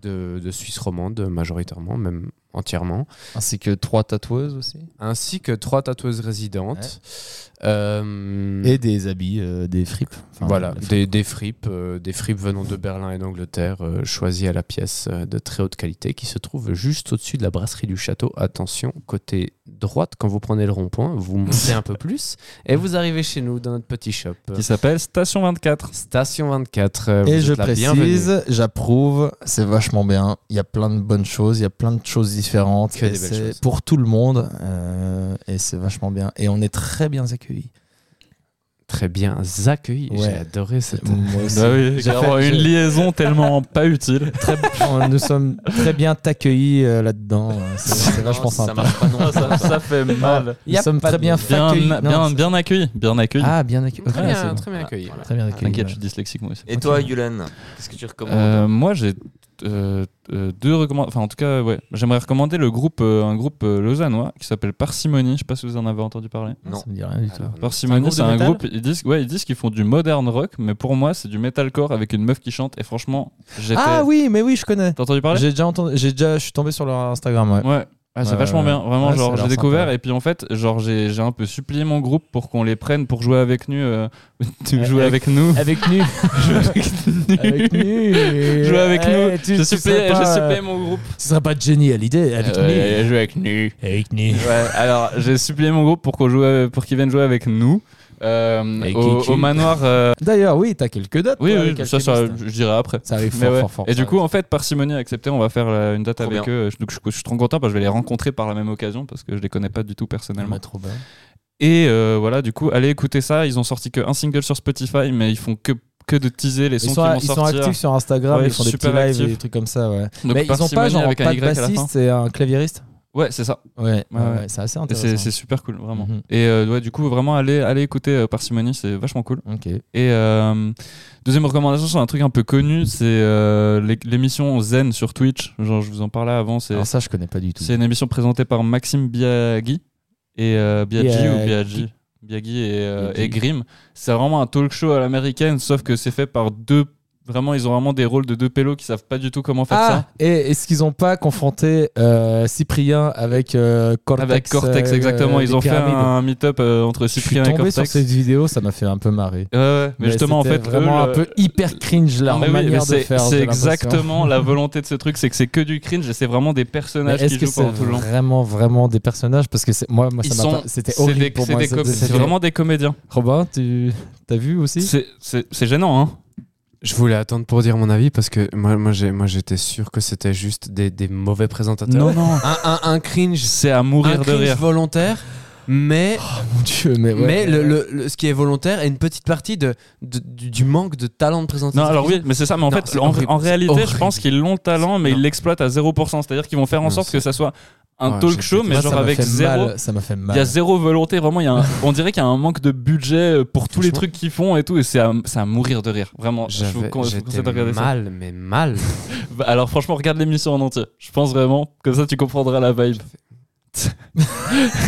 S3: de, de Suisse romande, majoritairement, même entièrement,
S1: Ainsi que trois tatoueuses aussi.
S3: ainsi que trois tatoueuses résidentes. Euh,
S1: Et des habits, euh, des fripes. Enfin,
S3: voilà,
S1: des
S3: des, des fripes, euh, des fripes venant de Berlin et d'Angleterre, euh, choisies à la pièce euh, de très haute qualité, qui se trouve juste au-dessus de la brasserie du château. Attention, côté droite, quand vous prenez le rond-point, vous montez un peu plus et vous arrivez chez nous dans notre petit shop.
S2: Qui s'appelle Station 24.
S3: Station 24. euh, vous
S1: Et
S3: êtes
S1: je
S3: la bienvenue.
S1: précise, j'approuve, c'est vachement bien. Il y a plein de bonnes choses, il y a plein de choses différentes.
S3: Que des
S1: Et
S3: belles
S1: c'est
S3: choses.
S1: pour tout le monde. euh, et c'est vachement bien. Et on est très bien accueillis.
S3: Très bien accueilli.
S1: Ouais.
S3: J'ai adoré cette.
S1: Moi aussi.
S2: Bah oui,
S1: J'ai
S2: clairement,
S1: fait-
S2: une
S1: j'ai-
S2: liaison tellement pas utile.
S1: Très, on- nous sommes très bien accueillis euh, là-dedans. euh, C'est (laughs) c'est vachement
S5: ça
S1: sympa.
S5: marche pas non.
S2: Ah, ça, ça fait (laughs) mal.
S1: Nous sommes très bien
S2: Bien,
S1: accueillis. Non,
S2: bien,
S1: c'est-
S2: bien accueilli. Bien accueilli.
S1: Ah, bien accueillis.
S3: Très bien, très bien accueilli.
S1: Très bien accueillis.
S2: T'inquiète, je
S1: voilà.
S2: suis dyslexique moi aussi.
S5: Et toi, Yulen, qu'est-ce que tu recommandes
S2: Euh, moi, j'ai euh, euh, deux recommandations. Enfin, en tout cas, ouais, j'aimerais recommander le groupe, euh, un groupe euh, lausannois qui s'appelle Parcimonie. Je sais pas si vous en avez entendu parler.
S5: Non.
S1: Ça me dit rien du tout.
S3: Alors,
S2: Parcimonie,
S1: C'est
S2: c'est
S1: un
S2: un
S1: groupe de
S2: groupe. Ils disent, ouais, ils disent qu'ils font du modern rock, mais pour moi, c'est du metalcore avec une meuf qui chante. Et franchement, j'étais.
S1: Ah oui, mais oui, je connais.
S2: T'as entendu parler
S1: J'ai déjà entendu, j'ai déjà, je suis tombé sur leur Instagram. Ouais.
S2: Ouais. Ah, c'est
S1: Ouais,
S2: vachement
S1: ouais,
S2: bien,
S1: ouais.
S2: vraiment.
S1: Ouais, ça a
S2: genre,
S1: l'air
S2: j'ai découvert
S1: sympa.
S2: et puis en fait, genre, j'ai j'ai un peu supplié mon groupe pour qu'on les prenne pour jouer avec nous, euh, (laughs) jouer
S1: (laughs)
S2: avec nous,
S1: Avec nu. avec
S2: (laughs)
S1: nu.
S2: jouer avec nous.
S1: Eh, tu-
S2: (laughs) J'ai
S1: tu
S2: supplié,
S1: serais pas,
S2: j'ai
S1: euh,
S2: supplié mon groupe.
S1: Ce serait pas Jenny à l'idée avec
S2: Ouais,
S1: nu.
S2: jouer avec nous.
S1: Avec nu.
S2: Ouais, alors j'ai supplié mon groupe pour qu'on joue, euh, pour qu'ils viennent jouer avec nous euh,
S1: Et
S2: au,
S1: Kiki.
S2: au manoir. euh,
S1: D'ailleurs, oui, t'as quelques dates.
S2: oui,
S1: toi,
S2: oui,
S1: avec
S2: ça, ça,
S1: Alchemist, hein.
S2: je dirais après.
S1: Ça arrive
S2: Mais
S1: fort,
S2: ouais.
S1: fort, fort.
S2: et du coup, en fait, Parcimonie a accepté. On va faire euh, une date
S5: Trop
S2: avec
S5: bien.
S2: eux. Je- Donc, je, je suis trop content parce que je vais les rencontrer par la même occasion parce que je les connais pas du tout personnellement.
S1: Mais Ah, bah, trop bien.
S2: Et euh, voilà, du coup, allez écouter ça. Ils ont sorti que un single sur Spotify, mais ils font que que de teaser les sons
S1: Ils
S2: qui vont
S1: sont, ils sont
S2: sortir.
S1: actifs sur Instagram,
S2: Ouais,
S1: ils font des petits
S2: super
S1: lives et
S2: actifs.
S1: des trucs comme ça. Ouais.
S2: Donc,
S1: Mais ils ont pas
S2: Parcimonie
S1: genre
S2: avec un
S1: pas de
S2: Y à la fin.
S1: bassiste et un claviériste.
S2: Ouais, c'est ça.
S1: Ouais, ouais,
S2: Ouais, ouais.
S1: ouais, c'est assez
S2: Et C'est
S1: intéressant.
S2: c'est super cool, vraiment.
S1: Mhm.
S2: Et euh, ouais, du coup, vraiment, allez, allez écouter euh, Parcimonie, c'est vachement cool.
S1: Ok.
S2: Et euh, deuxième recommandation sur un truc un peu connu, c'est euh, l'é- l'émission Zen sur Twitch. Genre, je vous en parlais avant. C'est
S1: Alors ça, je connais pas du tout.
S2: c'est une émission présentée par Maxime Biagui et euh, Biaggi
S1: Biaggi.
S2: ou Biaggi. Biaggi et, euh,
S1: Biaggi.
S2: et Grimm. C'est vraiment un talk show à l'américaine, sauf que c'est fait par deux. Vraiment, ils ont vraiment des rôles de deux pélos qui savent pas du tout comment faire
S1: Ah,
S2: ça.
S1: et est-ce qu'ils ont pas confronté euh, Cyprien avec euh, Cortex
S2: Avec Cortex,
S1: euh,
S2: exactement.
S1: des
S2: Ils ont fait
S1: pyramides
S2: un meet-up euh, entre
S1: Je suis
S2: Cyprien et
S1: tombé
S2: Cortex.
S1: sur cette vidéo, ça m'a fait un peu marrer.
S2: Ouais, ouais. Mais, justement, en
S1: c'était
S2: fait, eux,
S1: vraiment
S2: le-
S1: un peu hyper cringe leur
S2: Non, mais oui, mais
S1: manière de
S2: c'est-
S1: faire. j'ai
S2: C'est
S1: l'impression.
S2: exactement la volonté de ce truc, c'est que c'est que du cringe et c'est vraiment des
S1: Mais
S2: personnages
S1: Est-ce
S2: qui
S1: que
S2: jouent
S1: c'est
S2: pendant tout le long.
S1: vraiment vraiment des personnages parce que c'est moi, moi ça
S2: Ils
S1: m'a
S2: sont-
S1: pas- c'était
S2: c'est
S1: horrible
S2: des-
S1: pour
S2: c'est
S1: moi.
S2: des
S1: ça-
S2: com-
S1: c'était-
S2: C'est vraiment des comédiens.
S1: Robin, tu t'as vu aussi
S2: C'est- C'est c'est gênant, hein.
S3: Je voulais attendre pour dire mon avis parce que moi, moi, j'ai- moi, j'étais sûr que c'était juste des, des mauvais présentateurs.
S2: Non, non.
S3: Un, un- un cringe.
S2: C'est à mourir
S3: un
S2: de
S3: cringe
S2: rire. Oh,
S3: volontaire. Mais,
S1: (laughs) mon Dieu, mais, ouais.
S3: le, le- le- ce qui est volontaire est une petite partie de, de- du, du manque de talent de présentation.
S2: Non, alors oui, mais c'est ça. Mais en
S3: Non,
S2: fait,
S3: c'est
S2: en,
S3: horrible,
S2: en
S3: c'est
S2: réalité,
S3: horrible.
S2: je pense qu'ils l'ont le talent, mais ils l'exploitent à 0%. C'est-à-dire qu'ils vont faire en sorte que ça soit un
S1: Ouais,
S2: talk
S1: je
S2: show,
S1: déteste.
S2: mais
S1: Moi,
S2: genre
S1: ça m'a
S2: avec
S1: fait
S2: zéro.
S1: mal, ça m'a fait mal.
S2: Il y a zéro volonté, vraiment. Il y a un- on dirait qu'il y a un manque de budget euh, pour tous les trucs qu'ils font et tout. Et c'est à, c'est à mourir de rire. Vraiment. Je vous,
S3: J'avais-
S2: con- je vous
S3: j'étais
S2: conseille de regarder ça.
S3: mal, mais mal.
S2: Bah, alors, franchement, regarde l'émission en entier. Je pense vraiment. Comme ça, tu comprendras la
S3: (laughs)
S2: vibe. (laughs)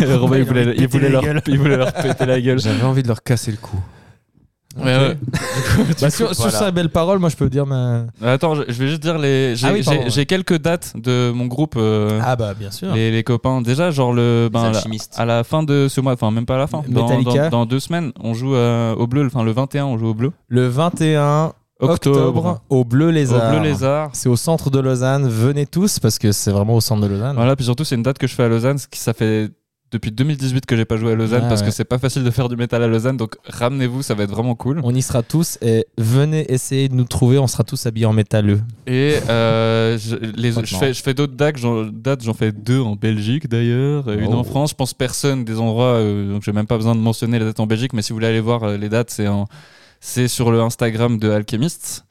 S2: Romain, il
S3: Bah,
S2: voulait, il,
S3: Il aurait pété
S2: voulait
S3: la
S2: leur,
S3: gueule.
S2: il voulait leur péter la gueule.
S3: (laughs) J'avais envie de leur casser le cou.
S2: Ouais, ouais.
S1: Bah, sur, sur
S2: Voilà. Hein
S1: sa belle parole, moi je peux dire ma.
S2: Attends, je, je vais juste dire les. J'ai
S1: Ah oui,
S2: j'ai-
S1: pardon, ouais.
S2: j'ai quelques dates de mon groupe. euh,
S1: Ah bah, bien sûr.
S2: Les, les copains. Déjà, genre le. ben, la-
S1: alchimistes.
S2: à la fin de ce mois, enfin même pas à la fin. Dans,
S1: Metallica.
S2: dans- dans deux semaines, on joue euh, au bleu. Enfin le 21, on joue au bleu.
S1: Le 21
S2: Octobre.
S1: octobre, au Bleu Lézard.
S2: Au Bleu Lézard.
S1: C'est au centre de Lausanne. Venez tous parce que c'est vraiment au centre de Lausanne.
S2: Voilà, puis surtout c'est une date que je fais à Lausanne, ce qui ça fait depuis 2018 que j'ai pas joué à Lausanne
S1: Ah
S2: parce
S1: ouais.
S2: que c'est pas facile de faire du métal à Lausanne. Donc ramenez-vous, ça va être vraiment cool.
S1: On y sera tous et venez essayer de nous trouver. On sera tous habillés en métalleux.
S2: Et euh, je, les- je
S1: Maintenant.
S2: fais, je fais d'autres dates, j'en- dates, j'en fais deux en Belgique d'ailleurs, et une
S1: Oh.
S2: en France. Je pense personne des endroits, euh, donc j'ai même pas besoin de mentionner les dates en Belgique, mais si vous voulez aller voir euh, les dates, c'est en- c'est sur le Instagram de Alchemist.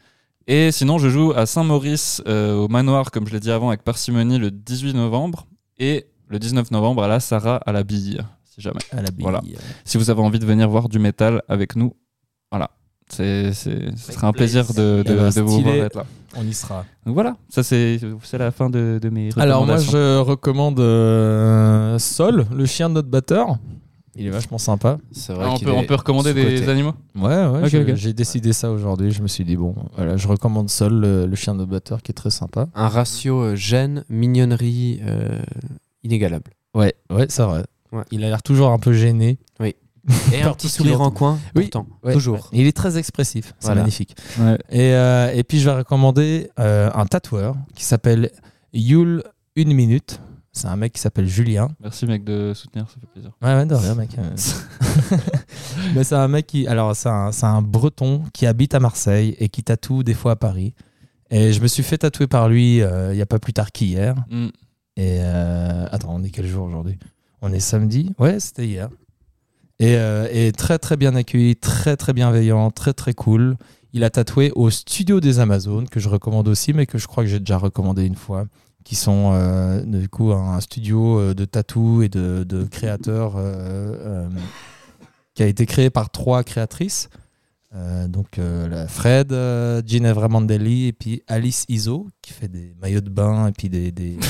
S2: Et sinon, je joue à Saint-Maurice euh, au manoir, comme je l'ai dit avant, avec Parcimonie le 18 novembre et le 19 novembre à la Sarah à la Bille, si jamais.
S1: À euh, la Bille.
S2: Voilà. Si vous avez envie de venir voir du métal avec nous, voilà. C'est, c'est, ce sera un plaisir de, de-
S1: Eh ben,
S2: de vous voir
S1: stylé.
S2: être là.
S1: On y sera.
S2: Donc voilà, ça c'est c'est la fin de, de mes
S1: Alors moi
S2: recommandations.
S1: je recommande euh, Sol, le chien de notre batteur. Il est vachement sympa.
S3: C'est
S2: vrai Ah, on qu'il peut- est on peut recommander sous-coté. des animaux
S1: Ouais, ouais.
S2: Ok,
S1: je-
S2: ok.
S1: J'ai décidé ça aujourd'hui. Je me suis dit bon, voilà, je recommande Sol, le, le chien de notre batteur, qui est très sympa.
S3: Un ratio euh, gêne, mignonnerie euh, inégalable.
S1: Ouais, ouais, c'est vrai.
S3: Ouais.
S1: Il a l'air toujours un peu gêné. (laughs)
S3: Oui. Et un petit sourire en coin,
S1: Oui,
S3: pourtant,
S1: ouais.
S3: toujours.
S1: Il est très expressif. C'est
S3: Voilà.
S1: magnifique.
S2: Ouais.
S1: Et, euh, et puis je vais recommander euh, un tatoueur qui s'appelle Yul Une Minute. C'est un mec qui s'appelle Julien.
S2: Merci mec de soutenir, ça fait plaisir.
S1: Ouais, ouais, de rien, mec. (laughs) Euh, Mais c'est un mec qui. Alors, c'est un, c'est un breton qui habite à Marseille et qui tatoue des fois à Paris. Et je me suis fait tatouer par lui euh, il n'y a pas plus tard qu'hier.
S2: Mm.
S1: Et. euh, attends, on est quel jour aujourd'hui On est samedi Ouais, c'était hier. Et, euh, et très, très bien accueilli, très, très bienveillant, très, très cool. Il a tatoué au studio des Amazones, que je recommande aussi, mais que je crois que j'ai déjà recommandé une fois qui sont euh, du coup un studio euh, de tatou et de, de créateurs euh, euh, qui a été créé par trois créatrices. Euh, donc euh, la Fred, euh, Ginevra Mandelli et puis Alice Iso qui fait des maillots de bain et puis des,
S2: (laughs)
S1: des... (laughs)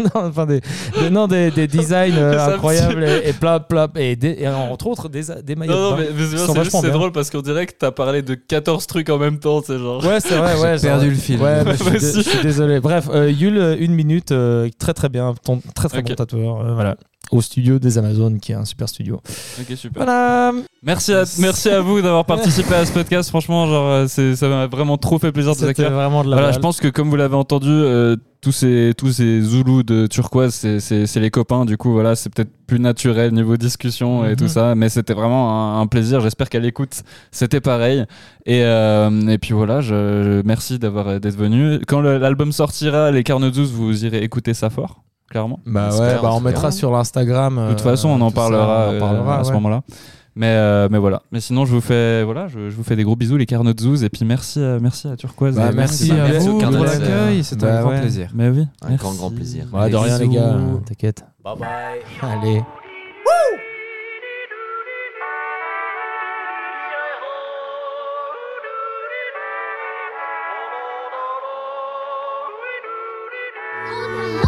S1: non, enfin des, des- non, des, des designs euh,
S2: Ça me
S1: incroyables
S2: tue.
S1: et, et plein plein et, des- et entre autres des, des maillots
S2: Non, non,
S1: de bain
S2: mais, mais
S1: qui sont
S2: c'est bien, c'est juste
S1: vachement
S2: c'est
S1: bien.
S2: drôle parce qu'on dirait que t'as parlé de 14 trucs en même temps, c'est genre.
S1: Ouais, c'est vrai, ouais.
S3: perdu
S1: genre-
S3: le fil.
S1: Ouais,
S2: (laughs)
S1: mais je,
S2: Moi
S1: suis dé-
S2: aussi.
S1: je suis désolé. Bref, euh, Yul, euh, une minute, euh, très très bien, ton, très très
S2: Ok.
S1: bon tatoueur, euh, voilà, au studio des Amazones, qui est un super studio.
S2: Ok, super.
S1: Voilà.
S2: Merci à, merci à vous d'avoir participé à ce podcast. Franchement, genre, euh, c'est- ça m'a vraiment trop fait plaisir de vous
S1: C'était
S2: accueillir.
S1: vraiment de la
S2: voilà,
S1: balle.
S2: je pense que comme vous l'avez entendu, euh, tous ces tous ces zoulous de turquoise, c'est- c'est c'est les copains. Du coup, voilà, c'est peut-être plus naturel niveau discussion et
S1: Mhm.
S2: tout ça. Mais c'était vraiment un, un plaisir. J'espère qu'à l'écoute, c'était pareil. Et, euh, et puis voilà, je, je- merci d'avoir d'être venu. Quand le- l'album sortira, les Carnes 12, vous irez écouter ça fort, clairement.
S1: Bah ouais,
S2: J'espère,
S1: bah, on
S2: j'espère.
S1: mettra sur l'Instagram.
S2: De toute façon, on en parlera, euh, à ce moment-là. Mais, euh, mais voilà. Mais sinon, je vous fais, voilà, je, je vous fais des gros bisous, les carnots de Zouz, et puis merci, à- merci à Turquoise.
S3: Bah,
S2: et
S3: merci à vous pour l'accueil, c'était un grand plaisir.
S2: Mais oui,
S3: Un
S2: merci.
S5: grand, grand plaisir.
S1: Ouais, de
S3: Des
S1: rien, les
S3: bisous.
S1: gars, t'inquiète.
S3: Bye bye.
S1: Allez.
S15: Thank